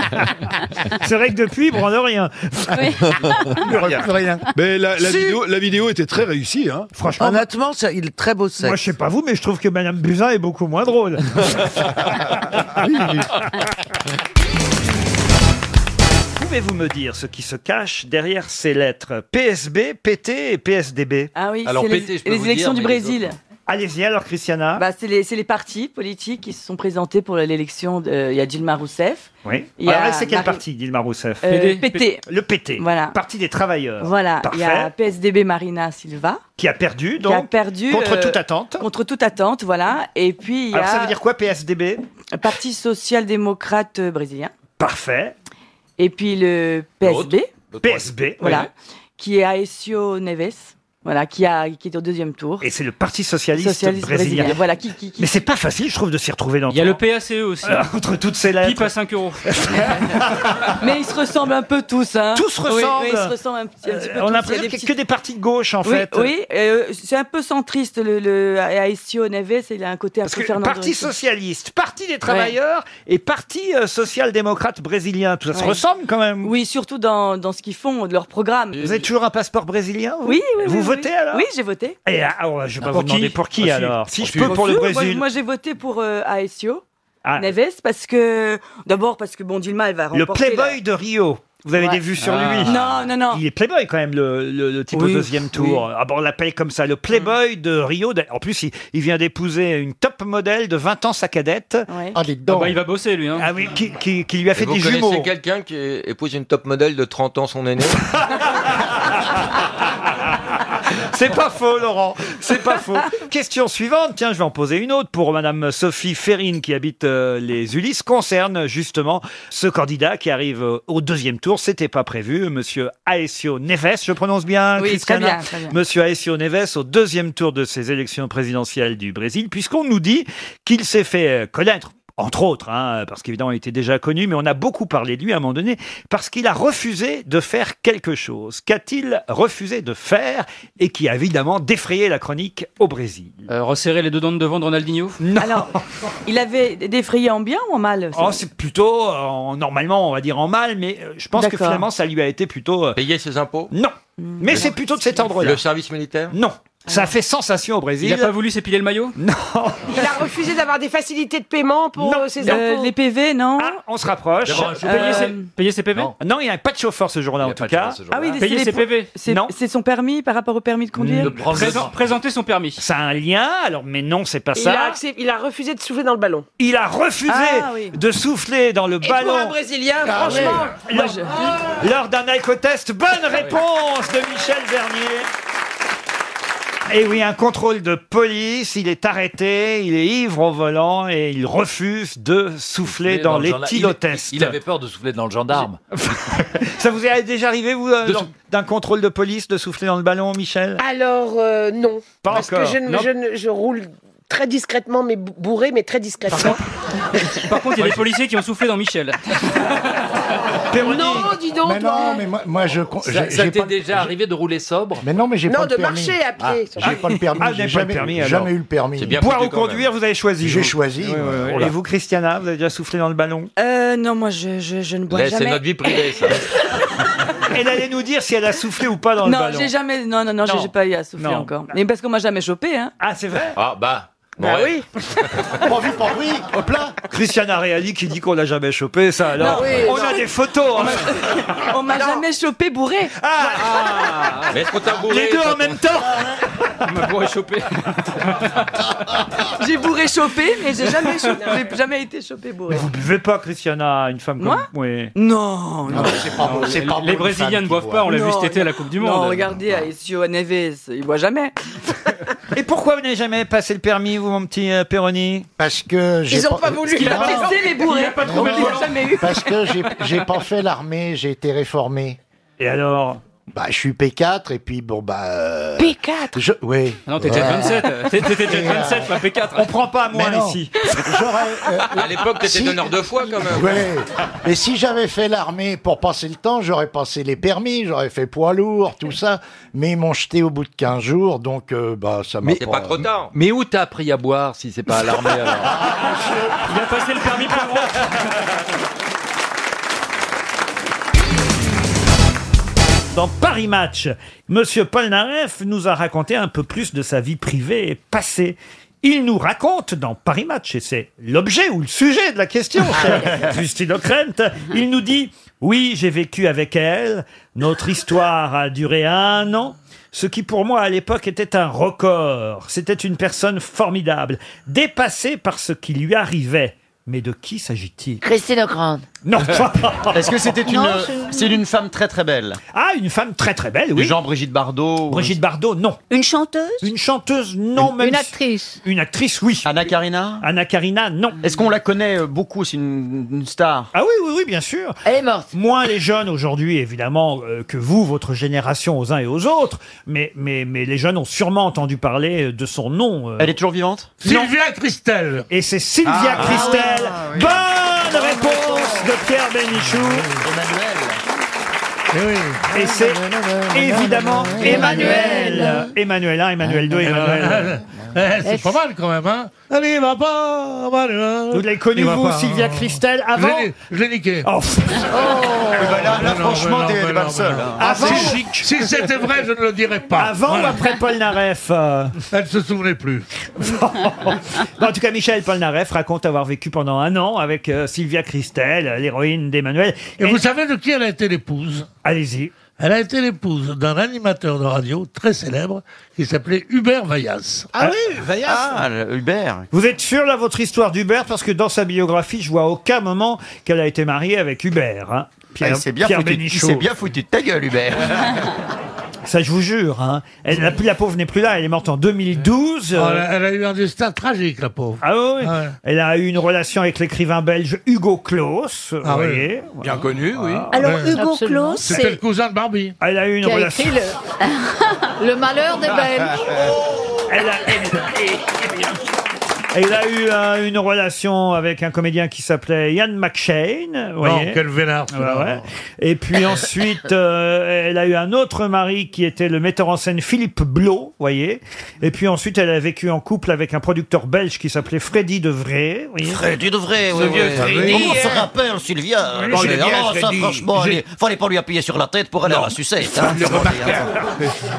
[SPEAKER 1] C'est vrai que depuis, il branle rien.
[SPEAKER 5] Oui.
[SPEAKER 17] Plus rien. Mais la, la
[SPEAKER 12] Si.
[SPEAKER 17] vidéo, la vidéo était très réussie. Hein.
[SPEAKER 1] Franchement,
[SPEAKER 12] Honnêtement, ça- il est très beau sexe.
[SPEAKER 1] Moi, je sais pas vous, mais je trouve que Madame Buzyn est beaucoup moins drôle. Ah Pouvez-vous me dire ce qui se cache derrière ces lettres PSB, PT et PSDB
[SPEAKER 23] Ah oui, c'est les, les élections du Brésil.
[SPEAKER 1] Allez-y alors, Christiana.
[SPEAKER 23] Bah, c'est les, c'est les partis politiques qui se sont présentés pour l'élection. de- Il y a Dilma Rousseff.
[SPEAKER 1] Oui.
[SPEAKER 23] Il y a
[SPEAKER 1] Alors, elle, c'est quel
[SPEAKER 23] Marie-
[SPEAKER 1] parti, Dilma Rousseff
[SPEAKER 23] Euh, PD. PT.
[SPEAKER 1] Le PT.
[SPEAKER 23] Voilà.
[SPEAKER 1] Parti des travailleurs.
[SPEAKER 23] Voilà, il y a
[SPEAKER 1] Parfait.
[SPEAKER 23] PSDB Marina Silva.
[SPEAKER 1] Qui a perdu,
[SPEAKER 23] qui
[SPEAKER 1] donc.
[SPEAKER 23] a perdu.
[SPEAKER 1] Contre
[SPEAKER 23] euh,
[SPEAKER 1] toute attente.
[SPEAKER 23] Contre toute attente, voilà. Et puis il y a.
[SPEAKER 1] Alors, ça veut dire quoi, PSDB
[SPEAKER 23] Parti social-démocrate euh, brésilien.
[SPEAKER 1] Parfait.
[SPEAKER 23] Et puis le PSB.
[SPEAKER 1] PSB,
[SPEAKER 23] Voilà.
[SPEAKER 1] oui.
[SPEAKER 23] Qui est Aécio Neves. Voilà, qui, a, qui est au deuxième tour.
[SPEAKER 1] Et c'est le Parti socialiste,
[SPEAKER 23] Socialiste
[SPEAKER 1] brésilien.
[SPEAKER 23] brésilien, voilà, qui- qui- qui-
[SPEAKER 1] Mais c'est pas facile, je trouve, de s'y retrouver dans. Il y a le PACE aussi. entre toutes ces lettres. Pipe à 5 euros.
[SPEAKER 23] Mais ils se ressemblent un peu tous. Hein.
[SPEAKER 1] Tous se
[SPEAKER 23] Oui,
[SPEAKER 1] ressemblent. Euh,
[SPEAKER 23] oui, ils se ressemblent un petit, un petit peu
[SPEAKER 1] on a
[SPEAKER 23] tous. Il
[SPEAKER 1] l'impression
[SPEAKER 23] y des
[SPEAKER 1] qu'il y a
[SPEAKER 23] petits-
[SPEAKER 1] que des partis de gauche, en
[SPEAKER 23] oui,
[SPEAKER 1] fait.
[SPEAKER 23] Oui, euh, c'est un peu centriste, le, le Aécio Neves. Il a un côté un
[SPEAKER 1] Parce
[SPEAKER 23] peu
[SPEAKER 1] que
[SPEAKER 23] Fernando
[SPEAKER 1] Parti
[SPEAKER 23] Henrique.
[SPEAKER 1] socialiste, Parti des travailleurs et Parti euh, social-démocrate brésilien, tout ça se
[SPEAKER 23] Ouais.
[SPEAKER 1] ressemble quand même.
[SPEAKER 23] Oui, surtout dans, dans ce qu'ils font, de leur programme.
[SPEAKER 1] Vous avez toujours un passeport brésilien vous
[SPEAKER 23] Oui, oui.
[SPEAKER 1] Vous
[SPEAKER 23] oui,
[SPEAKER 1] votez
[SPEAKER 23] oui.
[SPEAKER 1] alors
[SPEAKER 23] Oui, j'ai voté.
[SPEAKER 1] Et ah, ah, ouais, je vais pas
[SPEAKER 23] Pour
[SPEAKER 1] vous demander
[SPEAKER 23] qui
[SPEAKER 1] pour qui
[SPEAKER 23] Ah, si.
[SPEAKER 1] alors. Si
[SPEAKER 23] Oh,
[SPEAKER 1] je
[SPEAKER 23] si.
[SPEAKER 1] peux pour le
[SPEAKER 23] Moi, Moi,
[SPEAKER 1] Brésil.
[SPEAKER 23] j'ai voté pour euh, Aécio
[SPEAKER 1] Ah.
[SPEAKER 23] Neves parce que, d'abord, parce que bon, Dilma, elle va
[SPEAKER 1] Le
[SPEAKER 23] remporter.
[SPEAKER 1] Playboy
[SPEAKER 23] la-
[SPEAKER 1] de Rio. Vous avez
[SPEAKER 23] Ouais.
[SPEAKER 1] des vues sur
[SPEAKER 23] Ah.
[SPEAKER 1] lui
[SPEAKER 23] Non, non, non.
[SPEAKER 1] Il est Playboy quand même, le, le- le type au
[SPEAKER 23] Oui, Mm.
[SPEAKER 1] deuxième tour. Ah bon, on l'appelle comme ça, le Playboy de Rio. En plus, il, il vient d'épouser une top modèle de 20 ans, sa cadette.
[SPEAKER 23] Ouais.
[SPEAKER 1] Ah,
[SPEAKER 24] bah, il va bosser lui. Hein.
[SPEAKER 1] Ah oui, qui, qui- qui lui a fait
[SPEAKER 24] vous
[SPEAKER 1] des
[SPEAKER 24] connaissez
[SPEAKER 1] jumeaux.
[SPEAKER 24] quelqu'un qui épouse une top modèle de 30 ans son aîné
[SPEAKER 1] C'est pas faux, Laurent. C'est pas faux. Question suivante. Tiens, je vais en poser une autre pour Madame Sophie Ferrine qui habite euh, les Ulysses. Concerne justement ce candidat qui arrive euh, au deuxième tour. C'était pas prévu. Monsieur Aesio Neves. Je prononce bien.
[SPEAKER 23] Oui,
[SPEAKER 1] Christiana
[SPEAKER 23] très bien, très bien.
[SPEAKER 1] Monsieur Aesio Neves au deuxième tour de ces élections présidentielles du Brésil, puisqu'on nous dit qu'il s'est fait euh, connaître. Entre autres, hein, parce qu'évidemment, il était déjà connu, mais on a beaucoup parlé de lui à un moment donné, parce qu'il a refusé de faire quelque chose. Qu'a-t-il refusé de faire et qui a évidemment défrayé la chronique au Brésil
[SPEAKER 24] Euh, Resserrer les deux dents de devant de Ronaldinho
[SPEAKER 1] Non.
[SPEAKER 23] Il avait défrayé en bien ou en mal
[SPEAKER 1] Oh, c'est plutôt, euh, en- normalement, on va dire en mal, mais euh, je pense que
[SPEAKER 23] D'accord.
[SPEAKER 1] finalement, ça lui a été plutôt. Payer ses impôts Non. Mais c'est plutôt de cet ordre-là.
[SPEAKER 24] Le service militaire
[SPEAKER 1] Non.
[SPEAKER 23] Ah.
[SPEAKER 1] Ça a fait sensation au Brésil.
[SPEAKER 24] Il a pas voulu s'épiler le maillot
[SPEAKER 1] Non.
[SPEAKER 7] Il a refusé d'avoir des facilités de paiement pour euh, ses
[SPEAKER 1] Euh,
[SPEAKER 7] impôts. Ah.
[SPEAKER 1] les
[SPEAKER 23] PV, non
[SPEAKER 1] On se rapproche.
[SPEAKER 24] D'abord, un chauffeur. Euh, Payer ses-
[SPEAKER 1] PV Non, Non, il n'y a pas de chauffeur ce jour-là, en tout cas.
[SPEAKER 23] Euh, Ah oui, c'est les- c'est- C'est son permis par rapport au permis de conduire
[SPEAKER 1] Présent- présenter son permis. Ça a un lien, alors, mais non, c'est pas
[SPEAKER 7] Et Il, a
[SPEAKER 1] ça.
[SPEAKER 7] accep- il a refusé de souffler dans le ballon.
[SPEAKER 1] Il a refusé
[SPEAKER 7] Ah, oui.
[SPEAKER 1] de souffler dans le
[SPEAKER 7] Et
[SPEAKER 1] ballon.
[SPEAKER 7] pour un Brésilien,
[SPEAKER 1] Ah,
[SPEAKER 7] franchement. Ah
[SPEAKER 1] oui. Lors, lors d'un alcotest, bonne réponse de Michel Bernier. Et oui, un contrôle de police, il est arrêté, il est ivre au volant et il refuse de souffler dans, les
[SPEAKER 9] Il, il avait peur de souffler dans le gendarme.
[SPEAKER 1] Ça vous est déjà arrivé, vous, euh, dans- d'un contrôle de police, de souffler dans le ballon, Michel
[SPEAKER 7] Alors, euh, non.
[SPEAKER 1] Pas
[SPEAKER 7] Parce
[SPEAKER 1] encore.
[SPEAKER 7] que je, ne-
[SPEAKER 1] Non.
[SPEAKER 7] je ne- je roule très discrètement, mais bou- bourré, mais très discrètement.
[SPEAKER 24] Par contre, il y a des policiers qui ont soufflé dans Michel.
[SPEAKER 7] non, Oh, dis donc,
[SPEAKER 9] Mais
[SPEAKER 7] toi.
[SPEAKER 9] non, mais moi, moi, je. con-
[SPEAKER 7] Ça-
[SPEAKER 9] j'ai-
[SPEAKER 7] ça
[SPEAKER 9] j'ai
[SPEAKER 7] t'est
[SPEAKER 9] pas-
[SPEAKER 7] déjà
[SPEAKER 9] j'ai- Mais non, mais j'ai pas le permis. Mais non, mais j'ai
[SPEAKER 7] Non,
[SPEAKER 9] pas le
[SPEAKER 7] de
[SPEAKER 9] permis.
[SPEAKER 7] marcher à pied,
[SPEAKER 9] Ah,
[SPEAKER 7] ça va.
[SPEAKER 9] j'ai pas le permis.
[SPEAKER 1] Ah, vous
[SPEAKER 9] j'ai
[SPEAKER 1] n'avez pas le
[SPEAKER 9] jamais,
[SPEAKER 1] permis, alors.
[SPEAKER 9] jamais eu le permis.
[SPEAKER 1] Boire ou conduire, vous avez choisi.
[SPEAKER 9] J'ai
[SPEAKER 1] vous.
[SPEAKER 9] choisi,
[SPEAKER 1] Oui, oui,
[SPEAKER 9] moi.
[SPEAKER 1] oui.
[SPEAKER 9] Oh là.
[SPEAKER 1] Et vous, Christiana, vous avez déjà soufflé dans le ballon
[SPEAKER 23] Euh, non, moi je, je, je ne bois
[SPEAKER 24] Là,
[SPEAKER 23] jamais.
[SPEAKER 24] C'est notre vie privée, ça.
[SPEAKER 1] Elle allait nous dire si elle a soufflé ou pas dans le
[SPEAKER 23] non,
[SPEAKER 1] ballon.
[SPEAKER 23] j'ai jamais. Non, non, non, j'ai-
[SPEAKER 1] Non.
[SPEAKER 23] j'ai pas eu à souffler
[SPEAKER 1] Non.
[SPEAKER 23] encore. Mais parce qu'on m'a jamais chopé, hein.
[SPEAKER 1] Ah, c'est vrai
[SPEAKER 24] Ah, bah.
[SPEAKER 23] Bah
[SPEAKER 24] ouais.
[SPEAKER 23] oui.
[SPEAKER 1] Pourvu, pourvu, hop là Christiana Reali qui dit qu'on l'a jamais chopé, ça alors.
[SPEAKER 23] Non, oui,
[SPEAKER 1] on
[SPEAKER 23] non.
[SPEAKER 1] a des photos hein.
[SPEAKER 23] On m'a jamais chopé bourré.
[SPEAKER 24] Ah, Mais est-ce qu'on t'a bourré
[SPEAKER 1] Les deux
[SPEAKER 24] quand
[SPEAKER 1] en même temps
[SPEAKER 24] On m'a bourré chopé.
[SPEAKER 23] J'ai bourré chopé, mais j'ai jamais, chopé- j'ai jamais été chopé bourré.
[SPEAKER 1] Vous buvez pas, Christiana, une femme
[SPEAKER 23] Moi
[SPEAKER 1] comme. Oui.
[SPEAKER 9] Ah,
[SPEAKER 23] Non,
[SPEAKER 1] non, c'est pas
[SPEAKER 24] beau, c'est pas beau, Les une Brésiliens femme ne boivent qui pas, on l'a vu cet été à la Coupe du Monde.
[SPEAKER 23] Non, regardez, Alessio Neves, il boit jamais.
[SPEAKER 1] Et pourquoi vous n'avez jamais passé le permis, vous, mon petit euh, Péroni
[SPEAKER 9] Parce que j'ai
[SPEAKER 23] Il a testé les bourrés.
[SPEAKER 9] Non,
[SPEAKER 23] Il a jamais eu.
[SPEAKER 9] Parce que j'ai- j'ai pas fait l'armée, j'ai été réformé.
[SPEAKER 1] Et alors
[SPEAKER 9] Bah, je suis P4 et puis bon bah. euh,
[SPEAKER 23] P4
[SPEAKER 9] je, Oui.
[SPEAKER 24] Ah Non, t'étais
[SPEAKER 9] Ouais. euh,
[SPEAKER 24] déjà 27. T'étais déjà 27, pas P4.
[SPEAKER 1] On prend pas à
[SPEAKER 9] Mais non. J'aurais. euh,
[SPEAKER 24] À l'époque, t'étais
[SPEAKER 9] si-
[SPEAKER 24] donneur de foi quand même.
[SPEAKER 9] Ouais. Et si j'avais fait l'armée pour passer le temps, j'aurais passé les permis, j'aurais fait poids lourd, tout ça. Mais ils m'ont jeté au bout de 15 jours, donc euh, bah ça m'a.
[SPEAKER 24] Mais c'est pas trop tard.
[SPEAKER 9] Mais où t'as appris à boire si c'est pas à l'armée alors
[SPEAKER 24] Il a passé le permis par moi.
[SPEAKER 1] Dans Paris Match, Monsieur Polnareff nous a raconté un peu plus de sa vie privée et passée. Il nous raconte dans Paris Match, et c'est l'objet ou le sujet de la question, cher Justine Ockrent, il nous dit Oui, j'ai vécu avec elle. Notre histoire a duré un an. Ce qui pour moi à l'époque était un record. C'était une personne formidable, dépassée par ce qui lui arrivait. Mais de qui s'agit-il
[SPEAKER 18] Christine O'Grande.
[SPEAKER 1] Non.
[SPEAKER 9] Est-ce que c'était une,
[SPEAKER 1] Non,
[SPEAKER 18] je-
[SPEAKER 9] c'est une femme très très belle
[SPEAKER 1] Ah, une femme très très belle, oui.
[SPEAKER 9] Genre Brigitte Bardot.
[SPEAKER 1] Brigitte Bardot, non.
[SPEAKER 5] Une chanteuse
[SPEAKER 1] Une chanteuse, non. Une,
[SPEAKER 5] actrice
[SPEAKER 1] Une actrice, oui.
[SPEAKER 9] Anna Karina
[SPEAKER 1] Anna Karina, non.
[SPEAKER 9] Est-ce qu'on la connaît euh, beaucoup C'est une, une star.
[SPEAKER 1] Ah oui, oui, oui, bien sûr.
[SPEAKER 18] Elle est morte.
[SPEAKER 1] Moins les jeunes aujourd'hui, évidemment, euh, que vous, votre génération, aux uns et aux autres. Mais, mais, mais les jeunes ont sûrement entendu parler euh, de son nom.
[SPEAKER 9] Elle est toujours vivante
[SPEAKER 1] Sylvia Christel. Et c'est Sylvia
[SPEAKER 9] Ah.
[SPEAKER 1] Christel.
[SPEAKER 9] Ah oui.
[SPEAKER 1] Bonne réponse de Pierre Bénichou.
[SPEAKER 6] Ah,
[SPEAKER 1] Et c'est
[SPEAKER 9] Ah
[SPEAKER 1] évidemment Emmanuel. Emmanuel 1, Emmanuel 2, Emmanuel.
[SPEAKER 14] Eh, c'est pas mal quand même, hein Allez, va pas, Emmanuel.
[SPEAKER 1] Vous l'avez connue,
[SPEAKER 14] Il va
[SPEAKER 1] vous,
[SPEAKER 14] pas,
[SPEAKER 1] Sylvia
[SPEAKER 14] hein.
[SPEAKER 1] Christel, avant
[SPEAKER 14] Je l'ai- Je l'ai niqué.
[SPEAKER 1] Oh,
[SPEAKER 9] Oh.
[SPEAKER 14] Eh ben, là, franchement, t'es pas le seul.
[SPEAKER 1] Avant-
[SPEAKER 14] Si c'était vrai, je ne le dirais pas.
[SPEAKER 1] Avant ou après Polnareff
[SPEAKER 14] Elle ne se souvenait plus.
[SPEAKER 1] Bon, en tout cas, Michel Polnareff raconte avoir vécu pendant un an avec euh, Sylvia Christel, euh, l'héroïne d'Emmanuel.
[SPEAKER 14] Et vous savez de qui elle a été l'épouse
[SPEAKER 1] Allez-y.
[SPEAKER 14] Elle a été l'épouse d'un animateur de radio très célèbre qui s'appelait Hubert Vaillas.
[SPEAKER 1] Ah
[SPEAKER 14] oui, Vaillas
[SPEAKER 9] Ah, le- Hubert.
[SPEAKER 1] Vous êtes sûr, là, votre histoire d'Hubert Parce que dans sa biographie, je vois à aucun moment qu'elle a été mariée avec Hubert. hein.
[SPEAKER 9] Ah, il s'est bien foutu- il
[SPEAKER 1] Bénichou.
[SPEAKER 9] s'est bien foutu de ta gueule, Hubert.
[SPEAKER 1] Ça, je vous jure. hein. Elle, la, la pauvre n'est plus là. Elle est morte en 2012.
[SPEAKER 14] Oh, elle, a, elle a eu un destin tragique, la pauvre.
[SPEAKER 1] euh. Ah oui, oui. Elle a eu une relation avec l'écrivain belge Hugo Claus.
[SPEAKER 14] Ah
[SPEAKER 1] vous
[SPEAKER 14] oui.
[SPEAKER 1] voyez.
[SPEAKER 14] Bien connu, oui.
[SPEAKER 1] Alors,
[SPEAKER 7] Hugo Absolument. Claus,
[SPEAKER 14] C'était
[SPEAKER 7] c'est-
[SPEAKER 14] le cousin de Barbie.
[SPEAKER 1] Elle Ah, a eu une
[SPEAKER 7] Qui a
[SPEAKER 1] relation.
[SPEAKER 7] écrit le... le malheur des Belges.
[SPEAKER 1] Elle a- Elle a eu euh, une relation avec un comédien qui s'appelait Ian McShane. vous voyez.
[SPEAKER 14] Oh, quel vénard,
[SPEAKER 1] Ah bah
[SPEAKER 14] celui-là.
[SPEAKER 1] ouais. Et puis ensuite, euh, elle a eu un autre mari qui était le metteur en scène Philippe Blot, vous voyez. Et puis ensuite, elle a vécu en couple avec un producteur belge qui s'appelait Freddy De Vrij. vous voyez.
[SPEAKER 9] Freddy de vrai,
[SPEAKER 1] Ce vieux Freddy,
[SPEAKER 9] Comment on se
[SPEAKER 1] hein.
[SPEAKER 9] rappelle, Sylvia
[SPEAKER 1] Oui,
[SPEAKER 9] Non,
[SPEAKER 1] c'est
[SPEAKER 9] mais
[SPEAKER 1] bien,
[SPEAKER 9] alors, ça,
[SPEAKER 1] Freddy.
[SPEAKER 9] franchement,
[SPEAKER 1] J'ai-
[SPEAKER 9] il fallait pas lui appuyer sur la tête pour aller à la sucette. hein.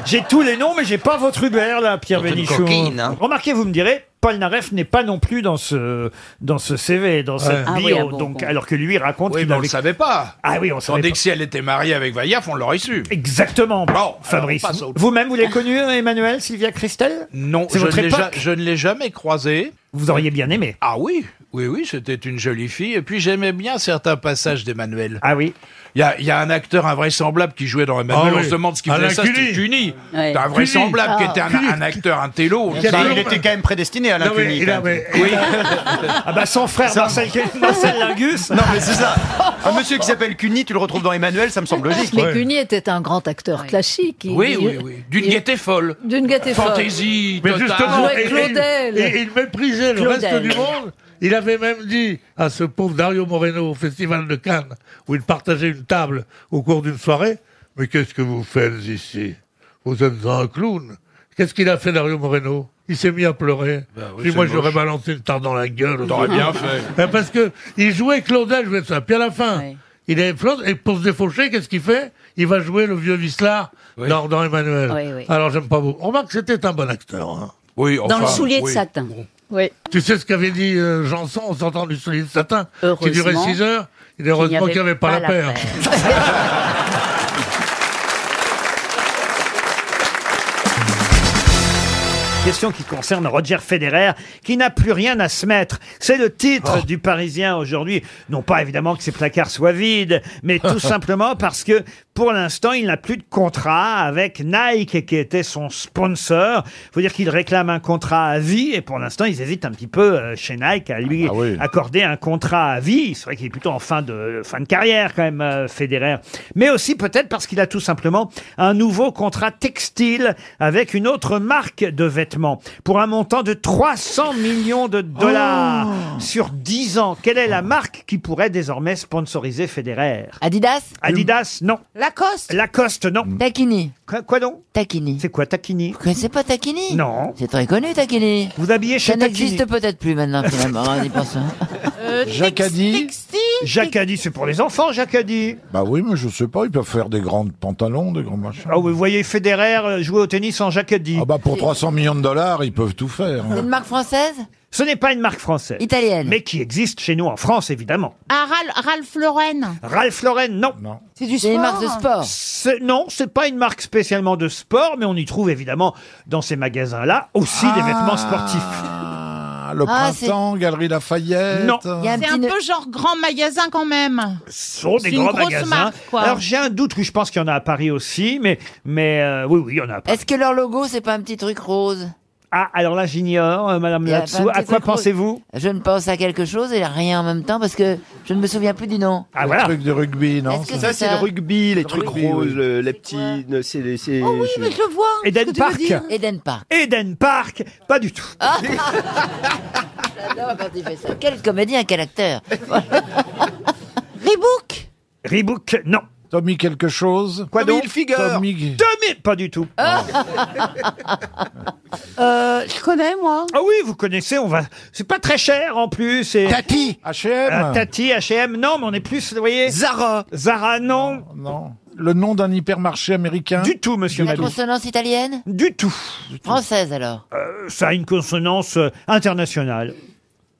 [SPEAKER 1] J'ai tous les noms, mais j'ai pas votre Hubert, là, Pierre
[SPEAKER 9] une
[SPEAKER 1] Bénichou.
[SPEAKER 9] coquine, hein.
[SPEAKER 1] Remarquez, vous me direz, Paul Naref n'est pas non plus dans ce, dans ce CV, dans cette
[SPEAKER 6] Ah oui,
[SPEAKER 1] bio,
[SPEAKER 6] ah bon,
[SPEAKER 1] donc,
[SPEAKER 6] bon.
[SPEAKER 1] alors que lui raconte
[SPEAKER 6] Oui,
[SPEAKER 1] qu'il
[SPEAKER 6] mais on
[SPEAKER 1] avait...
[SPEAKER 6] le savait pas.
[SPEAKER 1] Ah oui, on le savait
[SPEAKER 6] Tandis
[SPEAKER 1] pas.
[SPEAKER 6] que si elle était mariée avec Vaillaf, on l'aurait su.
[SPEAKER 1] Exactement,
[SPEAKER 6] Bon,
[SPEAKER 1] Fabrice.
[SPEAKER 6] alors, on passe au-
[SPEAKER 1] Vous-même, vous l'avez connu, Emmanuel, Sylvia Christel
[SPEAKER 6] Non,
[SPEAKER 1] C'est
[SPEAKER 6] je
[SPEAKER 1] votre
[SPEAKER 6] ne, l'ai
[SPEAKER 1] époque
[SPEAKER 6] ja- je ne l'ai jamais croisée.
[SPEAKER 1] Vous auriez bien aimé.
[SPEAKER 6] Ah oui, oui, oui, c'était une jolie fille. Et puis j'aimais bien certains passages d'Emmanuel.
[SPEAKER 1] Ah oui
[SPEAKER 6] Il y a, il y a un acteur invraisemblable qui jouait dans Emmanuel.
[SPEAKER 14] Ah
[SPEAKER 6] on
[SPEAKER 14] oui.
[SPEAKER 6] se demande ce qu'il
[SPEAKER 14] Alain
[SPEAKER 6] faisait ça, c'était Cuny.
[SPEAKER 14] Ouais.
[SPEAKER 6] C'est invraisemblable
[SPEAKER 14] Cuny.
[SPEAKER 6] qui était un,
[SPEAKER 14] Ah.
[SPEAKER 6] un acteur, un télo.
[SPEAKER 9] Bah, il était quand même prédestiné à
[SPEAKER 6] Non, mais
[SPEAKER 9] l'incunie.
[SPEAKER 6] il
[SPEAKER 9] quand même.
[SPEAKER 6] avait-
[SPEAKER 9] Oui.
[SPEAKER 1] Ah bah son frère Marcel, Marcel Lingus.
[SPEAKER 9] Non mais c'est ça. Un monsieur qui s'appelle Cuny, tu le retrouves dans Emmanuel, ça me semble logique.
[SPEAKER 7] Mais Cuny était un grand acteur classique. Il-
[SPEAKER 6] Oui, oui,
[SPEAKER 7] il-
[SPEAKER 6] oui. D'une gaieté folle.
[SPEAKER 7] D'une gaieté folle.
[SPEAKER 6] Fantaisie,
[SPEAKER 14] Mais
[SPEAKER 6] totale.
[SPEAKER 14] justement,
[SPEAKER 7] Jouait
[SPEAKER 14] et- et-
[SPEAKER 7] Claudel.
[SPEAKER 14] et- et il méprisait le
[SPEAKER 7] Claudel.
[SPEAKER 14] reste du monde. Il avait même dit à ce pauvre Dario Moreno au Festival de Cannes, où il partageait une table au cours d'une soirée, mais qu'est-ce que vous faites ici Vous êtes un clown. Qu'est-ce qu'il a fait Dario Moreno Il s'est mis à pleurer.
[SPEAKER 6] Bah oui,
[SPEAKER 14] Puis
[SPEAKER 6] c'est
[SPEAKER 14] moi, j'aurais
[SPEAKER 6] moche.
[SPEAKER 14] balancé une tarte dans la gueule.
[SPEAKER 6] T'aurais bien fait.
[SPEAKER 14] Ben, Parce que il jouait Claudel, je vais ça. Puis à la fin, il est Claude, et pour se défaucher, qu'est-ce qu'il fait Il va jouer le vieux Vislard dans, dans Emmanuel.
[SPEAKER 5] Oui, oui.
[SPEAKER 14] Alors j'aime pas beaucoup. On remarque que c'était un bon acteur. hein.
[SPEAKER 6] Oui,
[SPEAKER 5] Dans le soulier de satin.
[SPEAKER 7] Oui.
[SPEAKER 14] Tu sais ce qu'avait dit euh, Janson en sortant du soulier de satin Qui durait
[SPEAKER 5] Heureusement
[SPEAKER 14] 6 heures. Il est heureusement qu'il n'y avait pas, la paire.
[SPEAKER 1] Question qui concerne Roger Federer, qui n'a plus rien à se mettre. C'est le titre du Parisien aujourd'hui. Non pas évidemment que ses placards soient vides, mais tout simplement parce que pour l'instant, il n'a plus de contrat avec Nike, qui était son sponsor. faut dire qu'il réclame un contrat à vie, et pour l'instant, ils hésitent un petit peu euh, chez Nike à lui accorder un contrat à vie. C'est vrai qu'il est plutôt en fin de, fin de carrière quand même, euh, Federer. Mais aussi peut-être parce qu'il a tout simplement un nouveau contrat textile avec une autre marque de vêtements pour un montant de 300 millions de dollars sur 10 ans. Quelle est la marque qui pourrait désormais sponsoriser Federer
[SPEAKER 7] Adidas
[SPEAKER 1] Adidas, non.
[SPEAKER 7] Lacoste
[SPEAKER 1] Lacoste, non.
[SPEAKER 18] Taquini.
[SPEAKER 1] Quoi, quoi donc
[SPEAKER 18] Taquini.
[SPEAKER 1] C'est quoi Taquini Vous
[SPEAKER 18] connaissez pas Taquini
[SPEAKER 1] Non.
[SPEAKER 18] C'est très connu Taquini.
[SPEAKER 1] Vous habillez chez
[SPEAKER 18] Ça
[SPEAKER 1] Taquini.
[SPEAKER 18] hein.
[SPEAKER 14] Euh,
[SPEAKER 18] n'existe peut-être plus maintenant finalement en y pensant.
[SPEAKER 7] Jacques
[SPEAKER 18] Textile
[SPEAKER 1] Jacadi, c'est pour les enfants, Jacadi.
[SPEAKER 6] Bah oui, mais je sais pas, ils peuvent faire des grands pantalons, des grands machins.
[SPEAKER 1] Ah, vous voyez Federer euh, jouer au tennis en Jacadi.
[SPEAKER 6] Ah bah pour 300 millions de dollars, ils peuvent tout faire. hein.
[SPEAKER 18] C'est une marque française
[SPEAKER 1] Ce n'est pas une marque française. Italienne. Mais qui existe chez nous en France, évidemment.
[SPEAKER 18] Ah, Ralph, Ralph Lauren.
[SPEAKER 1] Ralph Lauren, non.
[SPEAKER 18] C'est du C'est une sport. marque de sport.
[SPEAKER 1] C'est- Non, c'est pas une marque spécialement de sport, mais on y trouve évidemment dans ces magasins-là aussi des vêtements sportifs.
[SPEAKER 6] Ah. Le
[SPEAKER 18] Ah,
[SPEAKER 6] printemps, Galerie Lafayette.
[SPEAKER 1] Non.
[SPEAKER 18] C'est un peu genre grand magasin quand même.
[SPEAKER 1] Ce sont des
[SPEAKER 18] C'est une
[SPEAKER 1] grands
[SPEAKER 18] grosse
[SPEAKER 1] magasins.
[SPEAKER 18] marque, quoi.
[SPEAKER 1] Alors j'ai un doute, oui, je pense qu'il y en a à Paris aussi, mais, mais euh, oui, oui, il y en a à Paris.
[SPEAKER 18] Est-ce que leur logo, c'est pas un petit truc rose
[SPEAKER 1] Ah, alors là, j'ignore, euh, Madame
[SPEAKER 18] Il y a
[SPEAKER 1] Latsou.
[SPEAKER 18] pas un
[SPEAKER 1] À
[SPEAKER 18] petit
[SPEAKER 1] quoi
[SPEAKER 18] truc rose.
[SPEAKER 1] pensez-vous
[SPEAKER 18] Je ne pense à quelque chose et à rien en même temps parce que je ne me souviens plus du nom.
[SPEAKER 1] Ah voilà.
[SPEAKER 6] truc de rugby, non
[SPEAKER 18] Est-ce que
[SPEAKER 25] Ça,
[SPEAKER 18] c'est
[SPEAKER 25] c'est
[SPEAKER 18] ça
[SPEAKER 25] le rugby, les
[SPEAKER 18] Le
[SPEAKER 25] trucs
[SPEAKER 18] rugby,
[SPEAKER 25] roses,
[SPEAKER 18] oui.
[SPEAKER 25] le- les petits. ne- C'est les- c'est- je-
[SPEAKER 18] le vois.
[SPEAKER 1] Eden ce que tu veux Park. dire.
[SPEAKER 18] Eden Park.
[SPEAKER 1] Eden Park Pas du tout.
[SPEAKER 18] Ah. J'adore quand il fait ça. Quel comédien, quel acteur. Rebook.
[SPEAKER 1] Reebok, non.
[SPEAKER 6] Tommy quelque chose.
[SPEAKER 1] Quoi
[SPEAKER 6] Tommy
[SPEAKER 1] donc Tommy... Pas du tout.
[SPEAKER 18] Ah. Euh, je connais, moi.
[SPEAKER 1] Ah oui, vous connaissez, on va. C'est pas très cher en plus. Et... Tati
[SPEAKER 6] H&M.
[SPEAKER 1] Ah, Tati, HM, non, mais on est plus, vous voyez. Zara Zara, non.
[SPEAKER 6] Non. Le nom d'un hypermarché américain.
[SPEAKER 1] Du tout, monsieur
[SPEAKER 18] La
[SPEAKER 1] Mabie.
[SPEAKER 18] consonance italienne
[SPEAKER 1] Du tout.
[SPEAKER 18] Française alors.
[SPEAKER 1] Euh, ça a une consonance euh, internationale.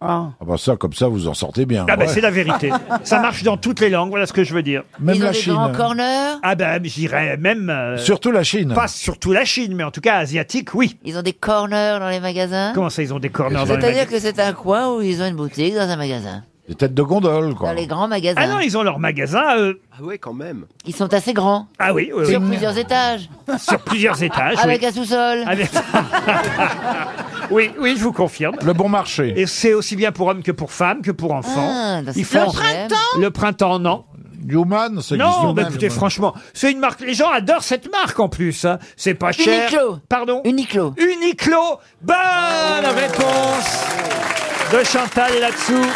[SPEAKER 6] Ah bah ça, comme ça, vous en sortez bien.
[SPEAKER 1] Ah ben
[SPEAKER 6] Ouais.
[SPEAKER 1] c'est la vérité. Ça marche dans toutes les langues, voilà ce que je veux dire.
[SPEAKER 6] Même Ils ont la des Chine. grands
[SPEAKER 18] corners
[SPEAKER 1] Ah ben j'irais même... euh,
[SPEAKER 6] Surtout la Chine.
[SPEAKER 1] Pas surtout la Chine, mais en tout cas asiatique, oui.
[SPEAKER 18] Ils ont des corners dans les magasins.
[SPEAKER 1] Comment ça, ils ont des corners dans les
[SPEAKER 18] C'est-à-dire
[SPEAKER 1] magasins
[SPEAKER 18] que c'est un coin où ils ont une boutique dans un magasin.
[SPEAKER 6] Les têtes de gondole, quoi.
[SPEAKER 18] Dans les grands magasins.
[SPEAKER 1] Ah non, ils ont leur magasin euh,
[SPEAKER 18] Ah ouais, quand même. Ils sont assez grands.
[SPEAKER 1] Ah oui, oui, oui.
[SPEAKER 18] Sur plusieurs étages.
[SPEAKER 1] sur plusieurs étages. oui.
[SPEAKER 18] Avec un sous-sol.
[SPEAKER 1] Avec- oui, oui, je vous confirme.
[SPEAKER 6] Le bon marché.
[SPEAKER 1] Et c'est aussi bien pour hommes que pour femmes, que pour enfants.
[SPEAKER 18] Ah, dans
[SPEAKER 1] Ils
[SPEAKER 18] ce Le printemps
[SPEAKER 1] Le printemps, non.
[SPEAKER 6] Human, c'est
[SPEAKER 1] Non,
[SPEAKER 6] Human,
[SPEAKER 1] mais écoutez,
[SPEAKER 6] ouais.
[SPEAKER 1] franchement, c'est une marque. Les gens adorent cette marque en plus. hein. C'est pas cher.
[SPEAKER 18] Uniqlo.
[SPEAKER 1] Pardon
[SPEAKER 18] Uniqlo.
[SPEAKER 1] Uniqlo. Bonne réponse de Chantal là-dessous.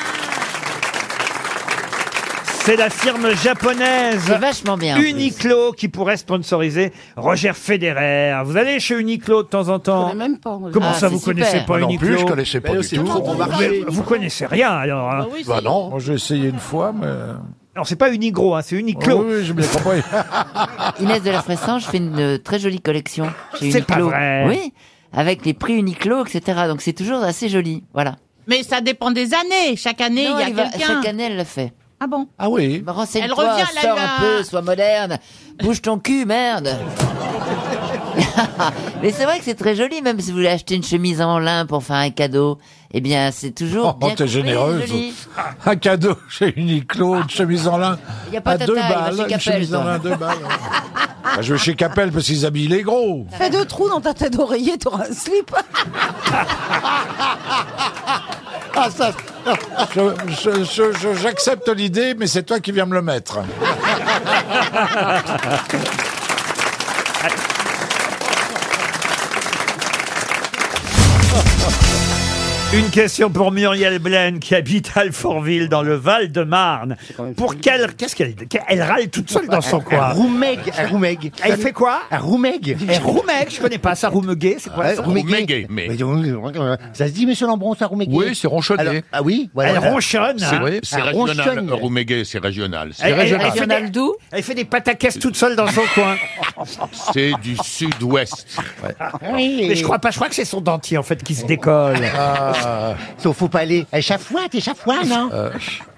[SPEAKER 1] C'est la firme japonaise.
[SPEAKER 18] C'est vachement bien, en plus.
[SPEAKER 1] Uniqlo qui pourrait sponsoriser Roger Federer. Vous allez chez Uniqlo de temps en temps
[SPEAKER 18] même pas. moi.
[SPEAKER 1] Comment
[SPEAKER 18] Ah,
[SPEAKER 1] ça,
[SPEAKER 18] c'est
[SPEAKER 1] vous
[SPEAKER 18] super.
[SPEAKER 1] connaissez pas
[SPEAKER 6] Moi non
[SPEAKER 1] Uniqlo
[SPEAKER 6] plus, je connaissais pas
[SPEAKER 25] Mais
[SPEAKER 6] du
[SPEAKER 25] c'est
[SPEAKER 6] tout.
[SPEAKER 25] trop bon marché.
[SPEAKER 1] Vous connaissez rien alors. hein.
[SPEAKER 6] Bah non. Moi, j'ai essayé une fois, mais...
[SPEAKER 1] Non, c'est pas Unigro, hein, c'est Uniqlo.
[SPEAKER 6] Oh oui, j'ai bien compris.
[SPEAKER 18] Inès de la Fressange fait une euh, très jolie collection chez
[SPEAKER 1] C'est pas
[SPEAKER 18] Uniqlo.
[SPEAKER 1] vrai.
[SPEAKER 18] Oui, avec les prix Uniqlo, etc. Donc c'est toujours assez joli. Voilà.
[SPEAKER 11] Mais ça dépend des années. Chaque année,
[SPEAKER 18] Non,
[SPEAKER 11] il y a
[SPEAKER 18] il va-
[SPEAKER 11] quelqu'un.
[SPEAKER 18] Chaque année, elle le fait.
[SPEAKER 11] Ah bon
[SPEAKER 6] Ah oui
[SPEAKER 18] Bah,
[SPEAKER 11] Elle
[SPEAKER 18] Renseigne-toi,
[SPEAKER 11] revient, elle a
[SPEAKER 18] sors
[SPEAKER 11] eu
[SPEAKER 18] un
[SPEAKER 11] un-
[SPEAKER 18] peu, sois moderne. Bouge ton cul, merde. Mais c'est vrai que c'est très joli, même si vous voulez acheter une chemise en lin pour faire un cadeau. Eh bien, c'est toujours
[SPEAKER 6] Oh,
[SPEAKER 18] bien
[SPEAKER 6] t'es
[SPEAKER 18] coupé,
[SPEAKER 6] généreuse.
[SPEAKER 18] joli.
[SPEAKER 6] Un cadeau chez Uniqlo, une chemise en lin.
[SPEAKER 18] Y a pas
[SPEAKER 6] à
[SPEAKER 18] Tata,
[SPEAKER 6] deux
[SPEAKER 18] il va
[SPEAKER 6] balles.
[SPEAKER 18] chez
[SPEAKER 6] une
[SPEAKER 18] Capel,
[SPEAKER 6] chemise en
[SPEAKER 18] toi.
[SPEAKER 6] lin, deux balles. Bah, je vais chez Capel parce qu'ils habillent les gros.
[SPEAKER 7] Fais deux trous dans ta tête d'oreiller, t'auras un slip.
[SPEAKER 6] Ah, ça. J'accepte je, je- j'accepte l'idée, mais c'est toi qui viens me le mettre.
[SPEAKER 1] Une question pour Muriel Blaine qui habite Alfortville dans le Val-de-Marne. Pour quelle... Qu'est-ce qu'elle... qu'elle- Elle râle toute seule dans son coin.
[SPEAKER 24] Roumeg, un roumeg.
[SPEAKER 1] Elle fait quoi
[SPEAKER 24] Un roumeg.
[SPEAKER 1] Eh, Roumeg, je connais pas ça, Roumeguet, c'est quoi ça
[SPEAKER 9] Roumeguet, mais-
[SPEAKER 26] euh, Ça se dit, monsieur Lambron, ça Roumeguet
[SPEAKER 9] Oui, c'est ronchonné.
[SPEAKER 26] Alors- Ah oui voilà.
[SPEAKER 1] Elle ronchonne.
[SPEAKER 9] C'est
[SPEAKER 1] hein.
[SPEAKER 9] vrai,
[SPEAKER 26] Ah,
[SPEAKER 9] c'est régional.
[SPEAKER 26] ronchonne.
[SPEAKER 9] Roumégué, c'est régional.
[SPEAKER 1] Elle-
[SPEAKER 9] C'est
[SPEAKER 1] elle- elle
[SPEAKER 9] régional.
[SPEAKER 1] fait des- Elle fait des pataquès toute seule dans son coin.
[SPEAKER 9] C'est du sud-ouest. Euh,
[SPEAKER 1] Mais je crois pas, je crois que c'est son dentier en fait qui se décolle.
[SPEAKER 9] Ah.
[SPEAKER 26] Sauf faut pas aller. Échafouin, t'es échafouin, non
[SPEAKER 9] Euh,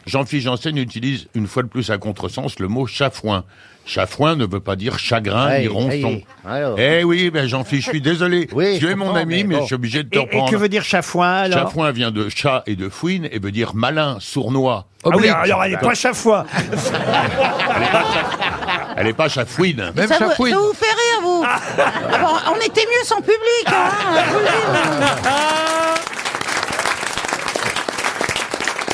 [SPEAKER 9] Jean-Philippe Janssen utilise une fois de plus à contresens le mot chafouin. Chafouin ne veut pas dire chagrin
[SPEAKER 26] Aïe,
[SPEAKER 9] ni ronfon.
[SPEAKER 26] aïe,
[SPEAKER 1] Oh.
[SPEAKER 26] alors.
[SPEAKER 9] Eh oui, ben Jean-Philippe, je suis désolé.
[SPEAKER 26] Oui,
[SPEAKER 9] tu
[SPEAKER 26] je
[SPEAKER 9] es mon
[SPEAKER 26] comprends, mais
[SPEAKER 9] ami, mais,
[SPEAKER 26] bon.
[SPEAKER 9] je suis obligé de te
[SPEAKER 1] Et, et
[SPEAKER 9] reprendre.
[SPEAKER 1] que veut dire chafouin alors
[SPEAKER 9] Chafouin vient de chat et de fouine et veut dire malin, sournois.
[SPEAKER 1] Ah oui, alors elle est pas chafouin.
[SPEAKER 9] Elle est pas chafouine.
[SPEAKER 7] ça, vous, ça vous fait rire, vous Ah bon, On était mieux sans public, hein, je vous le hein. dis, moi.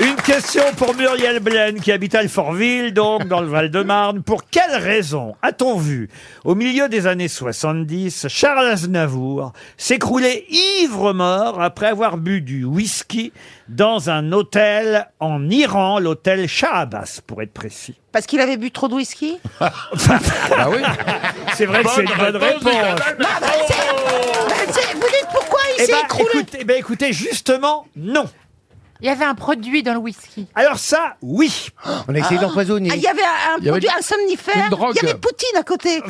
[SPEAKER 1] Une question pour Muriel Blaine qui habite Alfortville, donc dans le Val-de-Marne. Pour quelle raison a-t-on vu, au milieu des années 70, Charles Aznavour s'écrouler ivre-mort après avoir bu du whisky dans un hôtel en Iran, l'hôtel Shahabas pour être précis
[SPEAKER 7] Parce qu'il avait bu trop de whisky
[SPEAKER 1] Ah oui C'est vrai que c'est une bonne réponse.
[SPEAKER 7] Non, bah, c'est- bah, c'est- Vous dites pourquoi il
[SPEAKER 1] Eh
[SPEAKER 7] s'est
[SPEAKER 1] ben,
[SPEAKER 7] écroulé
[SPEAKER 1] écoute- eh ben, écoutez, justement, non.
[SPEAKER 7] Il y avait un produit dans le whisky.
[SPEAKER 1] Alors ça, oui.
[SPEAKER 26] On a essayé
[SPEAKER 7] Ah.
[SPEAKER 26] d'empoisonner.
[SPEAKER 7] Ah, il y avait un, un
[SPEAKER 26] Il y avait
[SPEAKER 7] produit,
[SPEAKER 26] une-
[SPEAKER 7] un somnifère.
[SPEAKER 26] une drogue.
[SPEAKER 7] Il y avait Poutine à côté.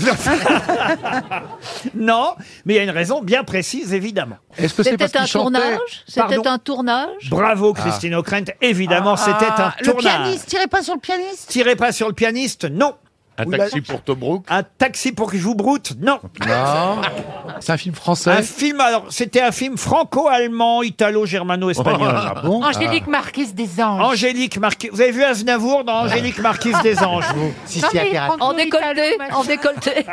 [SPEAKER 1] Non, mais il y a une raison bien précise, évidemment. Est-ce
[SPEAKER 14] C'était un tournage C'était un tournage
[SPEAKER 1] Bravo, Christine O'Krent. Évidemment, c'était un
[SPEAKER 7] Ah, Le
[SPEAKER 1] tournage.
[SPEAKER 7] pianiste, tirez pas sur le pianiste.
[SPEAKER 1] Tirez pas sur le pianiste, non. Un
[SPEAKER 7] taxi
[SPEAKER 1] pour Tobruk Un taxi pour que je vous broute, non. Non. C'est un film français Un film, alors, c'était un film franco-allemand, italo-germano-espagnol.
[SPEAKER 12] Ah bon Angélique
[SPEAKER 1] Marquise des Anges. Angélique Marquise. Vous avez vu Aznavour dans Angélique Marquise des Anges, vous
[SPEAKER 14] En décolleté, en décolleté.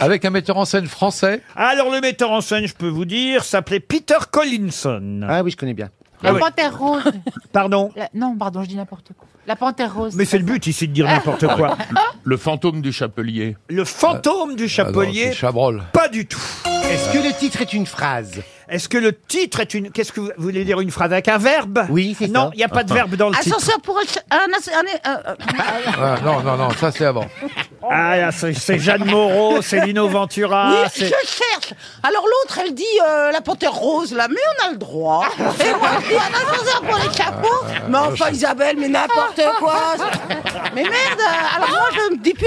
[SPEAKER 12] Avec un metteur en scène français.
[SPEAKER 1] Alors, le metteur en scène, je peux vous dire, s'appelait Peter Collinson. Ah oui, je connais bien.
[SPEAKER 11] La panthère rose.
[SPEAKER 1] Pardon
[SPEAKER 11] La- Non, pardon, je dis n'importe quoi. La panthère rose.
[SPEAKER 1] Mais c'est le but ici de dire n'importe quoi.
[SPEAKER 12] Le fantôme du chapelier.
[SPEAKER 1] Le fantôme du chapelier.
[SPEAKER 12] Ah c'est Chabrol.
[SPEAKER 1] Pas du tout.
[SPEAKER 12] Est-ce que
[SPEAKER 1] le titre est une phrase Est-ce que le titre est une. Qu'est-ce que vous vous voulez dire Une phrase avec un verbe Oui, c'est Non, il n'y a pas de verbe dans le titre.
[SPEAKER 7] Ascenseur Ah, pour un ch- un. as- un- un- un-
[SPEAKER 12] Ah, non, non, non, ça c'est avant.
[SPEAKER 1] Ah, là, c'est c'est Jeanne Moreau, c'est Lino Ventura.
[SPEAKER 7] oui, je
[SPEAKER 1] Ah, c'est-
[SPEAKER 7] cherche. Alors l'autre, elle dit euh, la panthère rose, là, mais on a le droit. Et moi, je dis un ascenseur pour les chapeaux. Mais enfin, Isabelle, mais n'importe quoi. Mais merde, alors moi, je ne dis plus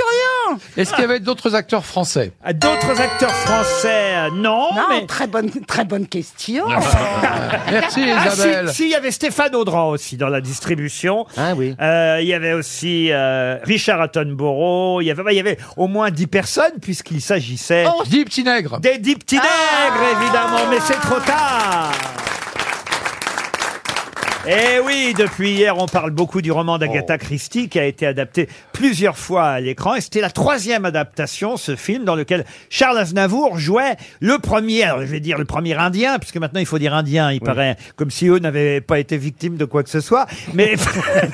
[SPEAKER 7] rien.
[SPEAKER 12] Est-ce qu'il y avait d'autres acteurs français
[SPEAKER 1] D'autres acteurs français, euh, non.
[SPEAKER 7] Non, très, bonne, très bonne question.
[SPEAKER 1] Ah, Merci
[SPEAKER 12] Isabelle.
[SPEAKER 1] Ah, si, si, il y avait Stéphane Audran aussi dans la distribution. Ah oui. il y avait aussi euh, Richard Attenborough. Il y avait, bah, il y avait au moins 10 personnes puisqu'il s'agissait. Oh, 10 petits nègres. Des 10 petits
[SPEAKER 7] Ah.
[SPEAKER 1] nègres, évidemment, mais c'est trop tard. Eh oui, depuis hier, on parle beaucoup du roman d'Agatha Christie qui a été adapté plusieurs fois à l'écran. Et c'était la troisième adaptation, ce film, dans lequel Charles Aznavour jouait le premier, alors je vais dire le premier Indien, puisque maintenant il faut dire Indien, il paraît, comme si eux n'avaient pas été victimes de quoi que ce soit. Mais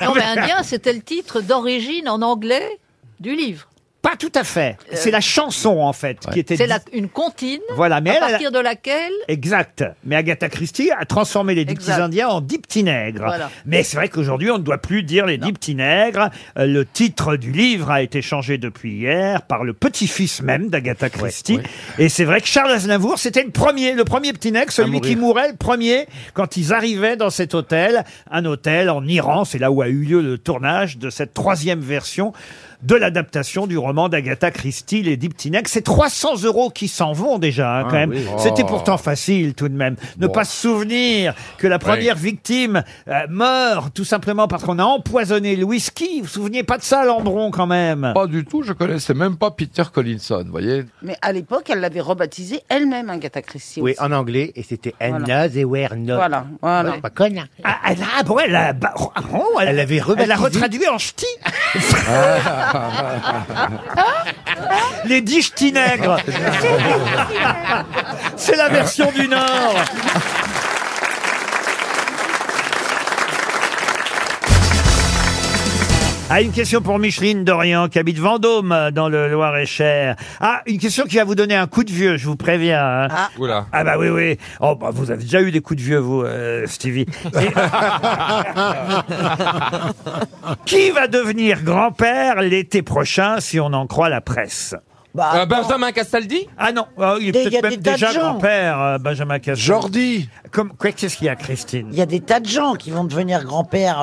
[SPEAKER 14] Non, mais Indien, c'était le titre d'origine en anglais du livre.
[SPEAKER 1] pas tout à fait. C'est la chanson, en fait, qui était...
[SPEAKER 14] Euh. C'est
[SPEAKER 1] dit-
[SPEAKER 14] la- une comptine
[SPEAKER 1] Voilà, Ah, mais
[SPEAKER 14] à
[SPEAKER 1] elle, elle a-
[SPEAKER 14] partir de laquelle
[SPEAKER 1] Exact. Mais Agatha Christie a transformé les dix petits
[SPEAKER 14] Exact.
[SPEAKER 1] indiens en dix petits nègres.
[SPEAKER 14] Voilà.
[SPEAKER 1] Mais c'est vrai qu'aujourd'hui, on ne doit plus dire les dix petits nègres. Euh, Le titre du livre a été changé depuis hier par le petit-fils même d'Agatha Christie. Et c'est vrai que Charles Aznavour, c'était le premier, le premier petit nègre, celui qui mourait le premier quand ils arrivaient dans cet hôtel. Un hôtel en Iran, c'est là où a eu lieu le tournage de cette troisième version de l'adaptation du roman d'Agatha Christie, Les Dix Petits Nègres. C'est 300 euros qui s'en vont déjà, hein, quand
[SPEAKER 12] Ah
[SPEAKER 1] même.
[SPEAKER 12] oui.
[SPEAKER 1] C'était
[SPEAKER 12] Oh.
[SPEAKER 1] pourtant facile tout de même. Ne pas se souvenir que la première victime euh, meurt tout simplement parce qu'on a empoisonné le whisky. Vous vous souveniez pas de ça, Landron, quand même
[SPEAKER 12] Pas du tout, je connaissais même pas Peter Collinson, vous voyez.
[SPEAKER 7] Mais à l'époque, elle l'avait rebaptisé elle-même, Agatha Christie.
[SPEAKER 9] Oui,
[SPEAKER 7] aussi.
[SPEAKER 1] oh
[SPEAKER 9] en anglais, et c'était
[SPEAKER 7] Voilà.
[SPEAKER 9] Anna They Were Not.
[SPEAKER 7] Voilà, voilà.
[SPEAKER 9] Ouais, pas conne, hein.
[SPEAKER 1] Ah, elle, ah, bon, elle, a, bah, oh, ah, bon, elle,
[SPEAKER 9] Elle avait
[SPEAKER 1] elle
[SPEAKER 9] rebaptisé.
[SPEAKER 1] l'a retraduit en ch'ti.
[SPEAKER 11] Ah,
[SPEAKER 1] Les dix ch'tis nègres. C'est la version du Nord. Ah, une question pour Micheline Dorian qui habite Vendôme euh, dans le Loir-et-Cher. Ah, une question qui va vous donner un coup de vieux, je vous préviens. hein. Ah.
[SPEAKER 4] Oula.
[SPEAKER 1] bah oui, oui. Oh, bah, vous avez déjà eu des coups de vieux, vous, euh, Stevie. Et- qui va devenir grand-père l'été prochain si on en croit la presse
[SPEAKER 4] Euh,
[SPEAKER 9] bah,
[SPEAKER 4] Benjamin Castaldi
[SPEAKER 1] Ah non, euh, il est
[SPEAKER 4] Des- y a
[SPEAKER 1] peut-être
[SPEAKER 4] des
[SPEAKER 1] même
[SPEAKER 4] tas de
[SPEAKER 1] déjà
[SPEAKER 4] gens.
[SPEAKER 1] grand-père, euh, Benjamin Castaldi. Jordi Comme, quoi, Qu'est-ce qu'il y a, Christine
[SPEAKER 15] Il y a des tas de gens qui vont devenir grands-pères.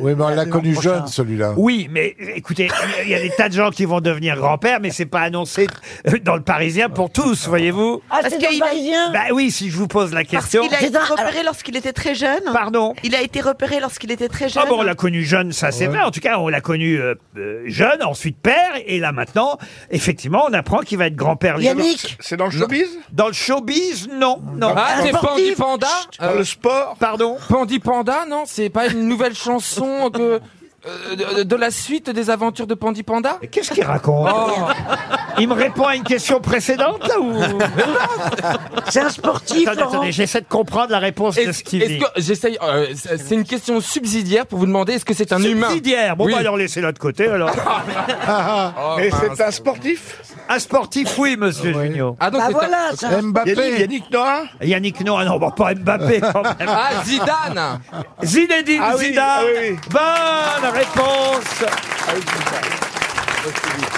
[SPEAKER 6] Oui, mais on l'a connu
[SPEAKER 15] euh, prochain.
[SPEAKER 6] jeune, celui-là.
[SPEAKER 1] Oui, mais euh, écoutez, il y a des tas de gens qui vont devenir grand-père, mais c'est pas annoncé euh, dans le Parisien pour tous, voyez-vous.
[SPEAKER 15] Ah, c'est dans le Parisien
[SPEAKER 1] Bah oui, si je vous pose la question.
[SPEAKER 27] Parce qu'il a été repéré lorsqu'il était très jeune.
[SPEAKER 1] Pardon
[SPEAKER 27] Il a été repéré lorsqu'il était très jeune.
[SPEAKER 1] Ah bon, on l'a connu jeune, ça
[SPEAKER 6] Ah
[SPEAKER 1] c'est vrai. En tout cas, on l'a connu euh, euh, jeune, ensuite père, et là maintenant, effectivement, on apprend qu'il va être grand-père.
[SPEAKER 15] Yannick
[SPEAKER 1] C'est dans le showbiz Dans le showbiz, non, non.
[SPEAKER 4] Ah, c'est Pandi Panda euh,
[SPEAKER 1] sport Pardon
[SPEAKER 4] Pandi Panda, non C'est pas une nouvelle chanson de, euh, de, de la suite des aventures de Pandi Panda Oh.
[SPEAKER 1] Qu'est-ce qu'il raconte Il me répond à une question précédente là, ou
[SPEAKER 15] C'est un sportif.
[SPEAKER 1] Attendez,
[SPEAKER 15] Laurent.
[SPEAKER 1] attendez, j'essaie de comprendre la réponse de
[SPEAKER 4] Est-ce-
[SPEAKER 1] Stevie.
[SPEAKER 4] est-ce que- j'essaye, euh, c'est c'est une question subsidiaire pour vous demander est-ce que c'est un humain
[SPEAKER 1] Subsidiaire. Bon,
[SPEAKER 4] Oui.
[SPEAKER 1] bah, alors laissez-la de côté, alors.
[SPEAKER 4] Et Ah, c'est
[SPEAKER 1] un sportif Un sportif, oui, monsieur Junio.
[SPEAKER 4] Ah, donc Bah c'est un- voilà, c'est un Mbappé. sportif.
[SPEAKER 1] Yannick Noah Yannick Noah, non, bon, pas Mbappé, quand même.
[SPEAKER 4] Ah, Zidane
[SPEAKER 1] Zinedine
[SPEAKER 4] Ah oui,
[SPEAKER 1] Zidane
[SPEAKER 4] ah oui, oui.
[SPEAKER 1] Bonne réponse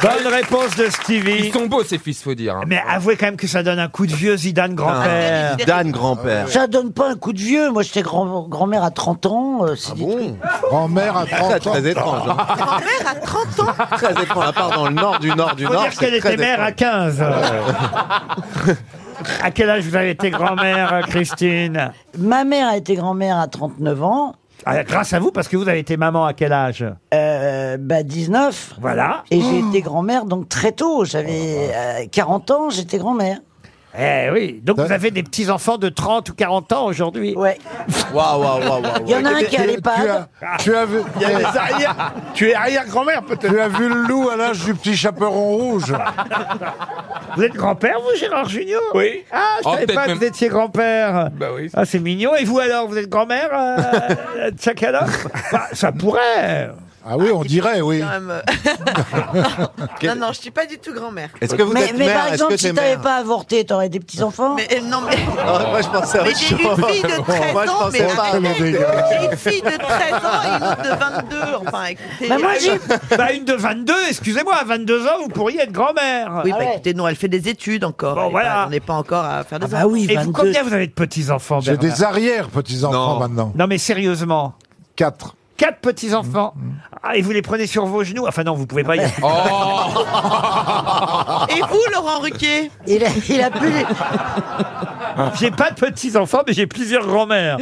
[SPEAKER 1] Bonne réponse de Stevie.
[SPEAKER 28] Ils sont beaux, ces fils, faut dire. hein.
[SPEAKER 1] Mais avouez quand même que ça donne un coup de vieux Zidane grand-père.
[SPEAKER 28] Ah,
[SPEAKER 1] Ah
[SPEAKER 15] Ça donne pas un coup de vieux. Moi, j'étais grand- grand-mère à 30 ans. ah bon
[SPEAKER 6] Grand-mère à 30 ans.
[SPEAKER 15] très étrange.
[SPEAKER 12] Grand-mère à 30 ans.
[SPEAKER 13] hein. Très étrange, à part dans le nord du nord du
[SPEAKER 1] Faut
[SPEAKER 13] nord.
[SPEAKER 1] dire qu'elle
[SPEAKER 13] c'est
[SPEAKER 1] était
[SPEAKER 13] très
[SPEAKER 1] mère à
[SPEAKER 13] étrange.
[SPEAKER 1] 15.
[SPEAKER 13] Ouais.
[SPEAKER 1] À quel âge vous avez été grand-mère, euh, Christine
[SPEAKER 15] Ma mère a été grand-mère à 39 ans.
[SPEAKER 1] Ah, grâce à vous, parce que vous avez été maman à quel âge
[SPEAKER 15] Euh, bah 19.
[SPEAKER 1] Voilà. Mmh. Oh
[SPEAKER 15] Et j'ai été grand-mère donc très tôt. J'avais euh, 40 ans, j'étais grand-mère.
[SPEAKER 1] Eh oui, donc vous avez des petits-enfants de 30 ou 40 ans aujourd'hui
[SPEAKER 15] Ouais.
[SPEAKER 13] Waouh, waouh, waouh, waouh.
[SPEAKER 15] Il y en a un qui a
[SPEAKER 6] Tu-
[SPEAKER 15] l'EHPAD.
[SPEAKER 6] tu as- Tu as vu.
[SPEAKER 15] Il y a des arrières-
[SPEAKER 6] Tu es arrière-grand-mère peut-être. Tu as vu le loup à l'âge du petit chaperon rouge.
[SPEAKER 1] Vous êtes grand-père, Ah, vous, Gérard Junior Oui. Ah, je
[SPEAKER 6] Oh,
[SPEAKER 1] savais
[SPEAKER 6] peut-être
[SPEAKER 1] pas
[SPEAKER 6] même-
[SPEAKER 1] que vous étiez grand-père.
[SPEAKER 6] Bah oui.
[SPEAKER 1] Ah, c'est mignon. Et vous alors, vous êtes grand-mère, euh, Tchakalov Bah, Ça pourrait. Bah,
[SPEAKER 6] Ah oui, on dirait, oui.
[SPEAKER 12] Quand même, euh, non, non, je suis pas du tout grand-mère.
[SPEAKER 15] mais, mais par exemple, si t'avais pas avorté, t'aurais des petits-enfants
[SPEAKER 12] Mais, euh, non, mais.
[SPEAKER 13] Ah, moi, je pensais à
[SPEAKER 12] Mais
[SPEAKER 13] autre
[SPEAKER 12] j'ai une
[SPEAKER 13] chose.
[SPEAKER 12] fille de 13
[SPEAKER 13] Moi, je
[SPEAKER 12] ans,
[SPEAKER 13] pensais
[SPEAKER 12] mais
[SPEAKER 13] pas à
[SPEAKER 12] arrête,
[SPEAKER 13] des
[SPEAKER 12] J'ai une fille de 13 ans et une autre de 22. Enfin, écoutez. euh,
[SPEAKER 1] Bah, moi, j'ai- bah, une de 22, excusez-moi, à 22 ans, vous pourriez être grand-mère. Ah
[SPEAKER 12] Oui, bah écoutez, non, elle fait des études encore.
[SPEAKER 1] Bon,
[SPEAKER 12] Elle est
[SPEAKER 1] voilà.
[SPEAKER 12] pas- on n'est pas encore à faire des
[SPEAKER 1] Ah oui, Et vous, combien vous avez de petits-enfants,
[SPEAKER 6] J'ai
[SPEAKER 1] Bernard
[SPEAKER 6] des arrière-petits-enfants maintenant.
[SPEAKER 1] Non, mais sérieusement.
[SPEAKER 6] Quatre. Mm,
[SPEAKER 1] Quatre petits-enfants. Ah, et vous les prenez sur vos genoux Enfin, non, vous pouvez pas y
[SPEAKER 6] Oh
[SPEAKER 1] Oh.
[SPEAKER 12] Et vous, Laurent Ruquier il a, il a plus.
[SPEAKER 1] J'ai pas de petits-enfants, mais j'ai plusieurs grands-mères.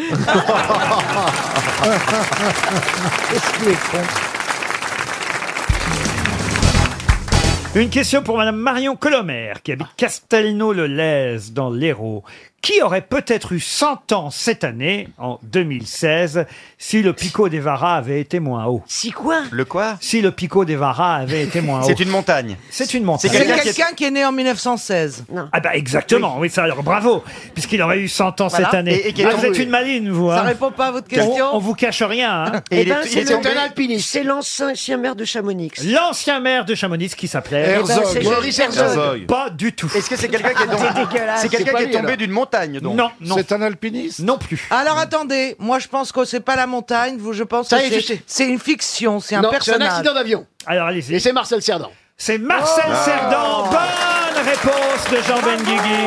[SPEAKER 1] Une question pour Madame Marion Colomer, qui habite Castelnau-le-Lez, dans l'Hérault, qui aurait peut-être eu 100 ans cette année, en 2016, si le Pico des Varas avait été moins haut. Si quoi
[SPEAKER 13] Le quoi
[SPEAKER 1] Si le Pico des Varas avait été moins haut.
[SPEAKER 13] C'est une montagne.
[SPEAKER 1] C'est une montagne.
[SPEAKER 13] C'est quelqu'un qui est-
[SPEAKER 1] qui est né en 1916. Ah bah exactement, oui, ça alors bravo, puisqu'il aurait eu 100 ans
[SPEAKER 12] Voilà.
[SPEAKER 1] cette année.
[SPEAKER 12] Et- et qui est
[SPEAKER 1] Ah, vous
[SPEAKER 12] tombé.
[SPEAKER 1] êtes une maline, vous.
[SPEAKER 12] Ça
[SPEAKER 1] hein.
[SPEAKER 12] répond pas à votre question.
[SPEAKER 1] On, on vous cache rien. hein.
[SPEAKER 12] Et Eh il ben, est-
[SPEAKER 1] c'est
[SPEAKER 12] il est
[SPEAKER 1] le-
[SPEAKER 12] tombé-
[SPEAKER 1] un alpiniste.
[SPEAKER 15] C'est l'ancien maire de Chamonix.
[SPEAKER 1] L'ancien maire de Chamonix qui s'appelait
[SPEAKER 13] Eh ben, Herzog. c'est Maurice Herzog. Herzog.
[SPEAKER 1] Pas du tout.
[SPEAKER 13] Est-ce que c'est quelqu'un qui est tombé,
[SPEAKER 1] C'est dégueulasse.
[SPEAKER 13] c'est quelqu'un
[SPEAKER 1] C'est pas
[SPEAKER 13] qui est
[SPEAKER 1] lui,
[SPEAKER 13] tombé
[SPEAKER 1] alors.
[SPEAKER 13] d'une montagne donc
[SPEAKER 1] Non, non.
[SPEAKER 6] C'est un alpiniste
[SPEAKER 1] Non plus.
[SPEAKER 12] Alors attendez, moi je pense que c'est pas la montagne, vous je pense
[SPEAKER 15] Ça
[SPEAKER 12] que
[SPEAKER 15] y est, je
[SPEAKER 12] c'est-
[SPEAKER 15] sais.
[SPEAKER 12] c'est une fiction, c'est un
[SPEAKER 15] Non, c'est un
[SPEAKER 12] personnage.
[SPEAKER 15] accident
[SPEAKER 12] d'avion.
[SPEAKER 1] Alors allez-y. Et
[SPEAKER 12] c'est Marcel Cerdan.
[SPEAKER 1] C'est Marcel
[SPEAKER 9] Ah.
[SPEAKER 12] Oh.
[SPEAKER 1] Cerdan.
[SPEAKER 12] Oh.
[SPEAKER 1] Bonne réponse de Jean Benguigui.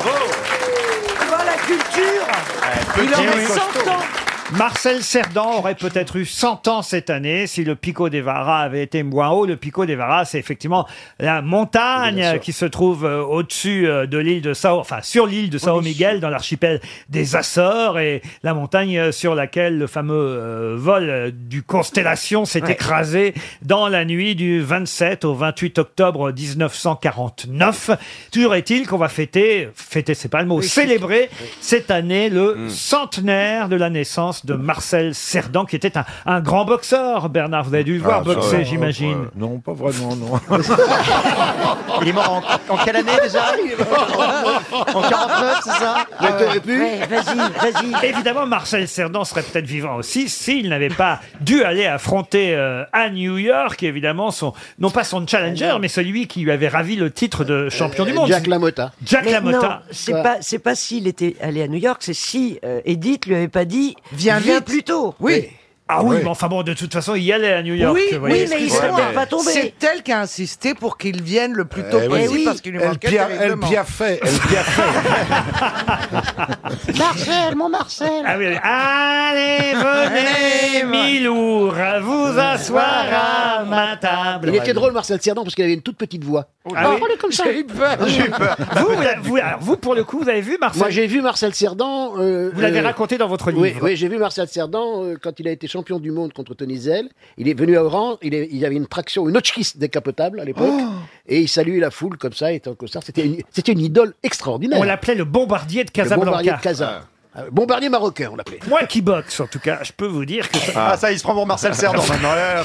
[SPEAKER 13] Bravo
[SPEAKER 15] la culture
[SPEAKER 9] Eh,
[SPEAKER 12] Il aurait 100 ans.
[SPEAKER 1] Marcel Cerdan aurait peut-être eu 100 ans cette année si le Pico des Varas avait été moins haut. Le Pico des Varas, c'est effectivement la montagne euh, qui se trouve euh, au-dessus euh, de l'île de Sao, enfin sur l'île de Sao Miguel dans l'archipel des Açores et la montagne euh, sur laquelle le fameux euh, vol euh, du Constellation s'est
[SPEAKER 15] Ouais.
[SPEAKER 1] écrasé dans la nuit du 27 au 28 octobre 1949. Toujours est-il qu'on va fêter, fêter c'est pas le mot, célébrer cette année le
[SPEAKER 6] Mm.
[SPEAKER 1] centenaire de la naissance de Marcel Cerdan, qui était un, un grand boxeur. Bernard, vous avez dû le voir
[SPEAKER 6] Ah, ça,
[SPEAKER 1] boxer,
[SPEAKER 6] ouais.
[SPEAKER 1] j'imagine.
[SPEAKER 6] Ouais. Non, pas vraiment, non.
[SPEAKER 13] Il est mort en, en quelle année déjà En 49, c'est ça
[SPEAKER 1] vas-y, vas-y. Évidemment, Marcel Cerdan serait peut-être vivant aussi s'il n'avait pas dû aller affronter euh, à New York, évidemment, son, non pas son challenger, mais celui qui lui avait ravi le titre de champion du
[SPEAKER 12] Euh,
[SPEAKER 1] monde.
[SPEAKER 15] euh, Jack
[SPEAKER 1] Lamotta. Jack
[SPEAKER 15] Mais
[SPEAKER 1] Lamotta.
[SPEAKER 15] non, c'est pas, c'est pas s'il était allé à New York, c'est si euh, Edith lui avait pas dit
[SPEAKER 12] Viens
[SPEAKER 15] viens
[SPEAKER 12] vite.
[SPEAKER 15] plus tôt.
[SPEAKER 12] Oui.
[SPEAKER 1] Ah oui,
[SPEAKER 15] Oui.
[SPEAKER 1] mais enfin bon, de toute façon, il y allait à New York.
[SPEAKER 12] oui,
[SPEAKER 1] vous voyez.
[SPEAKER 12] oui, mais
[SPEAKER 1] Ouais,
[SPEAKER 12] ils sont
[SPEAKER 1] mais-
[SPEAKER 12] C'est elle qui a insisté pour qu'il vienne le plus tôt
[SPEAKER 6] Eh oui.
[SPEAKER 12] possible
[SPEAKER 6] Eh oui.
[SPEAKER 12] parce qu'il lui
[SPEAKER 6] Elle
[SPEAKER 12] manquait
[SPEAKER 6] pia- elle
[SPEAKER 12] terriblement.
[SPEAKER 6] piaffait, elle piaffait.
[SPEAKER 15] Marcel, mon Marcel.
[SPEAKER 1] Ah oui, oui. Allez, venez, Milour, vous asseoir à ma table.
[SPEAKER 9] Il était drôle, Marcel Cerdan, parce qu'il avait une toute petite voix.
[SPEAKER 1] Ah oui.
[SPEAKER 9] Parlez oh, comme ça.
[SPEAKER 1] J'ai eu peur. J'ai eu peur. Vous, vous la- vous- alors, vous, pour le coup, vous avez vu Marcel
[SPEAKER 9] Moi, j'ai vu Marcel Cerdan. euh,
[SPEAKER 1] Vous l'avez
[SPEAKER 9] euh,
[SPEAKER 1] raconté dans votre livre.
[SPEAKER 9] Oui, oui, j'ai vu Marcel Cerdan euh, quand il a été champion du monde contre Tony Zell. Il est venu à Oran, il, est- il avait une traction, une Hotchkiss décapotable à l'époque,
[SPEAKER 1] Oh.
[SPEAKER 9] et il saluait la foule comme ça, étant que ça. C'était une, c'était une idole extraordinaire.
[SPEAKER 1] On l'appelait le bombardier de Casablanca.
[SPEAKER 9] Le bombardier de Casa. Euh, Bombardier marocain, on l'appelait.
[SPEAKER 1] Moi qui boxe, en tout cas, je peux vous dire que ça,
[SPEAKER 9] Ah,
[SPEAKER 13] ça, il se prend pour Marcel Cerdan, maintenant. Euh,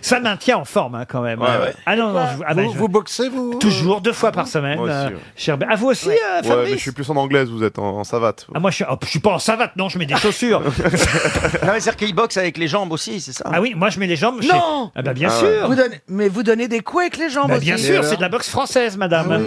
[SPEAKER 1] ça maintient en forme hein, quand même.
[SPEAKER 13] Ouais,
[SPEAKER 1] Euh,
[SPEAKER 13] ouais.
[SPEAKER 1] Ah non, non, je- ah ben,
[SPEAKER 13] Vous-
[SPEAKER 1] je-
[SPEAKER 13] vous euh
[SPEAKER 6] boxez, vous
[SPEAKER 1] Toujours deux fois par semaine.
[SPEAKER 13] Moi aussi,
[SPEAKER 1] euh,
[SPEAKER 13] ouais.
[SPEAKER 1] cher Ben- Ah vous aussi, euh,
[SPEAKER 13] Ouais,
[SPEAKER 1] Fabrice
[SPEAKER 13] mais je suis plus en anglaise, vous êtes en, en savate.
[SPEAKER 1] Ah, moi, je suis, oh, je suis pas en savate, non, je mets des chaussures.
[SPEAKER 13] Non, mais c'est-à-dire qu'il boxe avec les jambes aussi, c'est ça
[SPEAKER 1] ah oui, moi je mets les jambes. je
[SPEAKER 12] Non
[SPEAKER 1] sais- Ah bah bien
[SPEAKER 13] Ah ouais.
[SPEAKER 1] sûr
[SPEAKER 12] Vous donnez- Mais vous donnez des coups avec les jambes
[SPEAKER 1] Bah,
[SPEAKER 12] aussi.
[SPEAKER 13] Ah
[SPEAKER 1] Bien sûr, c'est de la boxe française, madame.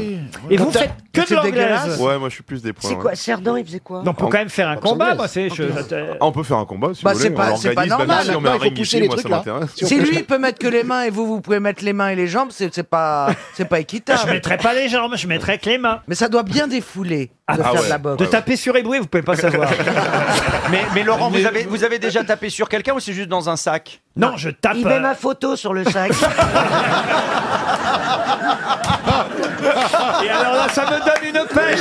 [SPEAKER 1] Et vous faites Que de l'anglaise
[SPEAKER 3] Ouais, moi je suis plus des points.
[SPEAKER 1] C'est quoi,
[SPEAKER 3] ouais.
[SPEAKER 1] Cerdan, il faisait quoi Non, on peut quand même faire un
[SPEAKER 3] Ah,
[SPEAKER 1] combat,
[SPEAKER 3] anglaise.
[SPEAKER 1] moi, c'est- je-
[SPEAKER 3] Anglaise.
[SPEAKER 1] je-
[SPEAKER 3] Ah, on peut faire un combat si
[SPEAKER 1] Bah,
[SPEAKER 3] vous
[SPEAKER 1] c'est
[SPEAKER 3] voulez.
[SPEAKER 1] pas-
[SPEAKER 3] on
[SPEAKER 1] c'est pas
[SPEAKER 3] l'organise, même
[SPEAKER 1] normal,
[SPEAKER 3] si on met
[SPEAKER 13] Bah,
[SPEAKER 1] maintenant,
[SPEAKER 3] un
[SPEAKER 1] il faut
[SPEAKER 3] ring
[SPEAKER 1] pousser
[SPEAKER 3] ici,
[SPEAKER 1] les
[SPEAKER 3] moi, hein. ça
[SPEAKER 1] trucs, là.
[SPEAKER 3] m'intéresse.
[SPEAKER 13] Si lui, il peut mettre que les mains et vous, vous pouvez mettre les mains et les jambes, c'est c'est pas, c'est pas équitable.
[SPEAKER 1] Je mettrais pas les jambes, je mettrais que les mains.
[SPEAKER 13] Mais ça doit bien défouler de
[SPEAKER 3] Ah
[SPEAKER 13] faire de la boxe.
[SPEAKER 1] De taper sur éboué, vous pouvez pas savoir.
[SPEAKER 21] Mais, mais Laurent,
[SPEAKER 1] Mais-
[SPEAKER 21] vous avez, vous avez déjà tapé sur quelqu'un ou c'est juste dans un sac
[SPEAKER 1] Non, je tape. euh,
[SPEAKER 21] Il met ma
[SPEAKER 1] photo sur le sac. Et alors là, ça me donne une pêche.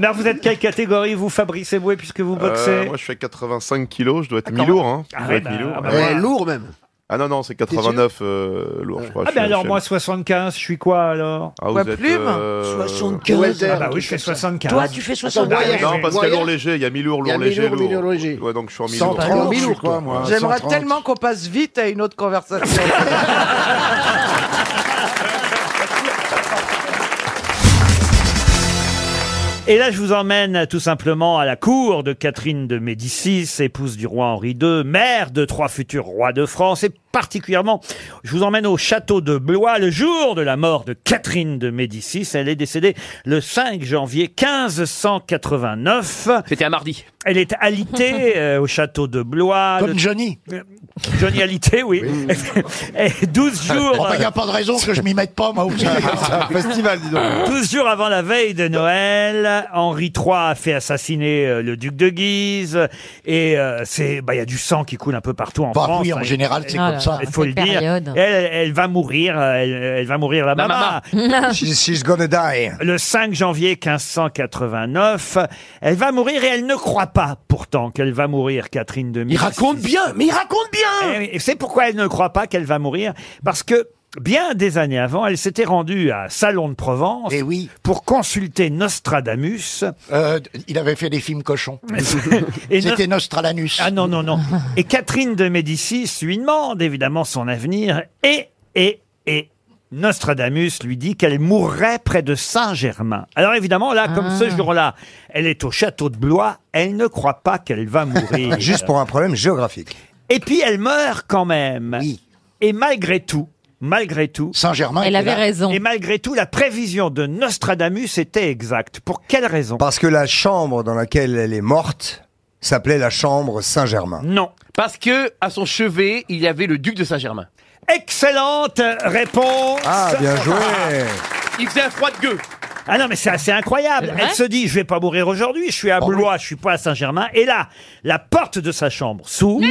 [SPEAKER 1] Non, vous êtes quelle catégorie, vous, Fabrice Eboué, puisque vous boxez
[SPEAKER 3] Euh, moi je fais 85 kilos, je dois être mi-lourd. Hein. Je
[SPEAKER 1] Ah
[SPEAKER 3] dois
[SPEAKER 1] ouais,
[SPEAKER 3] être
[SPEAKER 1] bah,
[SPEAKER 3] mi-lourd,
[SPEAKER 1] ah bah
[SPEAKER 3] ouais.
[SPEAKER 1] voilà. Eh, lourd
[SPEAKER 3] même. Ah non, non, c'est 89 euh, lourd, je crois.
[SPEAKER 1] Ah,
[SPEAKER 3] Je
[SPEAKER 1] ben
[SPEAKER 3] suis- je
[SPEAKER 1] alors,
[SPEAKER 3] suis-
[SPEAKER 1] moi, 75, je suis quoi alors
[SPEAKER 3] Ah, vous Quoi, êtes, plume euh, 75.
[SPEAKER 1] Ah, bah oui, je fais 75.
[SPEAKER 3] Toi, tu fais
[SPEAKER 1] 75.
[SPEAKER 3] Non, parce que
[SPEAKER 1] Moyen.
[SPEAKER 3] lourd léger, il y a mi-lourd,
[SPEAKER 1] Il y a
[SPEAKER 3] lourd léger.
[SPEAKER 1] mi-lourd, mi-lourd
[SPEAKER 3] léger. Ouais, donc je suis en mi-lourd.
[SPEAKER 13] 130,
[SPEAKER 3] Je suis
[SPEAKER 13] mi-lourd,
[SPEAKER 3] quoi, moi
[SPEAKER 13] J'aimerais tellement qu'on passe vite à une autre conversation.
[SPEAKER 1] Et là, je vous emmène euh, tout simplement à la cour de Catherine de Médicis, épouse du roi Henri II, mère de trois futurs rois de France, et particulièrement, je vous emmène au château de Blois le jour de la mort de Catherine de Médicis. Elle est décédée le 5 janvier 1589. C'était un mardi. Elle est alitée euh, au château de Blois.
[SPEAKER 9] Comme
[SPEAKER 1] Le-
[SPEAKER 9] Johnny.
[SPEAKER 27] Euh,
[SPEAKER 1] Johnny alité, oui. Et 12 jours.
[SPEAKER 9] Oh, bah, y a pas de raison que je m'y mette pas, moi aussi.
[SPEAKER 1] C'est un
[SPEAKER 9] festival, dis donc.
[SPEAKER 1] 12 jours avant la veille de Noël, Henri III a fait assassiner euh, le duc de Guise et euh, c'est bah il y a du sang qui coule un peu partout en
[SPEAKER 9] Bah
[SPEAKER 1] France.
[SPEAKER 9] oui, en
[SPEAKER 1] hein.
[SPEAKER 9] général, c'est Ah comme là ça. là,
[SPEAKER 1] Il faut le
[SPEAKER 9] cette
[SPEAKER 1] dire.
[SPEAKER 9] période.
[SPEAKER 1] Elle, elle va mourir, euh, elle, elle va mourir la, maman.
[SPEAKER 9] she's, she's gonna die.
[SPEAKER 1] Le 5 janvier 1589, elle va mourir et elle ne croit pas pourtant qu'elle va mourir, Catherine de Il raconte bien, mais il raconte bien Et c'est pourquoi elle ne croit pas qu'elle va mourir, parce que bien des années avant, elle s'était rendue à Salon de Provence
[SPEAKER 9] Eh
[SPEAKER 1] pour consulter Nostradamus.
[SPEAKER 9] Euh, il avait fait des films cochons.
[SPEAKER 1] Et
[SPEAKER 9] C'était
[SPEAKER 1] Nos-
[SPEAKER 9] Nostralanus.
[SPEAKER 1] Ah non, non, non. Et Catherine de Médicis lui demande évidemment son avenir et, et, et. Nostradamus lui dit qu'elle mourrait près de Saint-Germain. Alors évidemment, là, comme
[SPEAKER 2] Ah.
[SPEAKER 1] ce jour-là, elle est au château de Blois, elle ne croit pas qu'elle va mourir.
[SPEAKER 2] Juste pour un problème géographique.
[SPEAKER 1] Et puis elle meurt quand même. Et malgré tout, malgré tout,
[SPEAKER 9] Saint-Germain.
[SPEAKER 2] Elle était avait là. raison.
[SPEAKER 1] Et malgré tout, la prévision de Nostradamus était exacte. Pour quelle raison
[SPEAKER 2] Parce que la chambre dans laquelle elle est morte s'appelait la chambre Saint-Germain.
[SPEAKER 1] Non.
[SPEAKER 16] Parce que à son chevet, il y avait le duc de Saint-Germain.
[SPEAKER 1] Excellente réponse.
[SPEAKER 2] Ah, bien joué.
[SPEAKER 16] Il faisait un froid de gueux.
[SPEAKER 1] Ah non, mais c'est assez incroyable.
[SPEAKER 16] C'est vrai
[SPEAKER 1] Elle se dit, je vais pas mourir aujourd'hui, je suis à
[SPEAKER 2] Oh
[SPEAKER 1] Blois, je suis pas à Saint-Germain. Et là, la porte de sa chambre s'ouvre.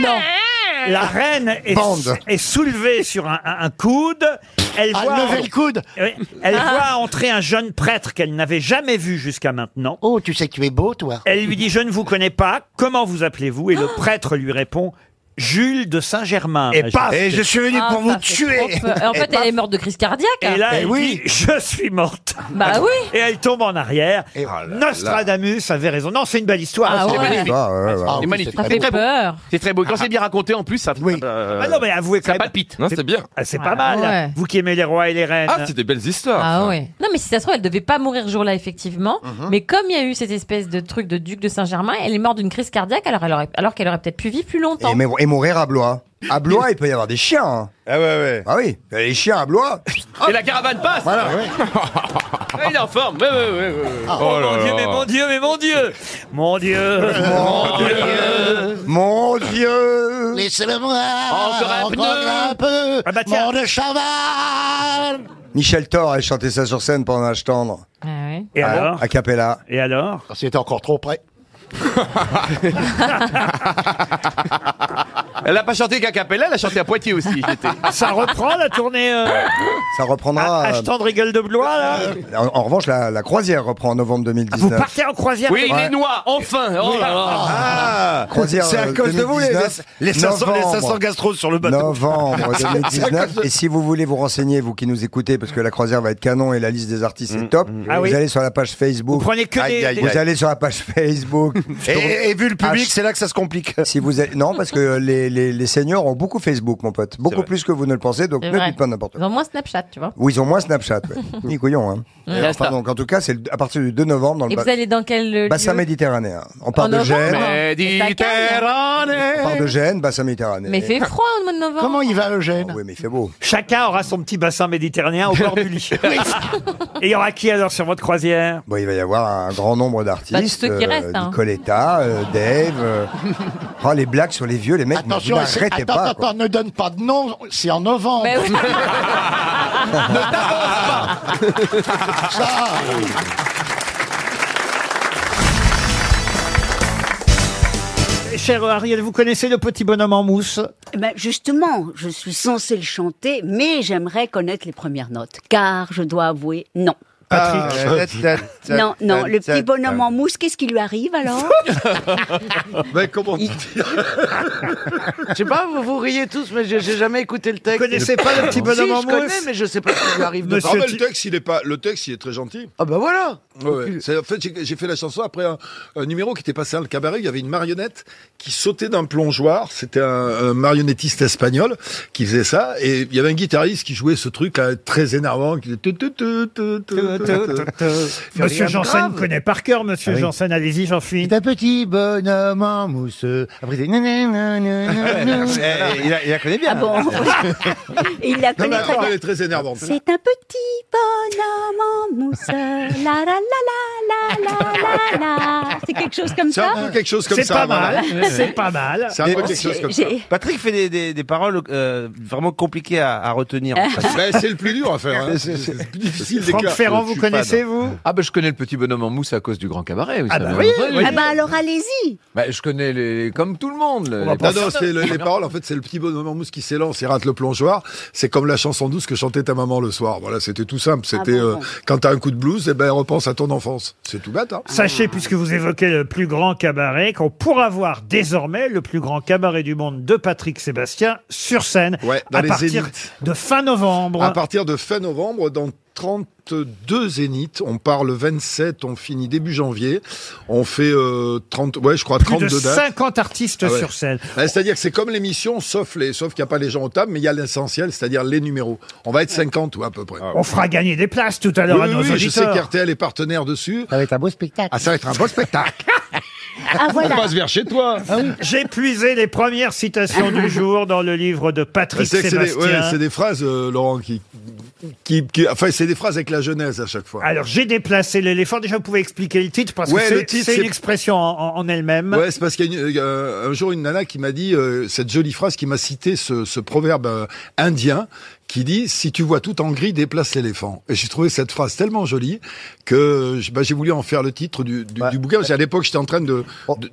[SPEAKER 1] La reine est,
[SPEAKER 9] Bande.
[SPEAKER 1] est soulevée sur un, un- un coude. Elle
[SPEAKER 9] Ah, levez le coude.
[SPEAKER 1] Oui, Elle
[SPEAKER 9] Ah.
[SPEAKER 1] voit entrer un jeune prêtre qu'elle n'avait jamais vu jusqu'à maintenant.
[SPEAKER 9] Oh, tu sais que tu es beau, toi.
[SPEAKER 1] Elle lui dit, je ne vous connais pas, comment vous appelez-vous Et le
[SPEAKER 2] Ah.
[SPEAKER 1] prêtre lui répond, Jules de Saint-Germain.
[SPEAKER 2] Et
[SPEAKER 1] ma
[SPEAKER 2] paf
[SPEAKER 1] Majesté.
[SPEAKER 2] Et je suis venu Ah, pour ça vous fait tuer. trop peur. En Et fait, elle paf. est morte de crise cardiaque, hein.
[SPEAKER 1] Et là,
[SPEAKER 2] Eh
[SPEAKER 1] elle
[SPEAKER 2] oui.
[SPEAKER 1] dit, je suis morte.
[SPEAKER 2] Bah oui.
[SPEAKER 1] Et elle tombe en arrière. Nostradamus avait raison. Non, c'est une belle histoire.
[SPEAKER 16] Ah
[SPEAKER 1] C'est
[SPEAKER 16] ouais.
[SPEAKER 1] magnifique.
[SPEAKER 16] Ah ouais, ouais.
[SPEAKER 1] Ah
[SPEAKER 16] C'est
[SPEAKER 1] oui,
[SPEAKER 16] magnifique.
[SPEAKER 1] c'est
[SPEAKER 16] Ça
[SPEAKER 1] très
[SPEAKER 16] fait
[SPEAKER 1] beau.
[SPEAKER 16] peur. C'est très beau. Quand c'est bien raconté en plus, ça. Oui.
[SPEAKER 1] Ah non, mais avouez quand
[SPEAKER 16] ça
[SPEAKER 1] même-
[SPEAKER 16] palpite. Non, c'est bien.
[SPEAKER 21] Ah,
[SPEAKER 1] C'est Ah, pas mal.
[SPEAKER 16] Ah ouais.
[SPEAKER 1] Vous qui aimez les rois et les reines.
[SPEAKER 16] Ah, c'est des
[SPEAKER 1] belles histoires.
[SPEAKER 29] Ah ouais. Non, mais si ça se trouve, elle devait pas mourir ce jour-là, effectivement.
[SPEAKER 1] Mhm.
[SPEAKER 29] Mais comme il y a eu cette espèce de truc de duc de Saint-Germain, elle est morte d'une crise cardiaque alors, elle aurait- alors qu'elle aurait peut-être pu vivre plus longtemps.
[SPEAKER 2] Et, mais- et mourir à Blois. À Blois, il peut y avoir des chiens. Ah ouais, ouais. Ah oui, il y a les chiens à Blois.
[SPEAKER 16] Et la caravane passe. Il est en forme. Ah Ouais, ouais, ouais, ouais, ouais.
[SPEAKER 1] Oh mon Dieu, mais mon Dieu, mais mon Dieu Mon Dieu Mon Dieu
[SPEAKER 2] Mon Dieu
[SPEAKER 9] Laissez-le moi
[SPEAKER 16] Encore un pneu.
[SPEAKER 9] un peu
[SPEAKER 1] ah bah
[SPEAKER 9] Mon de cheval
[SPEAKER 2] Michel Thor a chanté ça sur scène pendant Ah, Âge tendre.
[SPEAKER 1] Et alors
[SPEAKER 2] A cappella.
[SPEAKER 1] Et alors
[SPEAKER 9] Ah, C'était encore trop près.
[SPEAKER 16] Elle a pas chanté qu'à Capella, elle a chanté à Poitiers aussi.
[SPEAKER 1] Ah, Ça reprend la tournée. euh,
[SPEAKER 2] Ça reprendra. euh,
[SPEAKER 1] Achetant de rigole de Blois, là
[SPEAKER 2] en, en revanche, la, la croisière reprend en novembre 2019.
[SPEAKER 1] Ah, Vous partez en croisière
[SPEAKER 16] Oui,
[SPEAKER 2] Ouais.
[SPEAKER 16] les noix, enfin. Oh là là.
[SPEAKER 2] Croisière,
[SPEAKER 16] C'est à
[SPEAKER 2] euh,
[SPEAKER 16] cause de vous, les-
[SPEAKER 2] 2019,
[SPEAKER 16] les 500 les 500 gastros sur le bateau.
[SPEAKER 2] Novembre
[SPEAKER 16] C'est à cause de-
[SPEAKER 2] 2019. Et si vous voulez vous renseigner, vous qui nous écoutez, parce que la croisière va être canon et la liste des artistes est top,
[SPEAKER 16] Mm,
[SPEAKER 1] Ah
[SPEAKER 2] vous
[SPEAKER 1] oui.
[SPEAKER 2] allez sur la page Facebook.
[SPEAKER 1] Vous prenez que
[SPEAKER 2] Aïe,
[SPEAKER 1] des-
[SPEAKER 2] aïe,
[SPEAKER 1] des-
[SPEAKER 2] Vous allez sur la page Facebook.
[SPEAKER 1] Et-
[SPEAKER 2] vu le public, c'est là que ça se complique. Si vous allez- non, parce que les, les, les, les seniors ont beaucoup Facebook, mon pote. Beaucoup plus que vous ne le pensez, donc
[SPEAKER 29] C'est
[SPEAKER 2] ne
[SPEAKER 29] vrai.
[SPEAKER 2] dites pas n'importe quoi.
[SPEAKER 29] Ils ont moins Snapchat, tu vois.
[SPEAKER 2] Oui, ils ont moins Snapchat, ouais. Ni couillon, hein.
[SPEAKER 29] Mm.
[SPEAKER 2] Euh, Enfin, donc, en tout cas, c'est le- à partir du 2 novembre dans
[SPEAKER 29] Et
[SPEAKER 2] le
[SPEAKER 29] vous
[SPEAKER 2] ba-
[SPEAKER 29] allez dans quel euh,
[SPEAKER 2] bassin
[SPEAKER 29] lieu
[SPEAKER 2] méditerranéen. On part
[SPEAKER 29] En
[SPEAKER 2] de
[SPEAKER 29] novembre hein.
[SPEAKER 2] Gênes.
[SPEAKER 29] Méditerranée.
[SPEAKER 2] On
[SPEAKER 1] Euh,
[SPEAKER 2] part de Gênes, bassin méditerranéen.
[SPEAKER 29] Mais il fait froid au mois de novembre. Comment
[SPEAKER 9] il va, Eugène
[SPEAKER 2] Ah Oui, mais il fait beau.
[SPEAKER 1] Chacun aura son petit bassin méditerranéen au bord du lit. Et il y aura qui alors sur votre croisière
[SPEAKER 2] Bon, il va y avoir un grand nombre d'artistes. euh,
[SPEAKER 1] Bah, ceux qui restent, hein.
[SPEAKER 2] Nicoletta, euh, Dave. euh, oh, les blagues sur les vieux, les mecs,
[SPEAKER 9] Attention,
[SPEAKER 2] vous
[SPEAKER 9] c'est-
[SPEAKER 2] n'arrêtez
[SPEAKER 9] attends,
[SPEAKER 2] pas.
[SPEAKER 9] attends, ne donne pas de nom, c'est en novembre. Ne t'avance pas. Ça,
[SPEAKER 1] Cher Ariel, vous connaissez le petit bonhomme en mousse
[SPEAKER 5] Eh ben, justement, je suis censée le chanter, mais j'aimerais connaître les premières notes, car je dois avouer, non.
[SPEAKER 17] Ah,
[SPEAKER 1] Patrick.
[SPEAKER 5] non, non, le petit bonhomme en mousse, qu'est-ce qui lui arrive alors
[SPEAKER 17] Mais comment tu
[SPEAKER 13] Je sais pas, vous vous riez tous, mais j'ai j'ai jamais écouté le texte. Vous
[SPEAKER 17] connaissez pas le petit bonhomme
[SPEAKER 13] si,
[SPEAKER 17] en
[SPEAKER 13] je connais,
[SPEAKER 17] mousse
[SPEAKER 13] mais je sais pas ce qui lui arrive.
[SPEAKER 17] Non,
[SPEAKER 13] dedans.
[SPEAKER 17] mais le texte, il est pas. Le texte, il est très gentil.
[SPEAKER 13] Ah bah voilà.
[SPEAKER 17] Ouais, ouais. C'est- En fait, j'ai- j'ai fait la chanson après un, un numéro qui était passé à le cabaret. Il y avait une marionnette qui sautait d'un plongeoir. C'était un, un marionnettiste espagnol qui faisait ça. Et il y avait un guitariste qui jouait ce truc là, très énervant. Qui... faisait tu, tu, tu, tu, tu, tu, tu.
[SPEAKER 1] Monsieur Janssen
[SPEAKER 17] Grave.
[SPEAKER 1] connaît par cœur, monsieur
[SPEAKER 17] Ah oui.
[SPEAKER 1] Janssen. Allez-y, j'en suis.
[SPEAKER 26] C'est un petit bonhomme en mousse. Après, c'est nanana, nanana.
[SPEAKER 17] la connaît
[SPEAKER 5] bien. Ah bon Il la connaît très bien.
[SPEAKER 17] Elle est très énervante.
[SPEAKER 5] C'est un petit bonhomme en mousse, la la la la la la la. C'est quelque chose comme
[SPEAKER 17] C'est un
[SPEAKER 5] ça
[SPEAKER 17] peu quelque chose comme ça. voilà. C'est un peu quelque chose comme ça.
[SPEAKER 28] Patrick fait des, des- des paroles euh, vraiment compliquées à, à retenir. en fait.
[SPEAKER 17] Ben, c'est le plus dur à faire. hein.
[SPEAKER 28] C'est- c'est-
[SPEAKER 17] C'est plus difficile des
[SPEAKER 28] Franck
[SPEAKER 17] cas.
[SPEAKER 28] Ferrand,
[SPEAKER 17] Je
[SPEAKER 28] vous
[SPEAKER 17] suis fan.
[SPEAKER 28] connaissez,
[SPEAKER 1] vous
[SPEAKER 12] Ah ben je connais le petit bonhomme en mousse à cause du grand cabaret. vous
[SPEAKER 17] Ah
[SPEAKER 12] savez.
[SPEAKER 17] bah oui,
[SPEAKER 12] Ouais,
[SPEAKER 5] Ah bah alors allez-y.
[SPEAKER 12] Bah, je connais les comme tout le monde. les-
[SPEAKER 17] Non,
[SPEAKER 12] les-
[SPEAKER 17] non, c'est le- Euh, les paroles. En fait, c'est le petit bonhomme en mousse qui s'élance et rate le plongeoir. C'est comme la chanson douce que chantait ta maman le soir. Voilà, c'était tout simple.
[SPEAKER 1] Ah
[SPEAKER 17] C'était
[SPEAKER 5] bon,
[SPEAKER 17] euh,
[SPEAKER 5] bon.
[SPEAKER 17] quand t'as un coup de blues, eh ben repense à ton enfance. C'est tout bête. Hein.
[SPEAKER 1] Ah. Sachez, puisque vous évoquez le plus grand cabaret, qu'on pourra voir désormais le plus grand cabaret du monde de Patrick Sébastien sur scène
[SPEAKER 17] dans
[SPEAKER 1] à
[SPEAKER 17] les
[SPEAKER 1] partir
[SPEAKER 17] Zéniths.
[SPEAKER 1] de fin novembre.
[SPEAKER 17] À partir de fin novembre, dans 32 zéniths, on part le 27, on finit début janvier, on fait euh, 30, ouais, je crois
[SPEAKER 1] Plus
[SPEAKER 17] 32
[SPEAKER 1] de
[SPEAKER 17] dates.
[SPEAKER 1] 50 artistes
[SPEAKER 17] Ah ouais.
[SPEAKER 1] sur scène.
[SPEAKER 17] Ouais, c'est-à-dire que c'est comme l'émission, sauf les, sauf qu'il n'y a pas les gens aux tables, mais il y a l'essentiel, c'est-à-dire les numéros. On va être 50 ou à peu près.
[SPEAKER 1] On fera gagner des places tout à l'heure
[SPEAKER 17] Oui,
[SPEAKER 1] à
[SPEAKER 17] oui,
[SPEAKER 1] nos
[SPEAKER 17] oui, je sais
[SPEAKER 1] auditeurs.
[SPEAKER 17] qu'RTL est partenaire dessus.
[SPEAKER 26] Ça va être un beau spectacle.
[SPEAKER 17] Ah, ça va être un beau spectacle.
[SPEAKER 5] Ah
[SPEAKER 17] On passe vers chez toi.
[SPEAKER 26] Ah
[SPEAKER 1] J'ai puisé les premières citations du jour dans le livre de Patrick
[SPEAKER 17] C'est que c'est des,
[SPEAKER 1] Sébastien.
[SPEAKER 17] ouais, c'est des phrases, euh, Laurent, qui, qui, qui- enfin, c'est des phrases avec la jeunesse à chaque fois.
[SPEAKER 1] Alors j'ai déplacé l'éléphant. Déjà, vous pouvez expliquer le titre parce
[SPEAKER 17] Ouais,
[SPEAKER 1] que
[SPEAKER 17] le
[SPEAKER 1] c'est-
[SPEAKER 17] titre,
[SPEAKER 1] c'est
[SPEAKER 17] c'est-
[SPEAKER 1] une expression en, en- en elle-même.
[SPEAKER 17] Ouais, c'est parce qu'il y a une- euh, un jour une nana qui m'a dit euh, cette jolie phrase qui m'a cité ce, ce proverbe euh, indien qui dit si tu vois tout en gris déplace l'éléphant. Et j'ai trouvé cette phrase tellement jolie que je- bah, j'ai voulu en faire le titre du, du, du bouquin. Parce qu'à l'époque j'étais en train de de,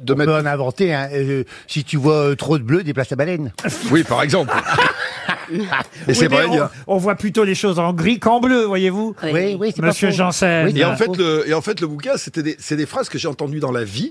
[SPEAKER 17] de
[SPEAKER 26] On peut en inventer. hein. Euh, si tu vois euh, trop de bleu, déplace la baleine.
[SPEAKER 17] Oui, par exemple. Et
[SPEAKER 1] Oui,
[SPEAKER 17] c'est
[SPEAKER 1] mais
[SPEAKER 17] vrai. il y a-
[SPEAKER 1] on, on voit plutôt les choses en gris qu'en bleu, voyez-vous
[SPEAKER 26] Oui, oui, c'est pas
[SPEAKER 1] Monsieur
[SPEAKER 26] faux.
[SPEAKER 1] Janssen.
[SPEAKER 17] et en, fait, le, et en fait, le bouquin, c'était des- c'est des phrases que j'ai entendues dans la vie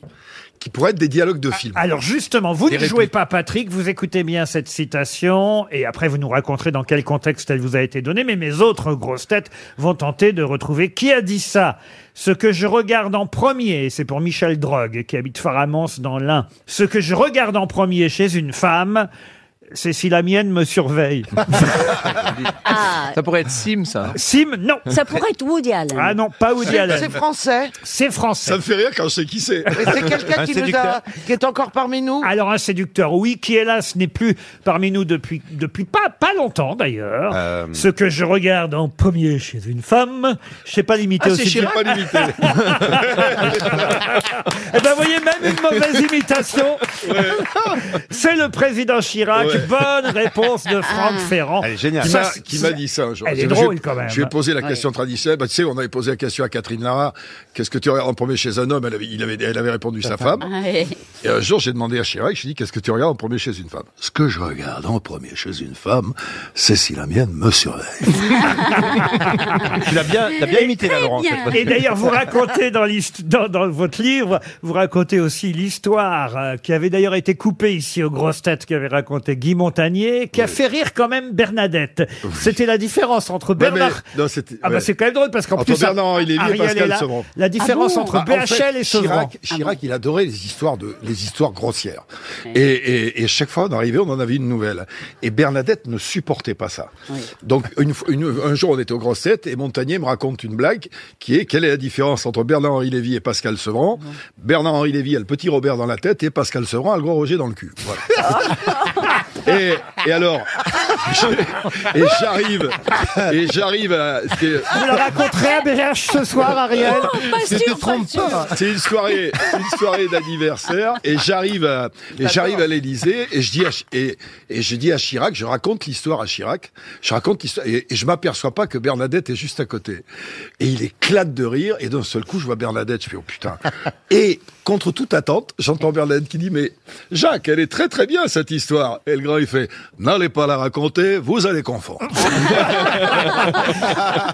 [SPEAKER 17] qui pourraient être des dialogues de films.
[SPEAKER 1] Ah, Alors justement, vous
[SPEAKER 17] Des
[SPEAKER 1] ne jouez pas Patrick, vous écoutez bien cette citation et après vous nous raconterez dans quel contexte elle vous a été donnée, mais mes autres grosses têtes vont tenter de retrouver qui a dit ça. Ce que je regarde en premier, c'est pour Michel Drogue qui habite Faramance dans l'Ain. Ce que je regarde en premier chez une femme, c'est si la mienne me surveille.
[SPEAKER 5] Ah,
[SPEAKER 1] pourrait être Sim ça. Sim non.
[SPEAKER 5] ça pourrait être Woody Allen.
[SPEAKER 1] Ah non, pas Woody
[SPEAKER 5] C'est-
[SPEAKER 1] Allen.
[SPEAKER 5] c'est
[SPEAKER 13] Français.
[SPEAKER 1] C'est français.
[SPEAKER 17] Ça me fait rire quand je sais qui c'est.
[SPEAKER 13] Mais c'est quelqu'un qui, nous a, qui est encore parmi nous.
[SPEAKER 1] Alors un séducteur, oui, qui hélas n'est plus parmi nous depuis, depuis pas, pas longtemps d'ailleurs.
[SPEAKER 17] Euh.
[SPEAKER 1] Ce que je regarde en premier chez une femme, je sais pas l'imiter
[SPEAKER 13] Ah,
[SPEAKER 1] aussi bien. Eh ben voyez même une mauvaise imitation. C'est le président Chirac.
[SPEAKER 17] Ouais.
[SPEAKER 1] Bonne réponse de Franck Ferrand.
[SPEAKER 17] Elle est géniale. Qui
[SPEAKER 1] Ça,
[SPEAKER 17] m'a-
[SPEAKER 1] c'est-
[SPEAKER 17] Qui m'a dit ça un jour.
[SPEAKER 1] Elle
[SPEAKER 17] Je-
[SPEAKER 1] est
[SPEAKER 17] je-
[SPEAKER 1] drôle quand même.
[SPEAKER 17] Je lui ai posé la question traditionnelle. Bah, tu sais, on avait posé la question à Catherine Lara. Qu'est-ce que tu regardes en premier chez un homme elle avait, il avait, elle avait répondu sa femme.
[SPEAKER 5] Ah, Ouais.
[SPEAKER 17] Et un jour, j'ai demandé à Chirac, je lui ai dit, qu'est-ce que tu regardes en premier chez une femme Ce que je regarde en premier chez une femme, c'est si la mienne me surveille.
[SPEAKER 28] tu l'as bien, t'as bien imité là, Laurent. cette fois-ci.
[SPEAKER 1] Et d'ailleurs, vous racontez dans, l'hist- dans, dans votre livre, vous racontez aussi l'histoire euh, qui avait d'ailleurs été coupée ici aux grosses têtes qu'avait raconté Guy Montagnier, qui a fait rire quand même Bernadette. C'était la différence entre
[SPEAKER 17] Ouais,
[SPEAKER 1] Bernard.
[SPEAKER 17] mais- non, c'était-
[SPEAKER 1] Ah bah
[SPEAKER 17] ouais.
[SPEAKER 1] c'est quand même drôle parce qu'en
[SPEAKER 17] Entre
[SPEAKER 1] plus
[SPEAKER 17] Bernard Henri Lévy et
[SPEAKER 1] Ariel
[SPEAKER 17] Pascal
[SPEAKER 1] est là.
[SPEAKER 17] Sevran.
[SPEAKER 1] La différence entre
[SPEAKER 17] Bah,
[SPEAKER 1] BHL
[SPEAKER 17] en
[SPEAKER 1] et
[SPEAKER 17] fait,
[SPEAKER 1] Ah Sevran.
[SPEAKER 17] Chirac, Chirac, il adorait les histoires de les histoires grossières. Et, et- et chaque fois, on arrivait, on en avait une nouvelle. Et Bernadette ne supportait pas ça. Donc une, fois- une- un jour, on était aux grosses têtes et Montagnier me raconte une blague qui est quelle est la différence entre Bernard Henri Lévy et Pascal Sevran Bernard Henri Lévy a le petit Robert dans la tête et Pascal Sevran a le gros Roger dans le cul. Voilà. Et, et alors, je- et j'arrive, et j'arrive à.
[SPEAKER 1] Vous la raconterez à BH ce soir, Ariel
[SPEAKER 5] Oh,
[SPEAKER 17] C'est C'est une soirée, une soirée d'anniversaire, et j'arrive à, et j'arrive à l'Élysée, et je dis à, Chi- et, et je dis à Chirac, je raconte l'histoire à Chirac, je raconte l'histoire, et, et je m'aperçois pas que Bernadette est juste à côté. Et il éclate de rire, et d'un seul coup, je vois Bernadette, je fais, oh putain. Et, contre toute attente, j'entends Bernadette qui dit, mais Jacques, elle est très très bien cette histoire. Et le grand, il fait, n'allez pas la raconter, vous allez confondre.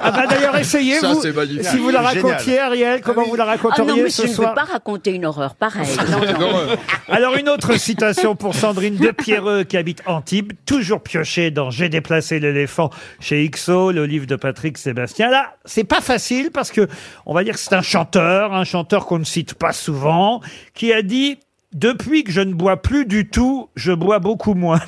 [SPEAKER 1] Ah bah d'ailleurs essayez
[SPEAKER 17] Ça,
[SPEAKER 1] vous,
[SPEAKER 17] c'est magnifique.
[SPEAKER 1] si vous la
[SPEAKER 17] Génial.
[SPEAKER 1] racontiez Ariel, comment vous la
[SPEAKER 5] Ah
[SPEAKER 1] raconteriez
[SPEAKER 5] non, mais
[SPEAKER 1] ce
[SPEAKER 5] je ne
[SPEAKER 1] soir
[SPEAKER 5] veux pas raconter une horreur pareille.
[SPEAKER 1] Alors une autre citation pour Sandrine de Pierreux qui habite Antibes, toujours piochée dans J'ai déplacé l'éléphant chez Ixo, le livre de Patrick Sébastien. Là, c'est pas facile parce que on va dire que c'est un chanteur, un chanteur qu'on ne cite pas souvent, qui a dit depuis que je ne bois plus du tout, je bois beaucoup moins.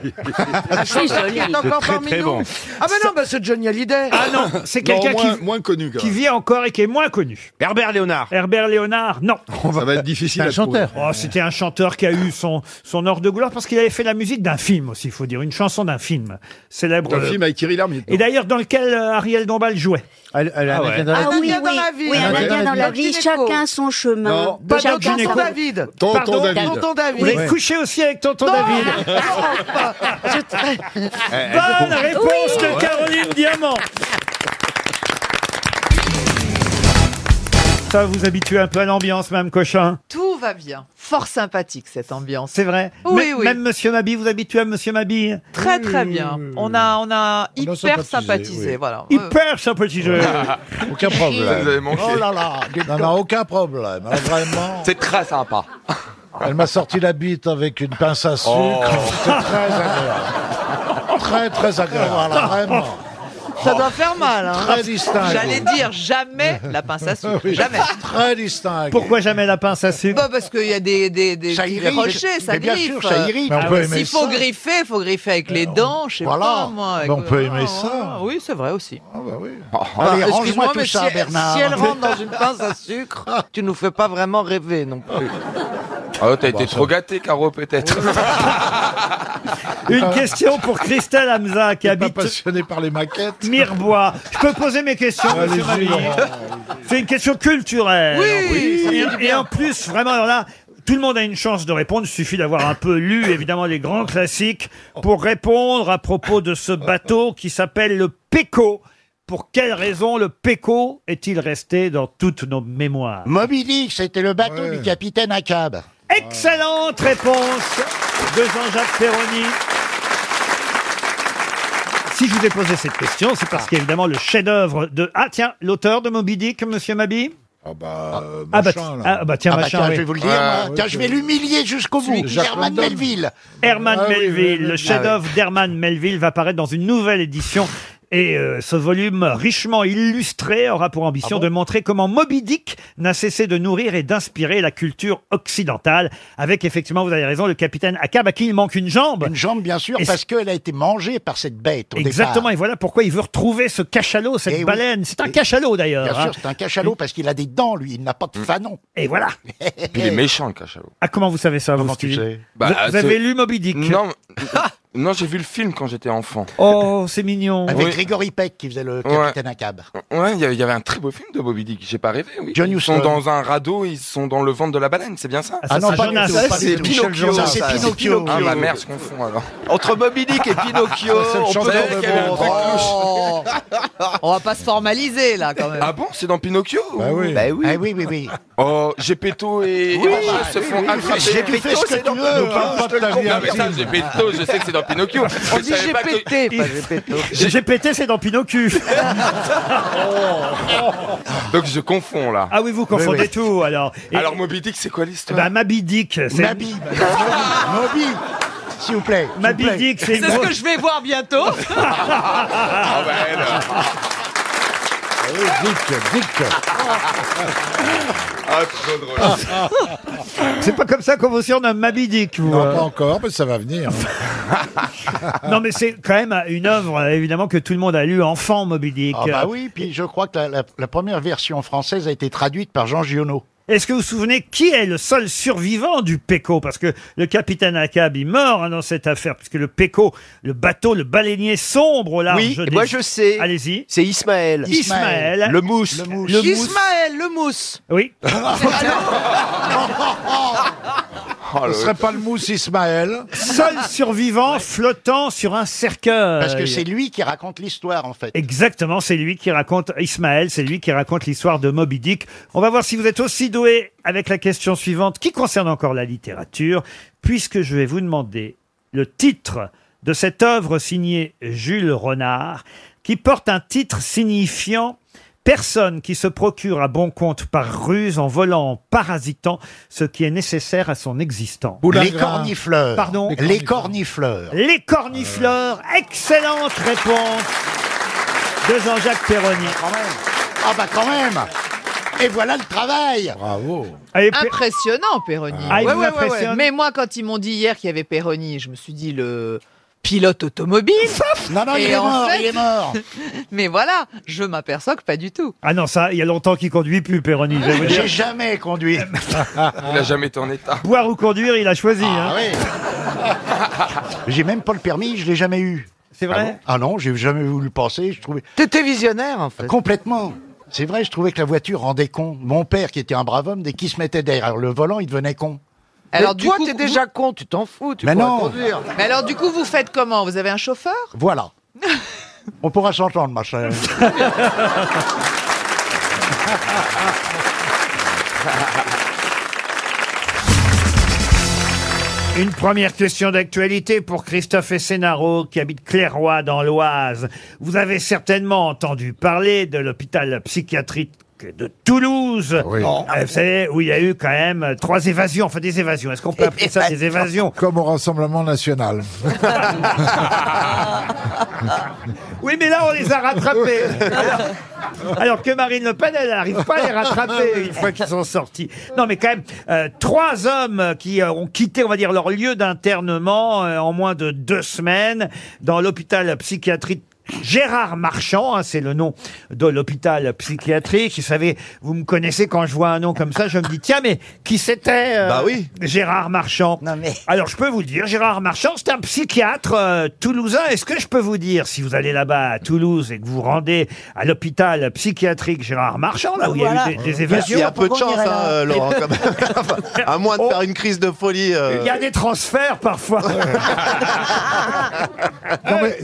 [SPEAKER 12] Un chanteur qui est encore parmi nous. Ah ben non, bah c'est Johnny Hallyday.
[SPEAKER 1] Ah non, c'est quelqu'un qui
[SPEAKER 17] connu
[SPEAKER 1] qui vit encore et qui est moins connu.
[SPEAKER 17] Herbert Léonard.
[SPEAKER 1] Herbert Léonard, non.
[SPEAKER 17] Ça va être difficile à trouver.
[SPEAKER 1] Oh, c'était un chanteur qui a eu son, son or de gloire parce qu'il avait fait la musique d'un film aussi, il faut dire, une chanson d'un film. Célèbre.
[SPEAKER 17] D'un film avec Thierry Lhermitte.
[SPEAKER 1] Et d'ailleurs, dans lequel euh, Ariel Dombal jouait.
[SPEAKER 17] Ah ouais. Indien dans la
[SPEAKER 5] Ah oui, oui, oui, un indien dans la vie, chacun son chemin.
[SPEAKER 1] Non, pas
[SPEAKER 5] Chacun
[SPEAKER 1] Tonton
[SPEAKER 5] sa-
[SPEAKER 1] David.
[SPEAKER 17] Tonton
[SPEAKER 1] Pardon
[SPEAKER 17] David. Tonton David.
[SPEAKER 1] Vous avez
[SPEAKER 17] Ouais.
[SPEAKER 1] couché aussi avec Tonton
[SPEAKER 17] Non.
[SPEAKER 1] David. Bonne réponse de Caroline Diamant. Ça vous habitue un peu à l'ambiance, Mme Cochin
[SPEAKER 7] Tout va bien. Fort sympathique cette ambiance.
[SPEAKER 1] C'est vrai
[SPEAKER 7] Oui,
[SPEAKER 1] Même-
[SPEAKER 7] oui.
[SPEAKER 1] Même Monsieur Mabille, vous habituez à Monsieur Mmh. Mabille
[SPEAKER 7] Très très bien. On a on a hyper sympathisé,
[SPEAKER 1] oui.
[SPEAKER 7] voilà.
[SPEAKER 1] Hyper sympathisé.
[SPEAKER 9] Aucun problème.
[SPEAKER 1] Vous avez manqué.
[SPEAKER 9] Oh là là, non, non, aucun problème. hein, Vraiment.
[SPEAKER 28] C'est très sympa.
[SPEAKER 9] Elle m'a sorti la bite avec une pince à sucre.
[SPEAKER 28] Oh.
[SPEAKER 9] C'est très agréable. Très, très agréable.
[SPEAKER 1] Ah.
[SPEAKER 7] Voilà.
[SPEAKER 9] Vraiment.
[SPEAKER 7] Ça doit faire mal. Hein.
[SPEAKER 9] Très distinct.
[SPEAKER 7] J'allais dire jamais la pince à sucre.
[SPEAKER 9] Oui.
[SPEAKER 7] Jamais.
[SPEAKER 9] Très distingué.
[SPEAKER 1] Pourquoi jamais la pince à sucre
[SPEAKER 7] Bah parce qu'il y a des, des, des,
[SPEAKER 9] Ça
[SPEAKER 7] des
[SPEAKER 9] irrite,
[SPEAKER 7] rochers,
[SPEAKER 9] mais-
[SPEAKER 7] ça
[SPEAKER 9] mais bien
[SPEAKER 7] griffe.
[SPEAKER 9] sûr, ça irrite. Mais on
[SPEAKER 7] Ah
[SPEAKER 9] peut
[SPEAKER 7] ouais,
[SPEAKER 9] aimer
[SPEAKER 7] S'il faut
[SPEAKER 9] ça.
[SPEAKER 7] griffer, il faut griffer avec les dents, je sais
[SPEAKER 9] voilà.
[SPEAKER 7] pas moi. avec-
[SPEAKER 9] Mais on peut aimer
[SPEAKER 7] Ah,
[SPEAKER 9] ça. Ah, bah
[SPEAKER 7] Oui, c'est vrai aussi.
[SPEAKER 6] Ah,
[SPEAKER 9] Allez,
[SPEAKER 7] Excuse-moi,
[SPEAKER 9] range-moi tout
[SPEAKER 7] mais
[SPEAKER 9] ça,
[SPEAKER 7] si-
[SPEAKER 9] Bernard.
[SPEAKER 7] si elle rentre dans
[SPEAKER 12] une pince à sucre, tu nous fais pas vraiment rêver non plus.
[SPEAKER 28] Ah, t'as
[SPEAKER 1] bah,
[SPEAKER 28] été trop gâté, Caro, peut-être.
[SPEAKER 1] Une question pour Christelle Hamza qui habite.
[SPEAKER 9] passionné par les maquettes. Ah,
[SPEAKER 1] Mirbois. Je peux poser mes questions, monsieur
[SPEAKER 9] Allez-y,
[SPEAKER 1] Mabille C'est une question culturelle.
[SPEAKER 9] Oui,
[SPEAKER 1] en plus.
[SPEAKER 9] ça fait
[SPEAKER 1] Et-
[SPEAKER 9] du
[SPEAKER 1] et, en plus, vraiment, alors là. Tout le monde a une chance de répondre. Il suffit d'avoir un peu lu, évidemment, les grands classiques pour répondre à propos de ce bateau qui s'appelle le PECO. Pour quelle raison le PECO est-il resté dans toutes nos mémoires
[SPEAKER 9] Moby Dick, c'était le bateau du capitaine Acab.
[SPEAKER 1] Excellente réponse de Jean-Jacques Perroni. Si je vous ai posé cette question, c'est
[SPEAKER 9] Ah.
[SPEAKER 1] parce qu'évidemment le chef-d'œuvre de ah tiens l'auteur de Moby Dick, Monsieur Mabi. Ah bah ah bah,
[SPEAKER 9] euh, machin, là.
[SPEAKER 1] ah bah, tiens
[SPEAKER 9] Ah bah,
[SPEAKER 1] machin.
[SPEAKER 9] tiens,
[SPEAKER 1] oui.
[SPEAKER 9] je vais vous le dire, moi. Tiens, je vais l'humilier jusqu'au bout.
[SPEAKER 1] Celui qui
[SPEAKER 9] Herman
[SPEAKER 1] chante.
[SPEAKER 9] Melville.
[SPEAKER 1] Herman
[SPEAKER 9] Ah oui,
[SPEAKER 1] Melville,
[SPEAKER 9] oui, oui,
[SPEAKER 1] le
[SPEAKER 9] oui.
[SPEAKER 1] chef-d'œuvre d'Herman Melville va paraître dans une nouvelle édition. Et euh, ce volume richement illustré aura pour
[SPEAKER 9] Ah
[SPEAKER 1] ambition de montrer comment Moby Dick n'a cessé de nourrir et d'inspirer la culture occidentale. Avec effectivement, vous avez raison, le capitaine Akab à qui il manque une jambe.
[SPEAKER 9] Une jambe, bien sûr,
[SPEAKER 1] Et
[SPEAKER 9] parce qu'elle a été mangée par cette bête au
[SPEAKER 1] Exactement,
[SPEAKER 9] départ.
[SPEAKER 1] et voilà pourquoi il veut retrouver ce cachalot, cette
[SPEAKER 9] Eh oui.
[SPEAKER 1] baleine. C'est un cachalot d'ailleurs.
[SPEAKER 9] Bien
[SPEAKER 1] hein.
[SPEAKER 9] sûr, c'est un cachalot parce qu'il a des dents, lui. Il n'a pas de
[SPEAKER 7] Mm.
[SPEAKER 9] fanon. Eh
[SPEAKER 1] Et voilà.
[SPEAKER 28] Puis il est méchant, le cachalot.
[SPEAKER 1] Ah, comment vous savez ça, vous, Stevie Vous- vous avez lu Moby Dick
[SPEAKER 28] Bah, Non, non j'ai vu le film quand j'étais enfant.
[SPEAKER 1] Oh, c'est mignon.
[SPEAKER 9] Avec
[SPEAKER 28] Oui.
[SPEAKER 9] Grégory Peck qui faisait le
[SPEAKER 28] Ouais.
[SPEAKER 9] capitaine Acab.
[SPEAKER 28] Ouais, il y avait- il y avait un très beau film de Moby Dick, j'ai pas rêvé, oui.
[SPEAKER 9] John
[SPEAKER 28] ils sont
[SPEAKER 9] Huston.
[SPEAKER 28] dans un radeau, ils sont dans le ventre de la baleine, c'est bien ça
[SPEAKER 9] Ah, ça, Ah non, c'est pas Jonas. du tout,
[SPEAKER 28] Ça,
[SPEAKER 9] pas du
[SPEAKER 28] c'est
[SPEAKER 9] tout.
[SPEAKER 28] Pinocchio.
[SPEAKER 9] Ça, c'est
[SPEAKER 28] ça.
[SPEAKER 9] Pinocchio.
[SPEAKER 28] Ah, ma mère se confond, alors.
[SPEAKER 21] Entre Moby Dick et Pinocchio,
[SPEAKER 28] C'est le
[SPEAKER 21] on peut
[SPEAKER 28] chanteur
[SPEAKER 21] dire
[SPEAKER 28] de
[SPEAKER 21] qu'il y avait un
[SPEAKER 28] Bond.
[SPEAKER 21] truc louche.
[SPEAKER 7] Oh. On va pas se formaliser là quand même.
[SPEAKER 28] Ah bon, c'est dans Pinocchio
[SPEAKER 9] Bah oui.
[SPEAKER 28] Bah oui.
[SPEAKER 9] Ah oui, oui, oui.
[SPEAKER 28] Oh, Gepetto et
[SPEAKER 9] Oui,
[SPEAKER 28] Romain
[SPEAKER 9] bah,
[SPEAKER 28] se
[SPEAKER 9] oui,
[SPEAKER 28] font
[SPEAKER 9] oui,
[SPEAKER 28] attraper.
[SPEAKER 9] j'ai pu faire ce que tu veux,
[SPEAKER 28] Pinocchio,
[SPEAKER 9] hein,
[SPEAKER 28] je te
[SPEAKER 9] je te
[SPEAKER 28] le
[SPEAKER 9] le
[SPEAKER 28] confirme. Non, mais ça,
[SPEAKER 9] confirme.
[SPEAKER 28] Gepetto, je sais que c'est dans Pinocchio.
[SPEAKER 1] On
[SPEAKER 28] Je
[SPEAKER 1] dit
[SPEAKER 28] savais pas que-
[SPEAKER 1] GPT, pas
[SPEAKER 28] Oh.
[SPEAKER 1] GPT. GPT, c'est dans Pinocchio.
[SPEAKER 28] Donc je confonds, là.
[SPEAKER 1] Ah oui, vous confondez
[SPEAKER 28] Oui, oui.
[SPEAKER 1] tout, Ben, alors. Et-
[SPEAKER 28] Alors Moby Dick, c'est quoi l'histoire
[SPEAKER 1] Bah, Mabi Dick, c'est...
[SPEAKER 28] Mabi.
[SPEAKER 9] Moby. s'il vous plaît. s'il vous
[SPEAKER 1] Mabille
[SPEAKER 9] plaît.
[SPEAKER 1] dit que c'est
[SPEAKER 11] C'est ce que je vais voir bientôt.
[SPEAKER 9] Ah
[SPEAKER 27] Ah,
[SPEAKER 1] C'est pas comme ça qu'on vous surnomme Mabidic, vous. hein.
[SPEAKER 6] Non, pas encore, Oh, mais ça va venir.
[SPEAKER 1] non, mais c'est quand même une œuvre, euh, évidemment, que tout le monde a lu enfant, Moby Dick.
[SPEAKER 9] Ah bah oui, puis je crois que la, la- la première version française a été traduite par Jean Giono.
[SPEAKER 1] Est-ce que vous vous souvenez qui est le seul survivant du PECO Parce que le capitaine Akab, il meurt hein, dans cette affaire, puisque le PECO, le bateau, le baleinier sombre au large.
[SPEAKER 21] Oui, et moi, je
[SPEAKER 1] sais. Allez-y.
[SPEAKER 21] C'est Ismaël.
[SPEAKER 1] Ismaël.
[SPEAKER 21] Le mousse.
[SPEAKER 1] Le
[SPEAKER 21] mousse.
[SPEAKER 1] Le mousse.
[SPEAKER 11] Ismaël, le mousse.
[SPEAKER 1] Oui.
[SPEAKER 9] Ah,
[SPEAKER 11] Ah
[SPEAKER 28] Oh,
[SPEAKER 6] Ce serait pas le mousse Ismaël
[SPEAKER 1] Seul survivant flottant sur un cercueil.
[SPEAKER 9] Parce que c'est lui qui raconte l'histoire, en fait.
[SPEAKER 1] Exactement, c'est lui qui raconte Ismaël, c'est lui qui raconte l'histoire de Moby Dick. On va voir si vous êtes aussi doué avec la question suivante qui concerne encore la littérature, puisque je vais vous demander le titre de cette œuvre signée Jules Renard, qui porte un titre signifiant Personne qui se procure à bon compte par ruse en volant, en parasitant ce qui est nécessaire à son existence.
[SPEAKER 9] Les cornifleurs.
[SPEAKER 1] Pardon
[SPEAKER 9] Les cornifleurs.
[SPEAKER 1] les cornifleurs, excellente réponse de Jean-Jacques Perroni.
[SPEAKER 9] Ah bah quand même Et voilà le travail
[SPEAKER 6] Bravo
[SPEAKER 11] Impressionnant, Péroni.
[SPEAKER 1] Ah, il vous impressionne
[SPEAKER 11] Mais moi, quand ils m'ont dit hier qu'il y avait Péroni, je me suis dit le pilote automobile.
[SPEAKER 9] Non, non, il est mort, il est mort.
[SPEAKER 11] Mais voilà, je m'aperçois que pas du tout.
[SPEAKER 1] Ah non, ça, il y a longtemps qu'il conduit plus, Perroni. je vais
[SPEAKER 7] Ah,
[SPEAKER 1] vous
[SPEAKER 9] J'ai
[SPEAKER 1] dire.
[SPEAKER 9] jamais conduit.
[SPEAKER 4] Il a jamais été en état.
[SPEAKER 1] Boire ou conduire, il a choisi.
[SPEAKER 9] Ah,
[SPEAKER 1] hein.
[SPEAKER 9] J'ai même pas le permis, je l'ai jamais eu.
[SPEAKER 1] C'est vrai
[SPEAKER 9] Ah, bon Ah non, j'ai jamais voulu penser, je trouvais...
[SPEAKER 13] T'étais visionnaire, en fait.
[SPEAKER 9] Complètement. C'est vrai, je trouvais que la voiture rendait con. Mon père, qui était un brave homme, dès qu'il se mettait derrière le volant, il devenait con.
[SPEAKER 13] Alors,
[SPEAKER 11] du
[SPEAKER 13] toi,
[SPEAKER 11] coup,
[SPEAKER 13] t'es
[SPEAKER 11] vous-
[SPEAKER 13] déjà con, tu t'en fous, tu
[SPEAKER 9] Mais
[SPEAKER 13] pourras
[SPEAKER 9] non.
[SPEAKER 13] conduire.
[SPEAKER 11] Mais alors, du coup, vous faites comment Vous avez un chauffeur
[SPEAKER 9] Voilà. On pourra s'entendre, ma chère.
[SPEAKER 1] Une première question d'actualité pour Christophe Essenaro, qui habite Clairoy, dans l'Oise. Vous avez certainement entendu parler de l'hôpital psychiatrique de Toulouse, Euh, vous savez, où il y a eu quand même trois évasions, enfin des évasions. Est-ce qu'on peut appeler ça des évasions
[SPEAKER 6] Comme au Rassemblement National.
[SPEAKER 1] Oui, mais là, on les a rattrapés. Alors que Marine Le Pen, elle n'arrive pas à les rattraper une fois qu'ils sont sortis. Non, mais quand même, euh, trois hommes qui euh, ont quitté, on va dire, leur lieu d'internement euh, en moins de deux semaines dans l'hôpital psychiatrique. Gérard Marchand, hein, c'est le nom de l'hôpital psychiatrique. Vous savez, vous me connaissez quand je vois un nom comme ça, je me dis tiens mais qui c'était euh,
[SPEAKER 21] Bah oui.
[SPEAKER 1] Gérard Marchand. Alors je peux vous le dire, Gérard Marchand, c'est un psychiatre euh, toulousain. Est-ce que je peux vous dire, si vous allez là-bas à Toulouse et que vous vous rendez à l'hôpital psychiatrique Gérard Marchand, là où
[SPEAKER 21] Voilà.
[SPEAKER 1] Ah il y a eu des, des
[SPEAKER 21] Il
[SPEAKER 1] évasions,
[SPEAKER 21] y a un peu de chance, hein, euh, Laurent, quand même. Enfin, à moins de
[SPEAKER 9] Oh.
[SPEAKER 21] faire une crise de folie. euh.
[SPEAKER 1] il y a des transferts parfois.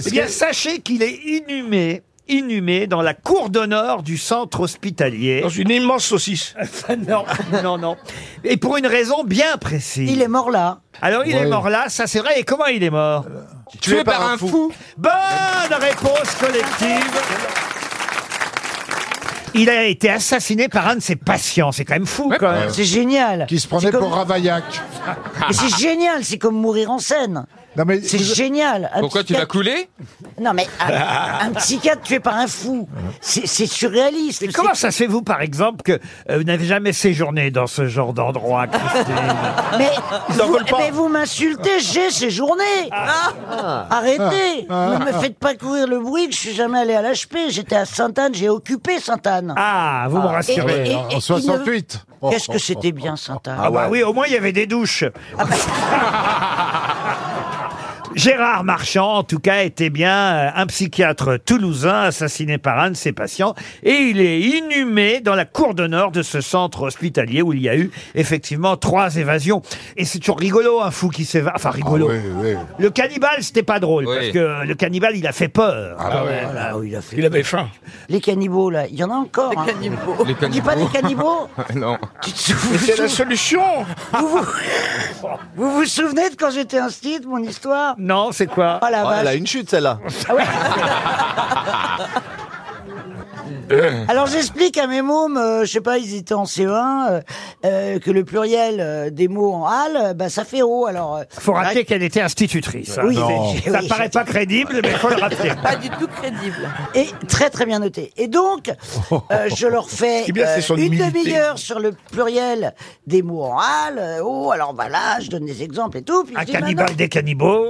[SPEAKER 1] Eh bien, sachez qu'il est inhumé, inhumé dans la cour d'honneur du centre hospitalier. Dans une immense saucisse. non, non, non. Et pour une raison bien précise.
[SPEAKER 15] Il est mort là.
[SPEAKER 1] Alors, il est
[SPEAKER 15] Ouais.
[SPEAKER 1] mort là, ça c'est vrai. Et comment il est mort
[SPEAKER 15] Euh, Tué Tué par par un un fou. fou.
[SPEAKER 1] Bonne réponse collective. Il a été assassiné par un de ses patients. C'est quand même fou, quand même.
[SPEAKER 15] C'est génial.
[SPEAKER 6] Qui se prenait
[SPEAKER 15] C'est comme-
[SPEAKER 6] pour Ravaillac.
[SPEAKER 15] Mais c'est génial, c'est comme mourir en scène. c'est génial. Un
[SPEAKER 4] Pourquoi tu l'as
[SPEAKER 15] psychiatre-
[SPEAKER 4] coulé
[SPEAKER 15] Non mais un, un psychiatre tué par un fou, c'est c'est surréaliste.
[SPEAKER 1] Et comment ça se fait, vous, par exemple, que euh, vous n'avez jamais séjourné dans ce genre d'endroit,
[SPEAKER 15] Ah.
[SPEAKER 1] Christine
[SPEAKER 15] Mais
[SPEAKER 1] Ils en
[SPEAKER 15] vous,
[SPEAKER 1] veulent pas.
[SPEAKER 15] mais vous m'insultez, j'ai séjourné. Arrêtez.
[SPEAKER 1] Ah.
[SPEAKER 15] Ne me faites pas courir le bruit que je suis jamais allé à l'HP. J'étais à Sainte-Anne, j'ai occupé Sainte-Anne.
[SPEAKER 1] Ah, vous me rassurez.
[SPEAKER 15] Et- et- et-
[SPEAKER 1] En
[SPEAKER 15] il ne-
[SPEAKER 1] 68.
[SPEAKER 15] Qu'est-ce que c'était bien Ah bah. Sainte-Anne
[SPEAKER 1] Ah, bah oui, au moins il y avait des douches. Gérard Marchand, en tout cas, était bien euh, un psychiatre toulousain assassiné par un de ses patients et il est inhumé dans la cour d'honneur de ce centre hospitalier où il y a eu effectivement trois évasions. Et c'est toujours rigolo, un fou qui s'évade. Enfin,
[SPEAKER 14] Ah,
[SPEAKER 1] rigolo. Le cannibale, c'était pas drôle
[SPEAKER 15] Oui.
[SPEAKER 1] parce que le cannibale, il a fait peur.
[SPEAKER 14] Ah, bah
[SPEAKER 1] Ah quand même.
[SPEAKER 15] il, a fait-
[SPEAKER 1] avait faim.
[SPEAKER 15] Les cannibaux là, il y en a encore. hein. On dit pas les cannibaux
[SPEAKER 4] Non.
[SPEAKER 15] c'est la
[SPEAKER 1] solution
[SPEAKER 15] vous, vous... vous vous souvenez de quand j'étais instite, mon histoire
[SPEAKER 1] Non, c'est quoi
[SPEAKER 15] Ah la
[SPEAKER 21] Oh, elle a
[SPEAKER 15] vache
[SPEAKER 21] une chute, celle-là.
[SPEAKER 15] Alors j'explique à mes mômes, euh, je sais pas, ils étaient en CE1, euh, euh, que le pluriel euh, des mots en hal, euh, bah, ça fait O. Alors, euh,
[SPEAKER 1] Faut rappeler qu'elle était institutrice. hein.
[SPEAKER 15] Oui,
[SPEAKER 1] C'est-
[SPEAKER 15] oui,
[SPEAKER 1] ça
[SPEAKER 15] oui.
[SPEAKER 1] paraît pas crédible, mais faut le rappeler.
[SPEAKER 15] Pas du tout crédible. Et très très bien noté. Et donc, euh, je leur fais
[SPEAKER 1] Eh bien, c'est
[SPEAKER 15] euh,
[SPEAKER 1] son
[SPEAKER 15] une
[SPEAKER 1] humilité.
[SPEAKER 15] demi-heure sur le pluriel des mots en hal. euh, Oh, alors voilà, je donne des exemples et tout. Puis
[SPEAKER 1] Un
[SPEAKER 15] je dis, bah,
[SPEAKER 1] cannibale
[SPEAKER 15] non.
[SPEAKER 1] des cannibaux.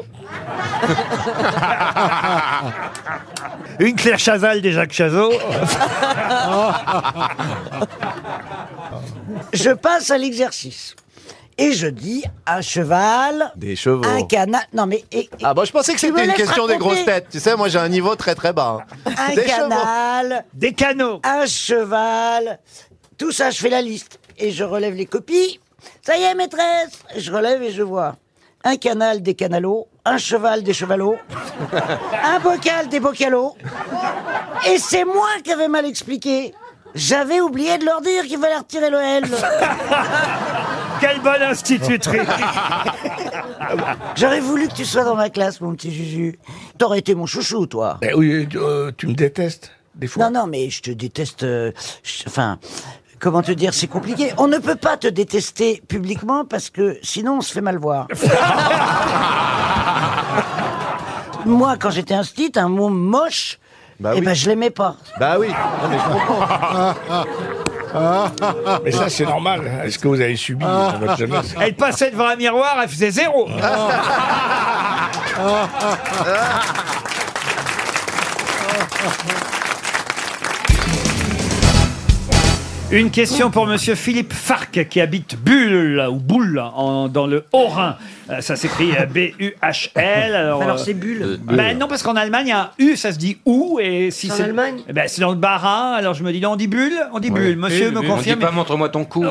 [SPEAKER 1] Une Claire Chazal des Jacques Chazot.
[SPEAKER 15] Je passe à l'exercice. Et je dis un cheval,
[SPEAKER 21] Des chevaux.
[SPEAKER 15] un canard. Non mais et- et-
[SPEAKER 21] Ah bah je pensais que
[SPEAKER 15] Tu me
[SPEAKER 21] c'était une
[SPEAKER 15] laisses
[SPEAKER 21] question des
[SPEAKER 15] raconter.
[SPEAKER 21] grosses têtes. Tu sais, moi j'ai un niveau très très bas.
[SPEAKER 15] un
[SPEAKER 21] Des chevaux.
[SPEAKER 15] canal,
[SPEAKER 1] des canaux,
[SPEAKER 15] un cheval, tout ça, je fais la liste et je relève les copies. Ça y est, maîtresse, je relève et je vois un canal des canalos, un cheval des chevalos, un bocal des bocalos. Et c'est moi qui avais mal expliqué. J'avais oublié de leur dire qu'il fallait retirer le L.
[SPEAKER 1] Quelle bonne institutrice
[SPEAKER 15] J'aurais voulu que tu sois dans ma classe, mon petit Juju. T'aurais été mon chouchou, toi.
[SPEAKER 14] Ben oui, euh, tu me détestes, des fois.
[SPEAKER 15] Non, non, mais je te déteste. euh, je- enfin, comment te dire, c'est compliqué. On ne peut pas te détester publiquement parce que sinon on se fait mal voir. Moi, quand j'étais un stit, un mot moche, eh ben, je l'aimais pas.
[SPEAKER 21] Bah oui, mais je
[SPEAKER 14] comprends. Mais ça, Ah. c'est normal. Est-ce que vous avez subi
[SPEAKER 1] Ah,
[SPEAKER 14] dans votre jeunesse
[SPEAKER 1] Elle passait devant un miroir, elle faisait zéro. Une question pour Monsieur Philippe Farc qui habite Bulle ou Boule en- dans le Haut-Rhin. Euh, ça s'écrit euh, B-U-H-L.
[SPEAKER 7] Alors,
[SPEAKER 1] euh,
[SPEAKER 7] c'est Bulle.
[SPEAKER 1] euh,
[SPEAKER 7] Bulle.
[SPEAKER 1] ben non, parce qu'en Allemagne, il y a un U, ça se dit OU. Et si
[SPEAKER 7] C'est en
[SPEAKER 1] c'est-
[SPEAKER 7] Allemagne
[SPEAKER 1] Eh ben, C'est dans le Bas-Rhin. Alors je me dis, non, on dit Bulle On dit Bulle. Monsieur me confirme.
[SPEAKER 16] montre-moi ton cou.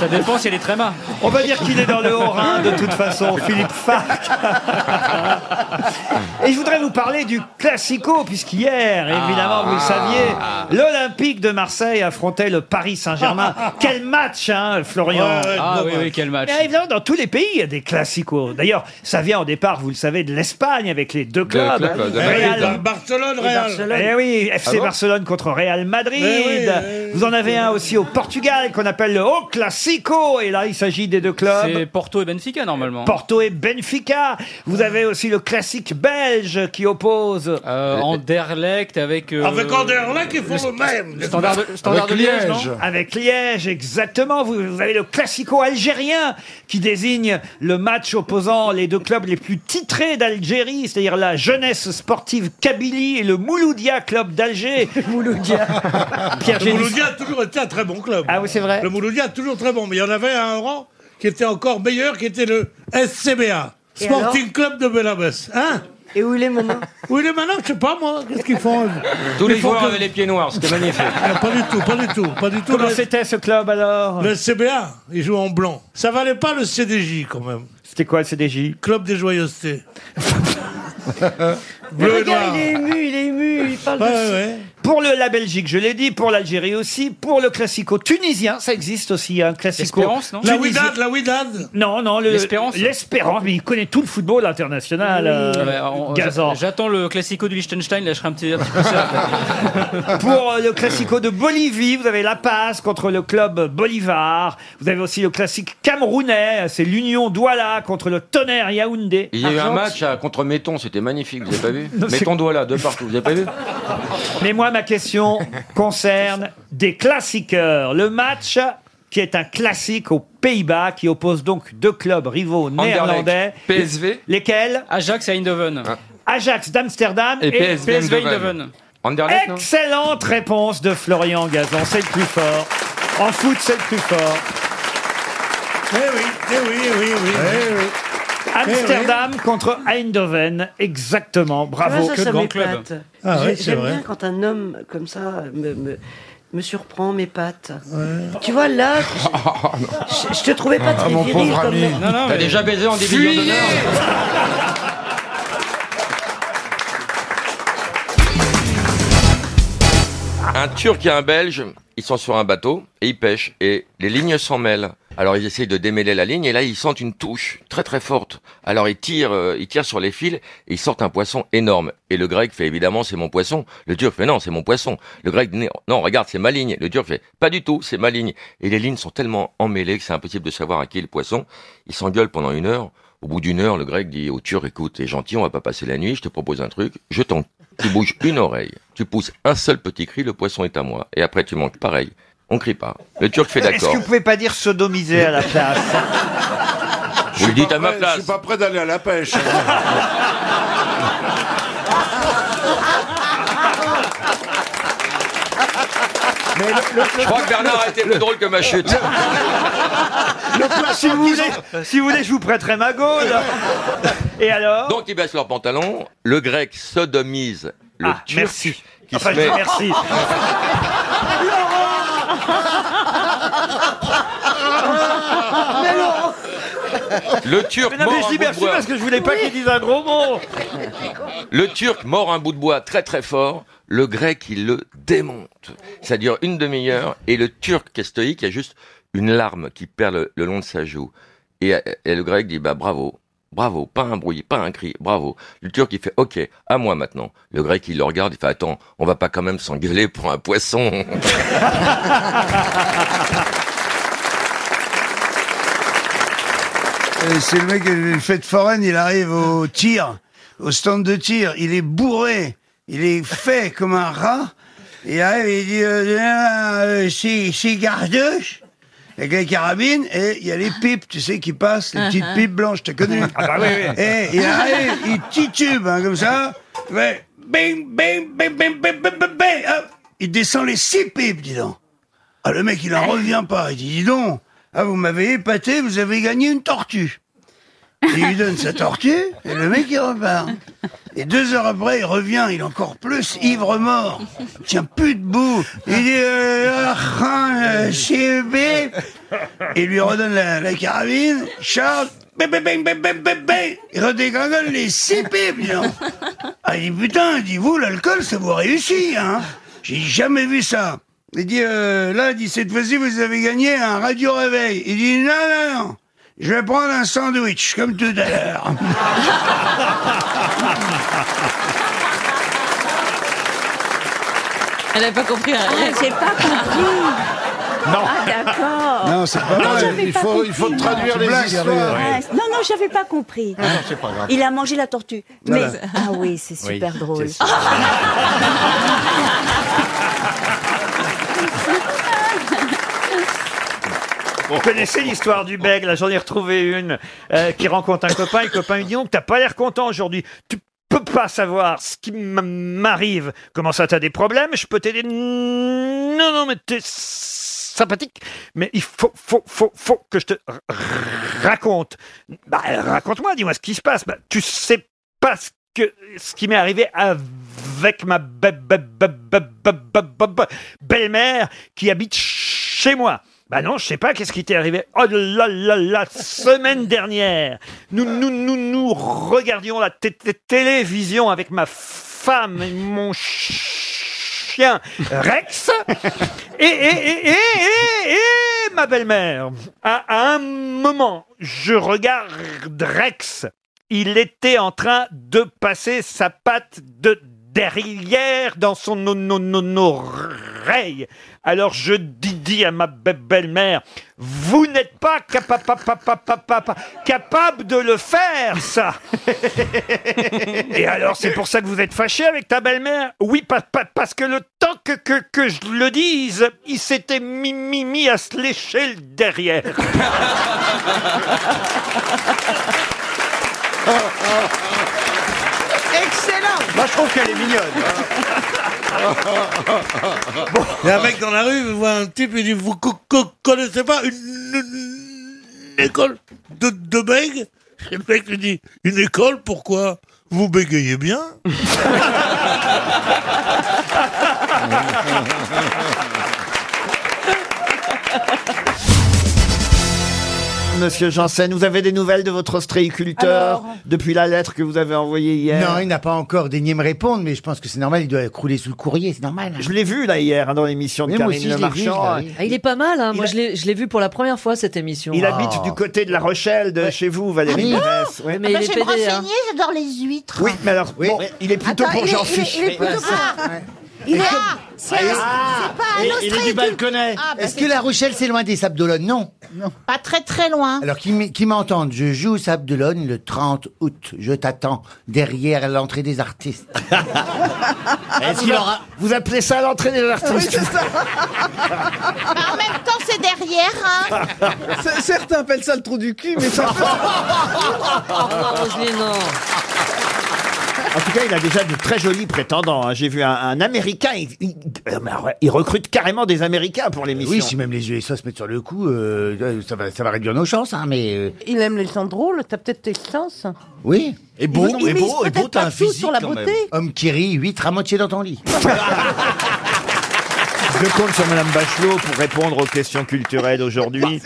[SPEAKER 16] Ça dépend si elle est très bas.
[SPEAKER 1] On va dire qu'il est dans le Haut-Rhin de toute façon, Philippe Farc. Et je voudrais vous parler du Classico, puisqu'hier,
[SPEAKER 16] Ah.
[SPEAKER 1] évidemment, vous le saviez, l'Olympique de Marseille affrontait le Paris Saint-Germain. Quel match, hein, Florian
[SPEAKER 16] Ouais, ouais, Ah bon, oui, ouais. oui, quel match.
[SPEAKER 1] Mais évidemment, dans tous les pays, il y a des Classicos. D'ailleurs, ça vient au départ, vous le savez, de l'Espagne, avec les deux clubs. Real-
[SPEAKER 14] clubs, Eh oui, Bar- Barcelone,
[SPEAKER 1] Et
[SPEAKER 14] Real.
[SPEAKER 1] Barcelone. Eh oui, FC
[SPEAKER 14] Ah bon
[SPEAKER 1] Barcelone contre Real Madrid.
[SPEAKER 14] Mais oui, euh,
[SPEAKER 1] vous en avez un aussi au Portugal, qu'on appelle le Haut Classico. Et là, il s'agit des deux clubs.
[SPEAKER 16] C'est Porto et Benfica normalement.
[SPEAKER 1] Porto et Benfica. Vous avez aussi le classique belge qui oppose.
[SPEAKER 16] Anderlecht Euh, avec. euh,
[SPEAKER 14] Avec Anderlecht, ils font le, même.
[SPEAKER 16] Standard de- Standard de Liège, non
[SPEAKER 1] Avec Liège, exactement. Vous, vous avez le classico algérien qui désigne le match opposant les deux clubs les plus titrés d'Algérie, c'est-à-dire la jeunesse sportive Kabylie et le Mouloudia Club d'Alger. Mouloudia. Ah, Pierre
[SPEAKER 14] le
[SPEAKER 1] Gélis.
[SPEAKER 14] Mouloudia a toujours été un très bon club.
[SPEAKER 1] Ah oui, c'est vrai.
[SPEAKER 14] Le Mouloudia toujours très bon, mais il y en avait un rang qui était encore meilleur, qui était le SCBA,
[SPEAKER 7] Et
[SPEAKER 14] Sporting Club de Belabès. Hein
[SPEAKER 7] Et où il est maintenant
[SPEAKER 14] Où il est maintenant Je sais pas moi. Qu'est-ce qu'ils font
[SPEAKER 16] Tous les
[SPEAKER 14] Ils font
[SPEAKER 16] joueurs
[SPEAKER 14] que-
[SPEAKER 16] avaient les pieds noirs, c'était magnifique.
[SPEAKER 14] Ah, pas du tout, pas du tout, pas du tout.
[SPEAKER 1] Comment c'était ce club alors
[SPEAKER 14] Le CBA, il joue en blanc. Ça valait pas le CDJ quand même.
[SPEAKER 1] C'était quoi le CDJ
[SPEAKER 14] Club des joyeusetés. Bleu et noir.
[SPEAKER 7] il est ému, il est ému, il parle de...
[SPEAKER 1] Pour le, la Belgique, je l'ai dit, pour l'Algérie aussi, pour le classico tunisien, ça existe aussi, un classico.
[SPEAKER 14] L'Espérance, non La
[SPEAKER 1] tunisien.
[SPEAKER 14] Ouidad, la Ouidad.
[SPEAKER 1] Non, non, le-
[SPEAKER 14] L'Espérance
[SPEAKER 1] L'Espérance, mais il connaît tout le football international, euh,
[SPEAKER 16] Ouais, on-
[SPEAKER 1] Gazan.
[SPEAKER 16] j'a- J'attends le classico du Liechtenstein, là je serai un petit, un petit peu ça.
[SPEAKER 1] Pour euh, le Classico de Bolivie, vous avez La Paz contre le club Bolivar. Vous avez aussi le classique camerounais, c'est l'Union Douala contre le Tonnerre Yaoundé.
[SPEAKER 24] Il y a eu un
[SPEAKER 1] Argentine.
[SPEAKER 24] match à- contre Méton, c'était magnifique, vous avez pas vu
[SPEAKER 1] Non, c'est-
[SPEAKER 24] Méton doigt là, de partout, vous avez pas vu
[SPEAKER 1] Mais moi, ma question concerne des classiqueurs. Le match qui est un classique aux Pays-Bas, qui oppose donc deux clubs rivaux néerlandais.
[SPEAKER 16] Anderlecht, PSV.
[SPEAKER 1] Lesquels Ah.
[SPEAKER 16] Ajax et Eindhoven.
[SPEAKER 1] Ajax d'Amsterdam et,
[SPEAKER 16] PSV Eindhoven.
[SPEAKER 1] Excellente réponse de Florian Gazan, c'est le plus fort. En foot, c'est le plus fort.
[SPEAKER 14] Eh oui, eh oui, eh oui, eh oui. Eh oui.
[SPEAKER 1] Amsterdam contre Eindhoven, exactement. Bravo.
[SPEAKER 7] ça, ça m'épate.
[SPEAKER 14] Ah
[SPEAKER 7] J'ai-
[SPEAKER 14] ouais, c'est
[SPEAKER 7] J'aime
[SPEAKER 14] vrai.
[SPEAKER 7] bien quand un homme comme ça me, me, me surprend mes pattes. Tu vois, là, je, je- je te trouvais pas
[SPEAKER 24] Ah,
[SPEAKER 7] très
[SPEAKER 24] mon
[SPEAKER 7] viril
[SPEAKER 24] pauvre
[SPEAKER 7] comme...
[SPEAKER 24] ami. Non, non, T'as mais- déjà baisé en division
[SPEAKER 7] Fuyez
[SPEAKER 24] d'honneur
[SPEAKER 1] Un,
[SPEAKER 24] un Turc et un Belge, ils sont sur un bateau et ils pêchent et les lignes s'en mêlent. Alors ils essayent de démêler la ligne et là ils sentent une touche très très forte. Alors ils tirent, euh, ils tirent sur les fils et ils sortent un poisson énorme. Et le grec fait évidemment c'est mon poisson. Le turc fait non c'est mon poisson. Le grec dit non regarde c'est ma ligne. Le turc fait pas du tout c'est ma ligne. Et les lignes sont tellement emmêlées que c'est impossible de savoir à qui est le poisson. Ils s'engueulent pendant une heure. Au bout d'une heure le grec dit au turc écoute t'es gentil on va pas passer la nuit je te propose un truc. Je t'en tu bouges une oreille, tu pousses un seul petit cri, le poisson est à moi. Et après, tu manques pareil. On crie pas. Le turc fait
[SPEAKER 3] Est-ce
[SPEAKER 24] d'accord.
[SPEAKER 3] que vous pouvez pas dire sodomiser à la place
[SPEAKER 24] Vous le dites à ma place.
[SPEAKER 3] pas prêt d'aller à la pêche.
[SPEAKER 24] Je crois que Bernard a été plus drôle que ma chute.
[SPEAKER 3] si, vous voulez, si vous voulez, je vous prêterai ma gaule. Et alors
[SPEAKER 24] Donc ils baissent leurs pantalons. Le grec sodomise le
[SPEAKER 3] Ah,
[SPEAKER 24] turc.
[SPEAKER 3] merci.
[SPEAKER 24] Qui
[SPEAKER 3] Enfin,
[SPEAKER 24] se
[SPEAKER 3] je
[SPEAKER 24] met...
[SPEAKER 3] dis merci.
[SPEAKER 21] Mais Laurent
[SPEAKER 24] Le turc
[SPEAKER 3] Mais non,
[SPEAKER 24] mord
[SPEAKER 3] mais
[SPEAKER 24] un
[SPEAKER 3] je
[SPEAKER 24] bout
[SPEAKER 3] dis
[SPEAKER 24] de
[SPEAKER 3] merci
[SPEAKER 24] bois.
[SPEAKER 3] parce que je voulais pas qu'il dise un gros mot.
[SPEAKER 24] Le Turc mord un bout de bois très très fort, le Grec il le démonte. Ça dure une demi-heure et le Turc qui est stoïque, il y a juste une larme qui perle le, long de sa joue. Et, et le Grec dit bah bravo, bravo, pas un bruit, pas un cri, bravo. Le Turc il fait ok, à moi maintenant. Le Grec il le regarde, il fait attends, on va pas quand même s'engueuler pour un poisson.
[SPEAKER 27] Euh, C'est le mec qui a une fête foraine, il arrive au tir, au stand de tir, il est bourré, il est fait comme un rat. Il arrive, il dit euh, euh, six, six gardeuches avec les carabines et il y a les pipes, tu sais, qui passent, les petites
[SPEAKER 3] Uh-huh.
[SPEAKER 27] pipes blanches, t'as connu
[SPEAKER 3] Ah bah oui, oui.
[SPEAKER 27] Et il arrive, il titube hein, comme ça, ouais, bing, bing, bing, bing, bing, bing, bing, bing, hop, il descend les six pipes, dis donc. Ah, le mec, il en revient pas. Il dit, dis donc, ah, vous m'avez épaté, vous avez gagné une tortue. Il lui donne sa tortue, et le mec, il repart. Et deux heures après, il revient, il est encore plus ivre-mort. Il Tient plus debout. Il dit, euh, ah, ah, euh, CEB. Et il lui redonne la, la carabine. Charles, bang, bang, bang, bang, bang, bang, bang. Il redégringole les six pipes, dis donc. Ah, il dit, putain, il dit, vous, l'alcool, ça vous réussit, hein. J'ai jamais vu ça. Il dit, euh, là, il dit, cette fois-ci, vous avez gagné un radio réveil. Il dit, non, non, non. Je vais prendre un sandwich, comme tout à l'heure.
[SPEAKER 29] Elle n'a pas compris. hein.
[SPEAKER 5] Ah, j'ai pas compris.
[SPEAKER 27] Non.
[SPEAKER 5] Ah, d'accord.
[SPEAKER 27] Non, c'est pas vrai.
[SPEAKER 5] j'avais
[SPEAKER 27] Il
[SPEAKER 5] pas
[SPEAKER 27] faut-
[SPEAKER 5] compris,
[SPEAKER 27] il faut
[SPEAKER 5] moi.
[SPEAKER 27] traduire les Blague, histoires.
[SPEAKER 5] Ah,
[SPEAKER 27] ouais.
[SPEAKER 5] Non, non, j'avais pas compris.
[SPEAKER 27] Ah non, c'est pas grave.
[SPEAKER 5] Il a mangé la tortue.
[SPEAKER 27] Voilà.
[SPEAKER 5] Mais ah oui, c'est
[SPEAKER 27] Oui,
[SPEAKER 5] super drôle. Ah,
[SPEAKER 1] Vous connaissez l'histoire du bègue, là j'en ai retrouvé une euh, qui rencontre un copain et le copain lui dit Donc t'as pas l'air content aujourd'hui, tu peux pas savoir ce qui m- m'arrive. Comment ça t'as des problèmes Je peux t'aider Non, non, mais t'es sympathique, mais il faut, faut, faut, faut que je te r- raconte. Bah, raconte-moi, dis-moi ce qui se passe. Bah, tu sais pas ce que ce qui m'est arrivé avec ma be- be- be- be- be- be- be- be- belle-mère qui habite chez moi. Bah non, je sais pas qu'est-ce qui t'est arrivé. Oh là là la semaine dernière, nous nous nous nous regardions la té- té- télévision avec ma femme et mon chien Rex et, et, et, et, et, et ma belle-mère. À, à un moment, je regarde Rex. Il était en train de passer sa patte de derrière dans son no- no- no- no- oreille. Alors je dis, dis à ma be- belle-mère, vous n'êtes pas capa- pa- pa- pa- pa- pa- pa- capable de le faire, ça. Et alors, c'est pour ça que vous êtes fâché avec ta belle-mère Oui, pa- pa- parce que le temps que, que, que je le dise, il s'était mis, mis, mis à se lécher le derrière.
[SPEAKER 13] Excellent
[SPEAKER 21] Moi, je trouve qu'elle est mignonne.
[SPEAKER 11] Ah,
[SPEAKER 14] Il y a un mec dans la rue, il voit un type, il dit Vous co- co- connaissez pas une, une école de, de bègue Et le mec lui dit Une école, pourquoi Vous bégayez bien
[SPEAKER 1] monsieur Janssen. Vous avez des nouvelles de votre ostréiculteur depuis la lettre que vous avez envoyée hier
[SPEAKER 9] Non, il n'a pas encore daigné me répondre, mais je pense que c'est normal, il doit crouler sous le courrier, c'est normal.
[SPEAKER 1] Je l'ai vu là hier hein, dans l'émission de
[SPEAKER 9] Oui, moi
[SPEAKER 1] Karine
[SPEAKER 9] aussi,
[SPEAKER 1] Le
[SPEAKER 9] je l'ai vu,
[SPEAKER 1] Marchand.
[SPEAKER 9] je l'ai vu.
[SPEAKER 13] Ah, il est pas mal, hein. moi je l'ai- je l'ai vu pour la première fois cette émission.
[SPEAKER 1] Il habite du côté de La Rochelle, de chez vous, Valérie
[SPEAKER 13] Ah bon
[SPEAKER 1] Mérès. Oui.
[SPEAKER 7] bah,
[SPEAKER 13] Mais il est pédé, hein.
[SPEAKER 7] j'adore les huîtres.
[SPEAKER 1] Oui, mais alors, bon, il est plutôt
[SPEAKER 7] Attends,
[SPEAKER 1] pour
[SPEAKER 7] il est-
[SPEAKER 1] jean
[SPEAKER 7] il est- il est plutôt pour- Ah, il est- ah, c'est- c'est pas un ostréicul- Ah, bah,
[SPEAKER 9] Est-ce
[SPEAKER 7] c'est-
[SPEAKER 9] que La Rochelle, c'est loin des Sables d'Olonne Non.
[SPEAKER 7] Pas très très loin.
[SPEAKER 9] Alors, qui m'é- qui m'entendent, je joue aux Sables d'Olonne le 30 août. Je t'attends derrière l'entrée des artistes.
[SPEAKER 7] Ah,
[SPEAKER 1] Est-ce qu'il aura- Vous appelez ça l'entrée des
[SPEAKER 17] Ah
[SPEAKER 9] Ah
[SPEAKER 1] artistes
[SPEAKER 7] Bah, en même temps, c'est derrière. hein.
[SPEAKER 17] Certains appellent ça le trou du cul, mais ça.
[SPEAKER 29] Oh,
[SPEAKER 1] En tout cas, il a déjà de très jolis prétendants. hein. J'ai vu un, un Américain, il, il- euh, mais alors, il recrute carrément des Américains pour l'émission.
[SPEAKER 9] Oui, si même les USA se mettent sur le coup, euh, ça, va, ça va réduire nos chances, hein, mais... euh,
[SPEAKER 12] Il aime les gens drôles, t'as peut-être tes chances.
[SPEAKER 7] Ah
[SPEAKER 9] oui.
[SPEAKER 12] Et beau, Il- il et mise beau, et peut-être beau, t'as pas un tout physique sur la quand beauté. même.
[SPEAKER 9] Homme qui rit, huître à moitié dans ton lit.
[SPEAKER 1] Je compte sur Madame Bachelot pour répondre aux questions culturelles aujourd'hui.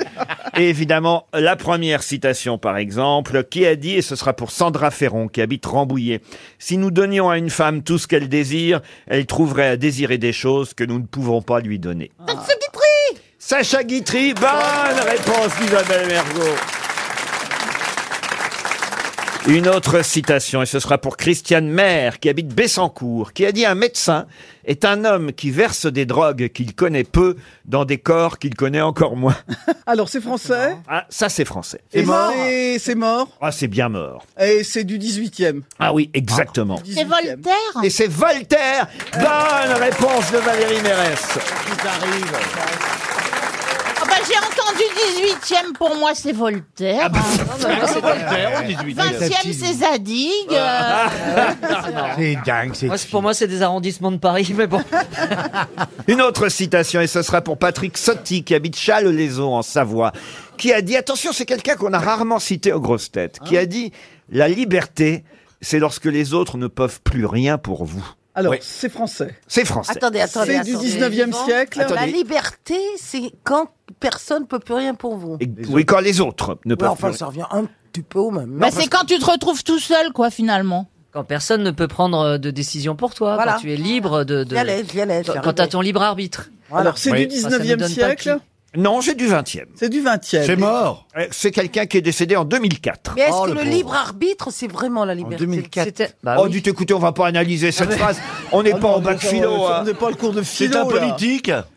[SPEAKER 1] Et évidemment, la première citation, par exemple, qui a dit, et ce sera pour Sandra Ferron, qui habite Rambouillet, si nous donnions à une femme tout ce qu'elle désire, elle trouverait à désirer des choses que nous ne pouvons pas lui donner.
[SPEAKER 17] Ah.
[SPEAKER 1] Sacha Guitry, bonne réponse d'Isabelle Mergo. Une autre citation, et ce sera pour Christiane Maire, qui habite Bessancourt, qui a dit Un médecin est un homme qui verse des drogues qu'il connaît peu dans des corps qu'il connaît encore moins.
[SPEAKER 17] Alors, c'est français.
[SPEAKER 1] Ah, ça, c'est français.
[SPEAKER 17] Et c'est- C'est mort.
[SPEAKER 1] Ah, c'est bien mort.
[SPEAKER 17] Et c'est du Ah. 18e.
[SPEAKER 1] Ah oui, exactement.
[SPEAKER 7] C'est Voltaire.
[SPEAKER 1] Et c'est Voltaire Bonne réponse de Valérie Mérès.
[SPEAKER 7] Ah bah, j'ai entendu 18e, pour moi, c'est Voltaire.
[SPEAKER 13] Ah bah,
[SPEAKER 17] c'est Voltaire,
[SPEAKER 7] 20e, c'est Zadig. euh.
[SPEAKER 9] C'est dingue, c'est...
[SPEAKER 13] pour moi, c'est des arrondissements de Paris, mais bon.
[SPEAKER 1] Une autre citation, et ce sera pour Patrick Sotti, qui habite Châles-les-Eaux, en Savoie, qui a dit, attention, c'est quelqu'un qu'on a rarement cité aux grosses têtes, qui a dit, la liberté, c'est lorsque les autres ne peuvent plus rien pour vous.
[SPEAKER 17] Alors,
[SPEAKER 1] Oui.
[SPEAKER 17] c'est français.
[SPEAKER 1] C'est français.
[SPEAKER 12] Attendez, attendez.
[SPEAKER 17] C'est du
[SPEAKER 12] attendez.
[SPEAKER 17] 19e siècle.
[SPEAKER 12] La
[SPEAKER 1] Attendez.
[SPEAKER 12] liberté, c'est quand personne ne peut plus rien pour vous.
[SPEAKER 1] Et- oui, quand les autres ne
[SPEAKER 12] Ouais,
[SPEAKER 1] peuvent
[SPEAKER 12] enfin,
[SPEAKER 1] plus.
[SPEAKER 12] ça revient un petit peu au même.
[SPEAKER 7] Bah, c'est quand tu te retrouves tout seul, quoi, finalement.
[SPEAKER 13] Quand personne ne peut prendre euh, de décision pour toi,
[SPEAKER 7] Voilà.
[SPEAKER 13] quand tu es libre de. de...
[SPEAKER 7] J'y allais, j'y allais, j'y
[SPEAKER 13] Quand-
[SPEAKER 7] arrivais.
[SPEAKER 13] Quand t'as ton libre arbitre.
[SPEAKER 17] Alors, c'est du 19e siècle.
[SPEAKER 1] Non, c'est du 20e.
[SPEAKER 17] C'est du 20e.
[SPEAKER 1] C'est mort. C'est quelqu'un qui est décédé en 2004.
[SPEAKER 12] Mais est-ce
[SPEAKER 7] Oh,
[SPEAKER 12] que le, libre arbitre, c'est vraiment la liberté
[SPEAKER 1] 2004.
[SPEAKER 12] C'était-
[SPEAKER 1] oh, dites, écoutez, on va pas analyser
[SPEAKER 17] Ah,
[SPEAKER 1] cette phrase. On n'est pas en bac philo. hein.
[SPEAKER 17] pas le cours de philo. là.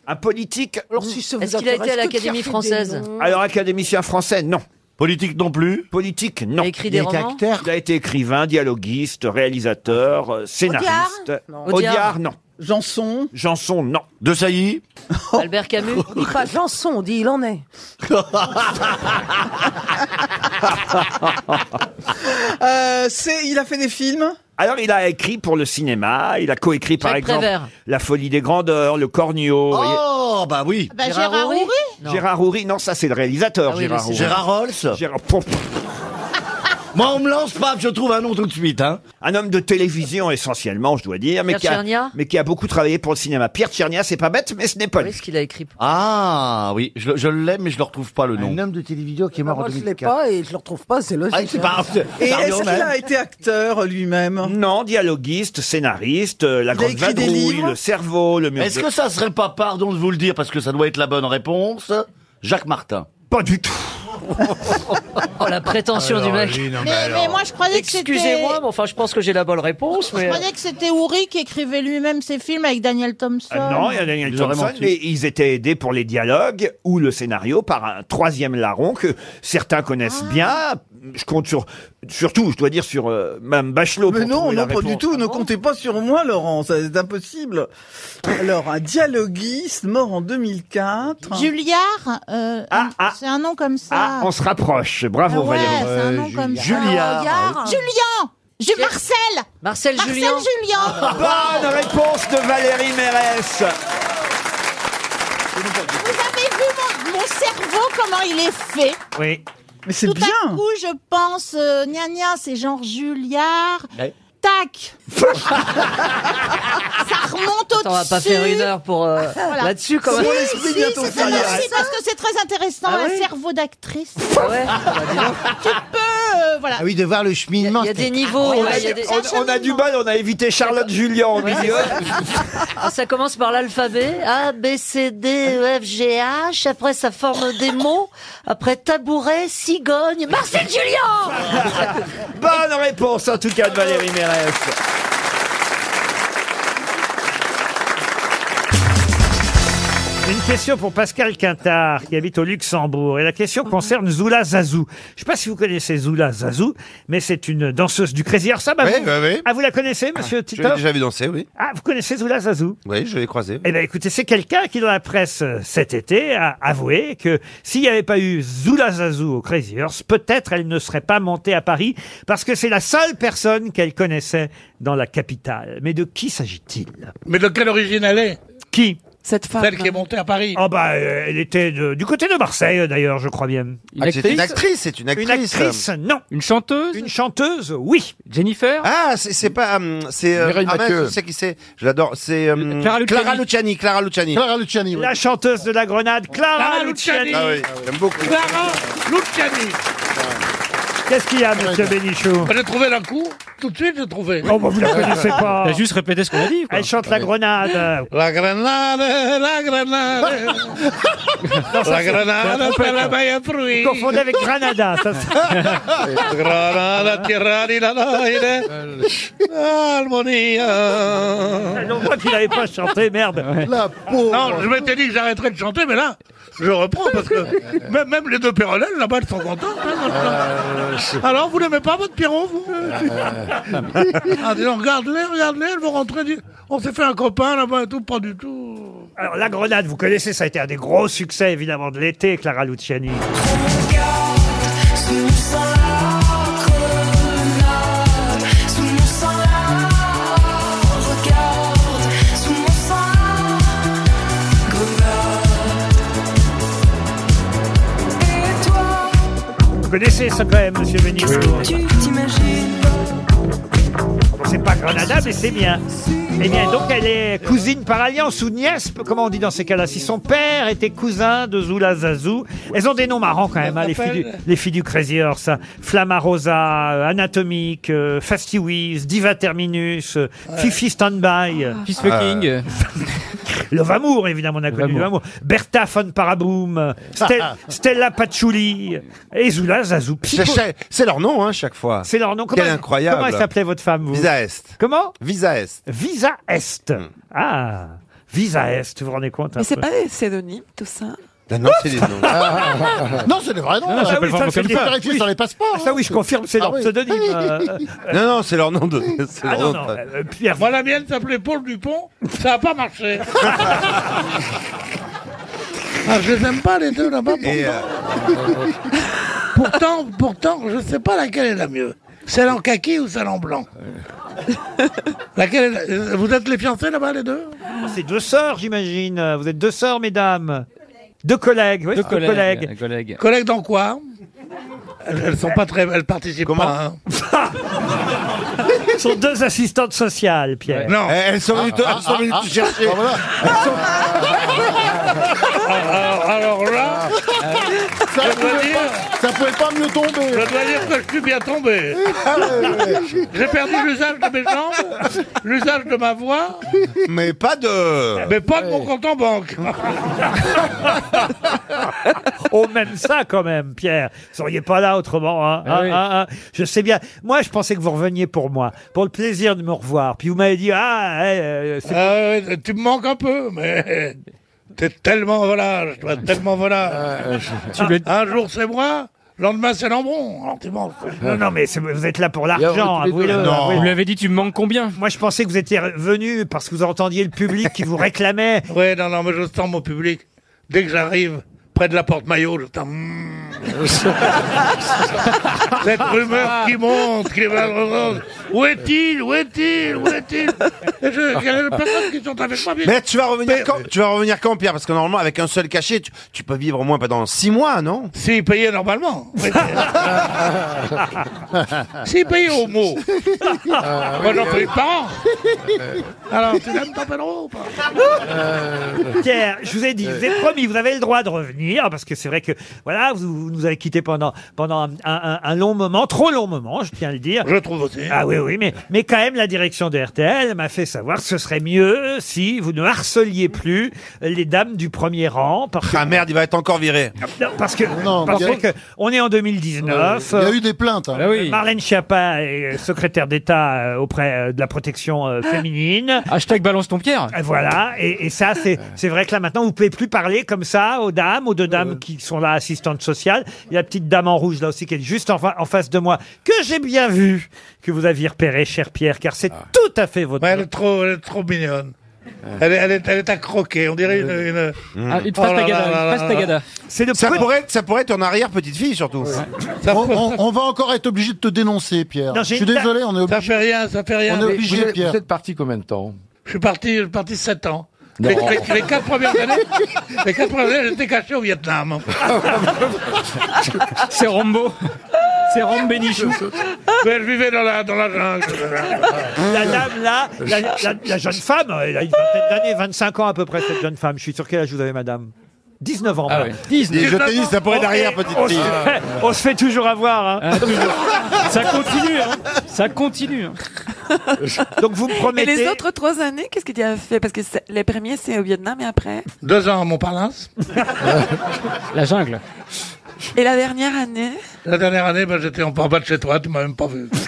[SPEAKER 1] Un politique
[SPEAKER 12] Alors, si ça vous
[SPEAKER 13] Est-ce qu'il a
[SPEAKER 12] intéresse,
[SPEAKER 13] été à
[SPEAKER 12] que de
[SPEAKER 13] l'Académie
[SPEAKER 12] chercher des
[SPEAKER 13] française
[SPEAKER 12] noms
[SPEAKER 1] Alors, académicien français, non. Politique non plus Politique, non. Il a
[SPEAKER 13] écrit des Il a été romans
[SPEAKER 1] Il a été écrivain, dialoguiste, réalisateur, euh, scénariste.
[SPEAKER 13] Audiard Non.
[SPEAKER 1] Audiard, non.
[SPEAKER 17] Janson
[SPEAKER 1] Janson, non. De Sailly
[SPEAKER 13] Albert Camus.
[SPEAKER 12] On dit pas Janson, on dit il en est.
[SPEAKER 17] Euh, c'est, il a fait des films.
[SPEAKER 1] Alors, il a écrit pour le cinéma, il a coécrit par
[SPEAKER 17] Jacques
[SPEAKER 1] exemple
[SPEAKER 17] Prévert.
[SPEAKER 1] La Folie des Grandeurs, Le Cornio. vous voyez.
[SPEAKER 17] Oh,
[SPEAKER 1] bah oui.
[SPEAKER 7] Bah, Gérard Houry
[SPEAKER 1] Gérard Houry, non, ça c'est le réalisateur,
[SPEAKER 17] Ah oui,
[SPEAKER 1] Gérard
[SPEAKER 17] mais
[SPEAKER 1] Houry.
[SPEAKER 17] c'est- Gérard
[SPEAKER 1] Rolls
[SPEAKER 17] Moi, on me lance pas, je trouve un nom tout de suite. hein.
[SPEAKER 1] Un homme de télévision essentiellement, je dois dire, mais
[SPEAKER 13] Pierre
[SPEAKER 1] qui, a,
[SPEAKER 13] Tchernia
[SPEAKER 1] mais qui a beaucoup travaillé pour le cinéma. Pierre Tchernia, c'est pas bête, mais ce n'est pas
[SPEAKER 13] Oui,
[SPEAKER 1] lui.
[SPEAKER 13] ce qu'il a écrit.
[SPEAKER 17] Ah oui, je, je l'aime, mais je le retrouve pas le nom.
[SPEAKER 9] Un homme de télévision qui est mort en
[SPEAKER 12] Moi, je l'ai
[SPEAKER 9] 2004.
[SPEAKER 12] pas et je le retrouve pas, c'est
[SPEAKER 13] Ah,
[SPEAKER 17] Ah,
[SPEAKER 12] logique. hein.
[SPEAKER 17] Et est-ce qu'il a été acteur euh, lui-même
[SPEAKER 1] Non, dialoguiste, scénariste, euh, La
[SPEAKER 17] Il a
[SPEAKER 1] Grande
[SPEAKER 17] écrit des
[SPEAKER 1] Vadrouille,
[SPEAKER 17] livres
[SPEAKER 1] Le Cerveau, Le Mur
[SPEAKER 30] Est-ce
[SPEAKER 1] de-
[SPEAKER 30] que ça serait pas, pardon de vous le dire, parce que ça doit être la bonne réponse, Jacques Martin
[SPEAKER 1] Pas du tout.
[SPEAKER 13] Oh, la prétention
[SPEAKER 30] Alors,
[SPEAKER 13] du mec.
[SPEAKER 30] lui, non,
[SPEAKER 7] mais Mais- mais alors. moi, je croyais que c'était-
[SPEAKER 13] Excusez-moi, mais enfin, je pense que j'ai la bonne réponse.
[SPEAKER 7] Je
[SPEAKER 13] Mais...
[SPEAKER 7] croyais que c'était Houry qui écrivait lui-même ses films avec Daniel Thompson.
[SPEAKER 1] Ah non, il y a Daniel
[SPEAKER 30] Ils auraient
[SPEAKER 1] Thompson,
[SPEAKER 30] menti.
[SPEAKER 1] mais ils étaient aidés pour les dialogues ou le scénario par un troisième larron que certains connaissent bien. Je compte sur, surtout, je dois dire, sur euh, Mme Bachelot.
[SPEAKER 17] Mais
[SPEAKER 1] pour
[SPEAKER 17] non,
[SPEAKER 1] trouver la
[SPEAKER 17] non, pas du
[SPEAKER 1] réponse.
[SPEAKER 17] tout. Ne comptez pas sur moi, Laurent. ça, C'est impossible. Alors, un dialoguiste mort en 2004.
[SPEAKER 7] Julliard, euh, c'est un nom comme ça.
[SPEAKER 1] Ah, on se rapproche. Bravo,
[SPEAKER 7] Ah ouais,
[SPEAKER 1] Valérie.
[SPEAKER 7] c'est un nom
[SPEAKER 17] Euh,
[SPEAKER 7] comme ça. Julliard. Julien Ju- Marcel
[SPEAKER 13] Marcel
[SPEAKER 7] Marcel
[SPEAKER 13] Julien.
[SPEAKER 1] bah,
[SPEAKER 7] Julien
[SPEAKER 1] Bonne réponse de Valérie Mérès.
[SPEAKER 7] Vous avez vu mon, mon cerveau, comment il est fait
[SPEAKER 1] Oui.
[SPEAKER 17] Mais c'est
[SPEAKER 7] Tout
[SPEAKER 17] bien.
[SPEAKER 7] à coup, je pense, euh, gna gna, c'est genre Julliard. Tac,
[SPEAKER 18] Jacques Ça remonte au-dessus
[SPEAKER 12] Attends, on va pas faire une heure pour, euh,
[SPEAKER 7] Ah,
[SPEAKER 12] là-dessus, quand même. On l'explique
[SPEAKER 18] Si, si,
[SPEAKER 12] bientôt,
[SPEAKER 18] c'est
[SPEAKER 12] ça,
[SPEAKER 18] pas-
[SPEAKER 12] Yann.
[SPEAKER 18] si, parce que c'est très intéressant,
[SPEAKER 12] Ah
[SPEAKER 18] un
[SPEAKER 12] ouais
[SPEAKER 18] cerveau d'actrice.
[SPEAKER 12] Tu
[SPEAKER 18] peux, euh, voilà.
[SPEAKER 26] Ah oui, de voir le cheminement.
[SPEAKER 18] Il y a des niveaux,
[SPEAKER 26] Ah,
[SPEAKER 12] ouais,
[SPEAKER 26] ouais,
[SPEAKER 12] il y a
[SPEAKER 26] c'est-
[SPEAKER 12] des-
[SPEAKER 2] On, on a du bal, on a évité Charlotte Julien au milieu.
[SPEAKER 12] Ah, ça commence par l'alphabet. A, B, C, D, E, F, G, H. Après, ça forme des mots. Après, tabouret, cigogne. Marcel Julien
[SPEAKER 2] Bonne réponse en tout cas de Valérie Mérès.
[SPEAKER 1] Une question pour Pascal Quintard, qui habite au Luxembourg. Et la question concerne Zoula Zazou. Je sais pas si vous connaissez Zoula Zazou, mais c'est une danseuse du Crésier. Ça, bah,
[SPEAKER 17] Oui,
[SPEAKER 1] vous,
[SPEAKER 17] oui, oui.
[SPEAKER 1] Ah, vous la connaissez, monsieur
[SPEAKER 17] Je
[SPEAKER 1] Tito
[SPEAKER 17] l'ai déjà vu danser, oui.
[SPEAKER 1] Ah, vous connaissez Zoula Zazou
[SPEAKER 17] Oui, je l'ai croisé.
[SPEAKER 1] Eh bien, écoutez, c'est quelqu'un qui, dans la presse euh, cet été, a avoué que s'il n'y avait pas eu Zoula Zazou au Crazy Horse, peut-être elle ne serait pas montée à Paris, parce que c'est la seule personne qu'elle connaissait dans la capitale. Mais de qui s'agit-il
[SPEAKER 14] Mais de quelle origine elle est
[SPEAKER 1] Qui
[SPEAKER 14] Cette femme. Celle qui est montée à Paris.
[SPEAKER 1] Ah bah, euh, elle était de- du côté de Marseille, euh, d'ailleurs, je crois bien.
[SPEAKER 17] Ah, c'est actrice une actrice, c'est une
[SPEAKER 1] Une
[SPEAKER 17] actrice. euh,
[SPEAKER 1] actrice, non. Une chanteuse Une chanteuse, oui.
[SPEAKER 17] Jennifer Ah, c'est c'est pas. hum, c'est. euh,
[SPEAKER 1] Mireille
[SPEAKER 17] ah mince,
[SPEAKER 1] Mathieu. Euh,
[SPEAKER 17] je sais qui c'est. Je l'adore. C'est. hum,
[SPEAKER 1] Clara Luciani.
[SPEAKER 17] Clara Luciani. Clara Luciani.
[SPEAKER 1] Clara Luciani, oui. La chanteuse de la Grenade, Clara,
[SPEAKER 17] Clara
[SPEAKER 1] Luciani.
[SPEAKER 17] Ah oui, j'aime beaucoup.
[SPEAKER 14] Clara Luciani.
[SPEAKER 1] Qu'est-ce qu'il y a, monsieur Bénichou
[SPEAKER 14] Vous l'avez trouvé d'un coup Tout de suite, j'ai trouvé.
[SPEAKER 1] Oh, bah, vous la connaissez pas. T'as juste
[SPEAKER 14] répété ce qu'on a dit.
[SPEAKER 1] Elle chante la Grenade.
[SPEAKER 14] La grenade, la grenade.
[SPEAKER 1] Non, ça, c'est-
[SPEAKER 14] la
[SPEAKER 1] c'est la
[SPEAKER 14] grenade,
[SPEAKER 1] trompette.
[SPEAKER 14] c'est la baille à fruits.
[SPEAKER 1] Confondez avec Granada. ça, c'est-
[SPEAKER 14] Granada, tiradidadaide, Almonia.
[SPEAKER 1] On voit qu'il n'avait pas chanté, merde.
[SPEAKER 14] Non, je m'étais dit que j'arrêterais de chanter, mais là, je reprends parce que même, même les deux Pérolelles, là-bas, elles sont contentes.
[SPEAKER 18] Euh,
[SPEAKER 14] hein. Alors, vous n'aimez pas votre Pierrot, vous ah, dis donc, regarde-les, regarde-les, elles vont rentrer. du- On s'est fait un copain là-bas et tout, pas du tout.
[SPEAKER 1] Alors, la Grenade, vous connaissez, ça a été un des gros succès, évidemment, de l'été, Clara Luciani.
[SPEAKER 18] Sous mon sang la grenade, sous mon sang la regarde, sous mon sang la grenade. Et toi,
[SPEAKER 1] Vous connaissez ça quand même, monsieur Bénichou
[SPEAKER 18] tu t'imagines
[SPEAKER 1] Bon, C'est pas Granada, mais c'est bien. Eh bien, donc elle est cousine par alliance ou nièce, comment on dit dans ces cas-là Si son père était cousin de Zula Zazou, elles ont des noms marrants quand même, hein, les, filles du, les filles du Crazy Horse. hein. Flammarosa, euh, Anatomique, euh, Fasty Whiz, Diva Terminus, euh, Fifi Standby.
[SPEAKER 17] Ah.
[SPEAKER 1] euh,
[SPEAKER 16] Fist fucking.
[SPEAKER 1] euh, Love Amour, évidemment, on a connu Love Amour. Bertha von Paraboom, euh, Stel- Stella Patchouli et Zula Zazou.
[SPEAKER 17] Ah, C'est- C'est c'est leur nom, hein, chaque fois.
[SPEAKER 1] C'est leur nom.
[SPEAKER 17] Quel
[SPEAKER 1] Comment-
[SPEAKER 17] incroyable.
[SPEAKER 1] comment elle s'appelait, votre femme, vous
[SPEAKER 17] Visa Est.
[SPEAKER 1] Comment
[SPEAKER 17] Visa Est. Hmm.
[SPEAKER 1] Visa Est. Ah, Visa Est, vous vous rendez compte un
[SPEAKER 11] Mais c'est
[SPEAKER 1] peu.
[SPEAKER 11] pas des pseudonymes, tout ça
[SPEAKER 17] Ah non, c'est les noms.
[SPEAKER 6] non, c'est des vrais noms.
[SPEAKER 1] Non, non,
[SPEAKER 6] là.
[SPEAKER 14] bah
[SPEAKER 1] ça s'appelle vraiment
[SPEAKER 6] oui, ça, c'est
[SPEAKER 1] comme ça.
[SPEAKER 6] vérifié
[SPEAKER 1] Oui.
[SPEAKER 6] sur les passeports.
[SPEAKER 1] Ah,
[SPEAKER 14] hein.
[SPEAKER 1] ça, oui, je confirme, c'est
[SPEAKER 6] Ah
[SPEAKER 1] leur
[SPEAKER 6] oui.
[SPEAKER 1] pseudonyme. euh,
[SPEAKER 17] Non, non, c'est leur nom de. c'est
[SPEAKER 1] Ah
[SPEAKER 17] leur
[SPEAKER 1] non,
[SPEAKER 17] nom
[SPEAKER 1] non,
[SPEAKER 17] de-
[SPEAKER 1] euh, Pierre.
[SPEAKER 14] Moi, la mienne s'appelait Paul Dupont, ça n'a pas marché. ah, je les aime pas, les deux, là-bas, pourtant.
[SPEAKER 17] Et, euh,
[SPEAKER 14] pourtant, pourtant, je ne sais pas laquelle est la mieux. Celle en kaki ou celle en blanc Laquelle est la- euh, Vous êtes les fiancés, là-bas, les deux
[SPEAKER 1] Ah, C'est deux sœurs, j'imagine. Vous êtes deux sœurs, mesdames. Deux collègues, oui,
[SPEAKER 14] Deux
[SPEAKER 1] deux
[SPEAKER 14] collègues,
[SPEAKER 1] collègues.
[SPEAKER 14] deux Collègues dans quoi elles, elles sont pas très... Elles participent pas, hein.
[SPEAKER 1] Ce sont deux assistantes sociales, Pierre.
[SPEAKER 14] Non.
[SPEAKER 17] Eh,
[SPEAKER 14] Ah,
[SPEAKER 17] Elles sont venues
[SPEAKER 1] Ah,
[SPEAKER 17] te- elles sont venues te chercher.
[SPEAKER 14] Alors, alors là,
[SPEAKER 6] Ah. Ça
[SPEAKER 14] je dois
[SPEAKER 6] pouvait
[SPEAKER 14] dire...
[SPEAKER 6] Ça pouvait pas mieux tomber. Ah,
[SPEAKER 14] Je dois dire que je suis bien tombé. J'ai perdu l'usage de mes jambes, l'usage de ma voix,
[SPEAKER 17] Mais pas de.
[SPEAKER 14] mais pas de mon compte en banque.
[SPEAKER 1] Oh, même ça, quand même, Pierre. Vous seriez pas là autrement. hein.
[SPEAKER 16] Ah
[SPEAKER 1] Hein,
[SPEAKER 16] oui.
[SPEAKER 1] hein, hein. Je sais bien. Moi, je pensais que vous reveniez pour moi, pour le plaisir de me revoir. Puis vous m'avez dit, ah, eh, euh, c'est-
[SPEAKER 14] Ah ouais, tu me manques un peu, mais t'es tellement volage, toi, tellement
[SPEAKER 13] Ah,
[SPEAKER 14] volage. Ah, Un jour c'est moi, le lendemain c'est Lambron. Alors t'es mort.
[SPEAKER 1] Non, non, mais c'est- vous êtes là pour l'argent,
[SPEAKER 16] tous les deux.
[SPEAKER 1] avouez-le.
[SPEAKER 16] Non. Vous lui
[SPEAKER 1] avez dit, tu me manques combien Moi, je pensais que vous étiez venu parce que vous entendiez le public qui vous réclamait.
[SPEAKER 14] Ouais, non, non, mais je sens mon public. Dès que j'arrive près de la porte maillot, je sens. Mm. Cette rumeur qui monte, qui est malheureuse. Où est-il Où est-il Où est-il Et je- Il y a des personnes qui sont avec moi. mais-
[SPEAKER 13] Mais tu vas revenir
[SPEAKER 14] Mais-
[SPEAKER 13] quand, tu vas revenir quand Pierre Parce que normalement, avec un seul cachet, tu, tu peux vivre au moins pendant 6 mois, non
[SPEAKER 14] Si, payé normalement. C'est payé au mot. Moi, j'en paye par an. Alors, tu l'aimes ton Pedro ou pas
[SPEAKER 1] Euh, Pierre, je vous ai dit, je vous ai promis, vous avez le droit de revenir, parce que c'est vrai que, voilà, vous, vous nous avez quittés pendant, pendant un, un- un long moment, trop long moment, je tiens à le dire.
[SPEAKER 14] Je trouve aussi.
[SPEAKER 1] Ah oui, oui, mais, mais quand même, la direction de RTL m'a fait savoir que ce serait mieux si vous ne harceliez plus les dames du premier rang. Parce que...
[SPEAKER 13] Ah merde, il va être encore viré.
[SPEAKER 1] parce que,
[SPEAKER 13] Non,
[SPEAKER 1] parce
[SPEAKER 13] mais-
[SPEAKER 1] que Ah, on est en 2019.
[SPEAKER 13] Ouais, il y a eu des plaintes,
[SPEAKER 11] Bah
[SPEAKER 1] Bah
[SPEAKER 13] hein. Ah oui.
[SPEAKER 1] Marlène Schiappa est secrétaire d'État euh, auprès euh, de la protection euh, féminine.
[SPEAKER 11] Hashtag balance ton pierre.
[SPEAKER 1] Et Voilà, et, et ça, c'est c'est vrai que là maintenant, vous pouvez plus parler comme ça aux dames, aux deux dames qui sont là, assistantes sociales. Il y a la petite dame en rouge là aussi qui est juste en, fa- en face de moi, que j'ai bien vu, que vous aviez repéré, cher Pierre, car c'est
[SPEAKER 13] Ah.
[SPEAKER 1] tout à fait votre.
[SPEAKER 14] Ouais, elle est trop, elle est trop mignonne. Elle est, elle, est, elle est à croquer, on dirait une... une...
[SPEAKER 13] Ah, une
[SPEAKER 14] Oh là
[SPEAKER 13] pastagada,
[SPEAKER 14] là
[SPEAKER 13] une
[SPEAKER 14] là là
[SPEAKER 13] pastagada.
[SPEAKER 14] là.
[SPEAKER 1] C'est le
[SPEAKER 13] Ça pourrait, être, ça pourrait être ton arrière-petite fille, surtout.
[SPEAKER 3] On, on- on va encore être obligé de te dénoncer, Pierre.
[SPEAKER 13] Non,
[SPEAKER 3] je
[SPEAKER 13] j'ai
[SPEAKER 3] suis
[SPEAKER 13] une ta-
[SPEAKER 3] désolé, on est obligé.
[SPEAKER 14] Ça fait rien, ça fait rien.
[SPEAKER 3] On est obligé,
[SPEAKER 14] Vous êtes-
[SPEAKER 3] Pierre.
[SPEAKER 14] vous êtes-
[SPEAKER 11] parti combien de temps
[SPEAKER 14] Je suis parti, je suis parti 7 ans.
[SPEAKER 11] Non.
[SPEAKER 14] Les, les- les quatre premières années, les quatre premières années, j'étais caché au Vietnam.
[SPEAKER 11] C'est Rambo. C'est Rambo Bénichou.
[SPEAKER 14] Ouais, je vivais dans la, dans la jungle.
[SPEAKER 1] La dame là, la, la- la jeune femme, elle a une vingtaine d'années, 25 ans à peu près, cette jeune femme. Je suis sûr qu'elle a vous avez, madame 19 ans. voilà.
[SPEAKER 11] ouais. 19 Et je t'ai dit, ça pourrait être
[SPEAKER 1] Oh,
[SPEAKER 11] arrière,
[SPEAKER 1] et
[SPEAKER 11] petite
[SPEAKER 1] on se
[SPEAKER 11] fille. Ah.
[SPEAKER 1] fait- On se fait toujours avoir. hein.
[SPEAKER 11] Ça continue, hein. Ça continue. hein.
[SPEAKER 1] Donc vous me
[SPEAKER 11] Et
[SPEAKER 1] promettez.
[SPEAKER 11] les autres trois années, qu'est-ce que tu as fait Parce que c'est- les premiers, c'est au Vietnam et après.
[SPEAKER 14] Deux ans à Montparnasse.
[SPEAKER 11] La jungle. Et la dernière année
[SPEAKER 14] La dernière année, ben, j'étais en en bas de chez toi, tu m'as même pas vu.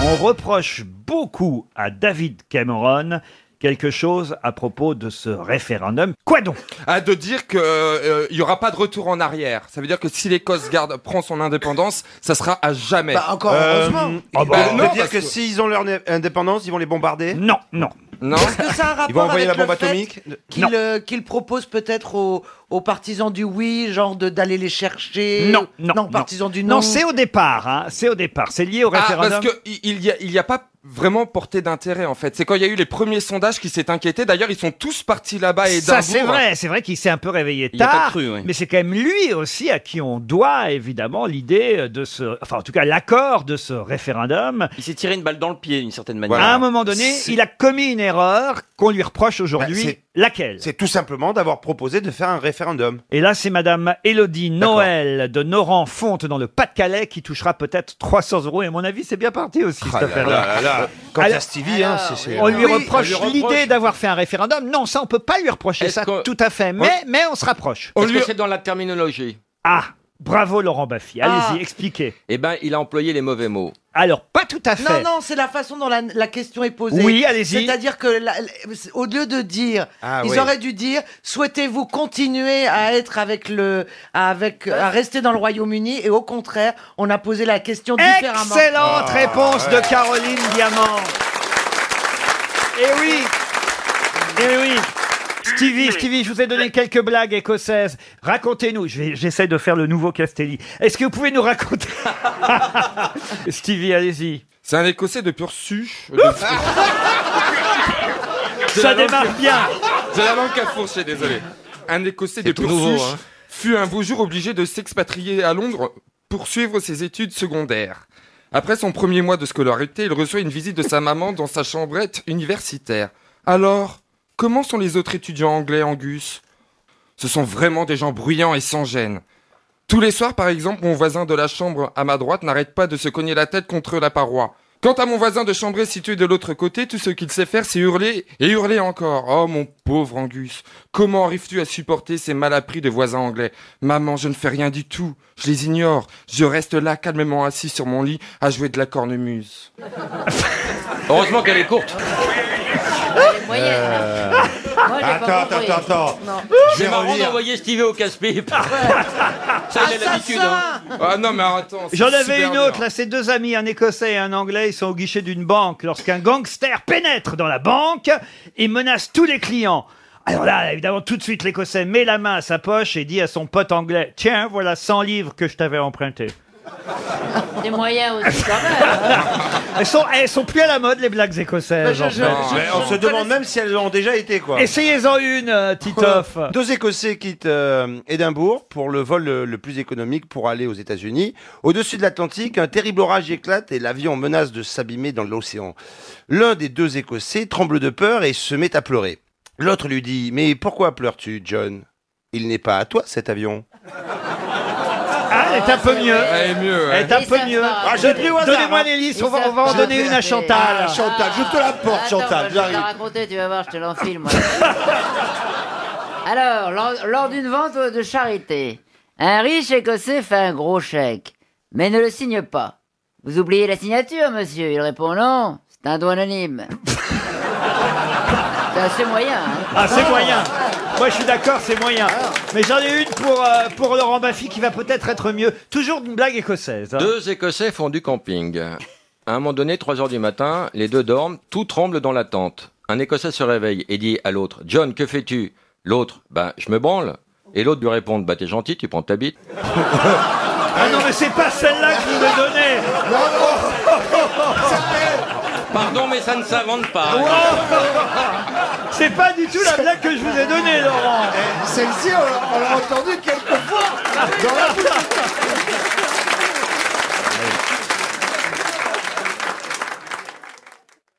[SPEAKER 31] On reproche beaucoup à David Cameron quelque chose à propos de ce référendum. Quoi donc
[SPEAKER 28] Ah, de dire que euh, il y aura pas de retour en arrière. Ça veut dire que si l'Écosse garde prend son indépendance, ça sera à jamais.
[SPEAKER 13] Bah, encore
[SPEAKER 1] Euh,
[SPEAKER 13] heureusement.
[SPEAKER 28] ah bah,
[SPEAKER 13] de
[SPEAKER 28] non,
[SPEAKER 13] dire
[SPEAKER 28] parce
[SPEAKER 13] que, s'ils ont leur né- indépendance, ils vont les bombarder
[SPEAKER 1] Non, non.
[SPEAKER 28] Non.
[SPEAKER 12] Est-ce que ça a un rapport
[SPEAKER 13] Ils vont envoyer
[SPEAKER 12] avec
[SPEAKER 13] la bombe
[SPEAKER 12] le fait
[SPEAKER 13] atomique
[SPEAKER 12] Qu'il euh, qu'il propose peut-être aux, aux partisans du oui, genre de- d'aller les chercher
[SPEAKER 1] Non, non.
[SPEAKER 12] Non, partisans du non.
[SPEAKER 1] non, c'est au départ. hein, C'est au départ. C'est lié au
[SPEAKER 28] Ah,
[SPEAKER 1] référendum.
[SPEAKER 28] parce que i- il y a, il y a pas vraiment porté d'intérêt en fait. C'est quand il y a eu les premiers sondages qui s'est inquiété. D'ailleurs, ils sont tous partis là-bas et
[SPEAKER 1] Ça,
[SPEAKER 28] d'un hein.
[SPEAKER 1] c'est
[SPEAKER 28] bourg.
[SPEAKER 1] vrai. C'est vrai qu'il s'est un peu réveillé
[SPEAKER 28] Il y a
[SPEAKER 1] tard.
[SPEAKER 28] pas cru, oui.
[SPEAKER 1] Mais c'est quand même lui aussi à qui on doit, évidemment, l'idée de ce. Enfin, en tout cas, l'accord de ce référendum.
[SPEAKER 24] Il s'est tiré une balle dans le pied d'une certaine manière.
[SPEAKER 1] À un moment donné, il a commis une erreur qu'on lui reproche aujourd'hui. laquelle
[SPEAKER 13] Bah, C'est tout simplement d'avoir proposé de faire un référendum.
[SPEAKER 1] Et là, c'est Madame Elodie Noël de Noran Fonte dans le Pas-de-Calais qui touchera peut-être 300 euros. Et à mon avis, c'est bien parti aussi
[SPEAKER 13] Ah
[SPEAKER 1] cette
[SPEAKER 13] là
[SPEAKER 1] affaire-là. Euh,
[SPEAKER 13] là là là. Quant
[SPEAKER 1] Alors-
[SPEAKER 13] à Stevie, hein, c'est- c'est-
[SPEAKER 1] on lui
[SPEAKER 13] Oui,
[SPEAKER 1] reproche
[SPEAKER 13] on lui
[SPEAKER 1] l'idée d'avoir fait un référendum. Non, ça, on peut pas lui reprocher
[SPEAKER 28] Est-ce
[SPEAKER 1] ça
[SPEAKER 28] qu'on-
[SPEAKER 1] tout à fait. Mais, mais on se rapproche.
[SPEAKER 28] Est-ce que c'est dans la terminologie
[SPEAKER 1] Ah, bravo Laurent Baffy.
[SPEAKER 28] Ah.
[SPEAKER 1] Allez-y, expliquez.
[SPEAKER 28] Eh ben, il a employé les mauvais mots.
[SPEAKER 1] Alors, pas tout à
[SPEAKER 12] Non, non, c'est la façon dont la, la question est posée.
[SPEAKER 28] Oui, allez-y.
[SPEAKER 12] C'est-à-dire que, la- la- au lieu de dire,
[SPEAKER 28] Ah,
[SPEAKER 12] ils
[SPEAKER 28] oui.
[SPEAKER 12] auraient dû dire, souhaitez-vous continuer à être avec le, à avec,
[SPEAKER 1] Bah.
[SPEAKER 12] à rester dans le Royaume-Uni, et au contraire, on a posé la question différemment.
[SPEAKER 1] Excellente réponse de Caroline Diamant. Eh oui Eh oui Stevie, Stevie, je vous ai donné quelques blagues écossaises. Racontez-nous. Je vais- J'essaie de faire le nouveau Castelli. Est-ce que vous pouvez nous raconter Stevie, allez-y.
[SPEAKER 28] C'est un Écossais de pur su. de-
[SPEAKER 1] Ça démarre bien.
[SPEAKER 28] C'est la langue à fourcher, désolé. Un Écossais de
[SPEAKER 11] tout
[SPEAKER 28] pur
[SPEAKER 11] nouveau,
[SPEAKER 28] souche
[SPEAKER 11] hein.
[SPEAKER 28] fut un beau jour obligé de s'expatrier à Londres pour suivre ses études secondaires. Après son premier mois de scolarité, il reçoit une visite de sa maman dans sa chambrette universitaire. Alors, comment sont les autres étudiants anglais, Angus Ce sont vraiment des gens bruyants et sans gêne. Tous les soirs, par exemple, mon voisin de la chambre à ma droite n'arrête pas de se cogner la tête contre la paroi. Quant à mon voisin de chambrée situé de l'autre côté, tout ce qu'il sait faire, c'est hurler et hurler encore. Oh, mon pauvre Angus, comment arrives-tu à supporter ces malappris de voisins anglais Maman, je ne fais rien du tout. Je les ignore. Je reste là, calmement assis sur mon lit, à jouer de la cornemuse. Heureusement qu'elle est courte.
[SPEAKER 24] Moi, j'ai pas
[SPEAKER 13] Attends,
[SPEAKER 27] Euh,
[SPEAKER 24] compris.
[SPEAKER 1] Euh,
[SPEAKER 13] attends, attends.
[SPEAKER 24] Non.
[SPEAKER 13] Je vais
[SPEAKER 24] C'est marrant
[SPEAKER 13] revenir.
[SPEAKER 24] d'envoyer Stevie au casse-pipe. Ça, il a l'habitude. hein.
[SPEAKER 28] Ah non, mais attends. c'est
[SPEAKER 1] J'en avais
[SPEAKER 28] super
[SPEAKER 1] une
[SPEAKER 28] dur.
[SPEAKER 1] autre, là, c'est deux amis, un écossais et un anglais, ils sont au guichet d'une banque. Lorsqu'un gangster pénètre dans la banque, il menace tous les clients. Alors là, évidemment, tout de suite, l'écossais met la main à sa poche et dit à son pote anglais, tiens, voilà 100 livres que je t'avais emprunté.
[SPEAKER 32] Des moyens aussi, quand même.
[SPEAKER 1] Elles sont, elles sont plus à la mode, les blagues
[SPEAKER 13] Bah,
[SPEAKER 1] écossaises. enfin.
[SPEAKER 13] Mais on se demande même si elles ont déjà été, quoi.
[SPEAKER 1] Essayez-en une, euh, Titoff.
[SPEAKER 13] Euh, Deux Écossais quittent euh, Édimbourg pour le vol euh, le plus économique pour aller aux États-Unis. Au-dessus de l'Atlantique, un terrible orage éclate et l'avion menace de s'abîmer dans l'océan. L'un des deux Écossais tremble de peur et se met à pleurer. L'autre lui dit Mais pourquoi pleures-tu, John Il n'est pas à toi cet avion.
[SPEAKER 1] Ah, elle est un peu mieux.
[SPEAKER 28] Elle est mieux.
[SPEAKER 1] Elle est un peu mieux.
[SPEAKER 13] Ah, je l'ai pris au hasard,
[SPEAKER 1] Donnez-moi
[SPEAKER 13] hein.
[SPEAKER 1] les listes, on va, on va en donner une à Ah, Chantal.
[SPEAKER 13] Chantal, je te la porte, Chantal.
[SPEAKER 18] je vais te la
[SPEAKER 13] j'arrive.
[SPEAKER 18] raconter, tu vas voir, je te l'enfile, moi. Alors, lors, lors d'une vente de charité, un riche Écossais fait un gros chèque, mais ne le signe pas. Vous oubliez la signature, monsieur Il répond non, c'est un don anonyme. c'est assez moyen, hein.
[SPEAKER 1] Ah, c'est moyen. Moi, je suis d'accord, c'est moyen. Mais j'en ai une pour, euh, pour Laurent Baffy qui va peut-être être mieux. Toujours une blague écossaise. hein.
[SPEAKER 24] Deux Écossais font du camping. À un moment donné, 3 heures du matin, les deux dorment, tout tremble dans la tente. Un Écossais se réveille et dit à l'autre John, que fais-tu L'autre Ben, je me branle. Et l'autre lui répond Bah, t'es gentil, tu prends ta bite.
[SPEAKER 1] Ah non, mais c'est pas celle-là que vous me donnez.
[SPEAKER 24] Pardon, mais ça ne s'invente pas.
[SPEAKER 1] C'est pas du tout la blague que je vous ai donnée, Laurent.
[SPEAKER 9] Celle-ci, on l'a entendue quelquefois.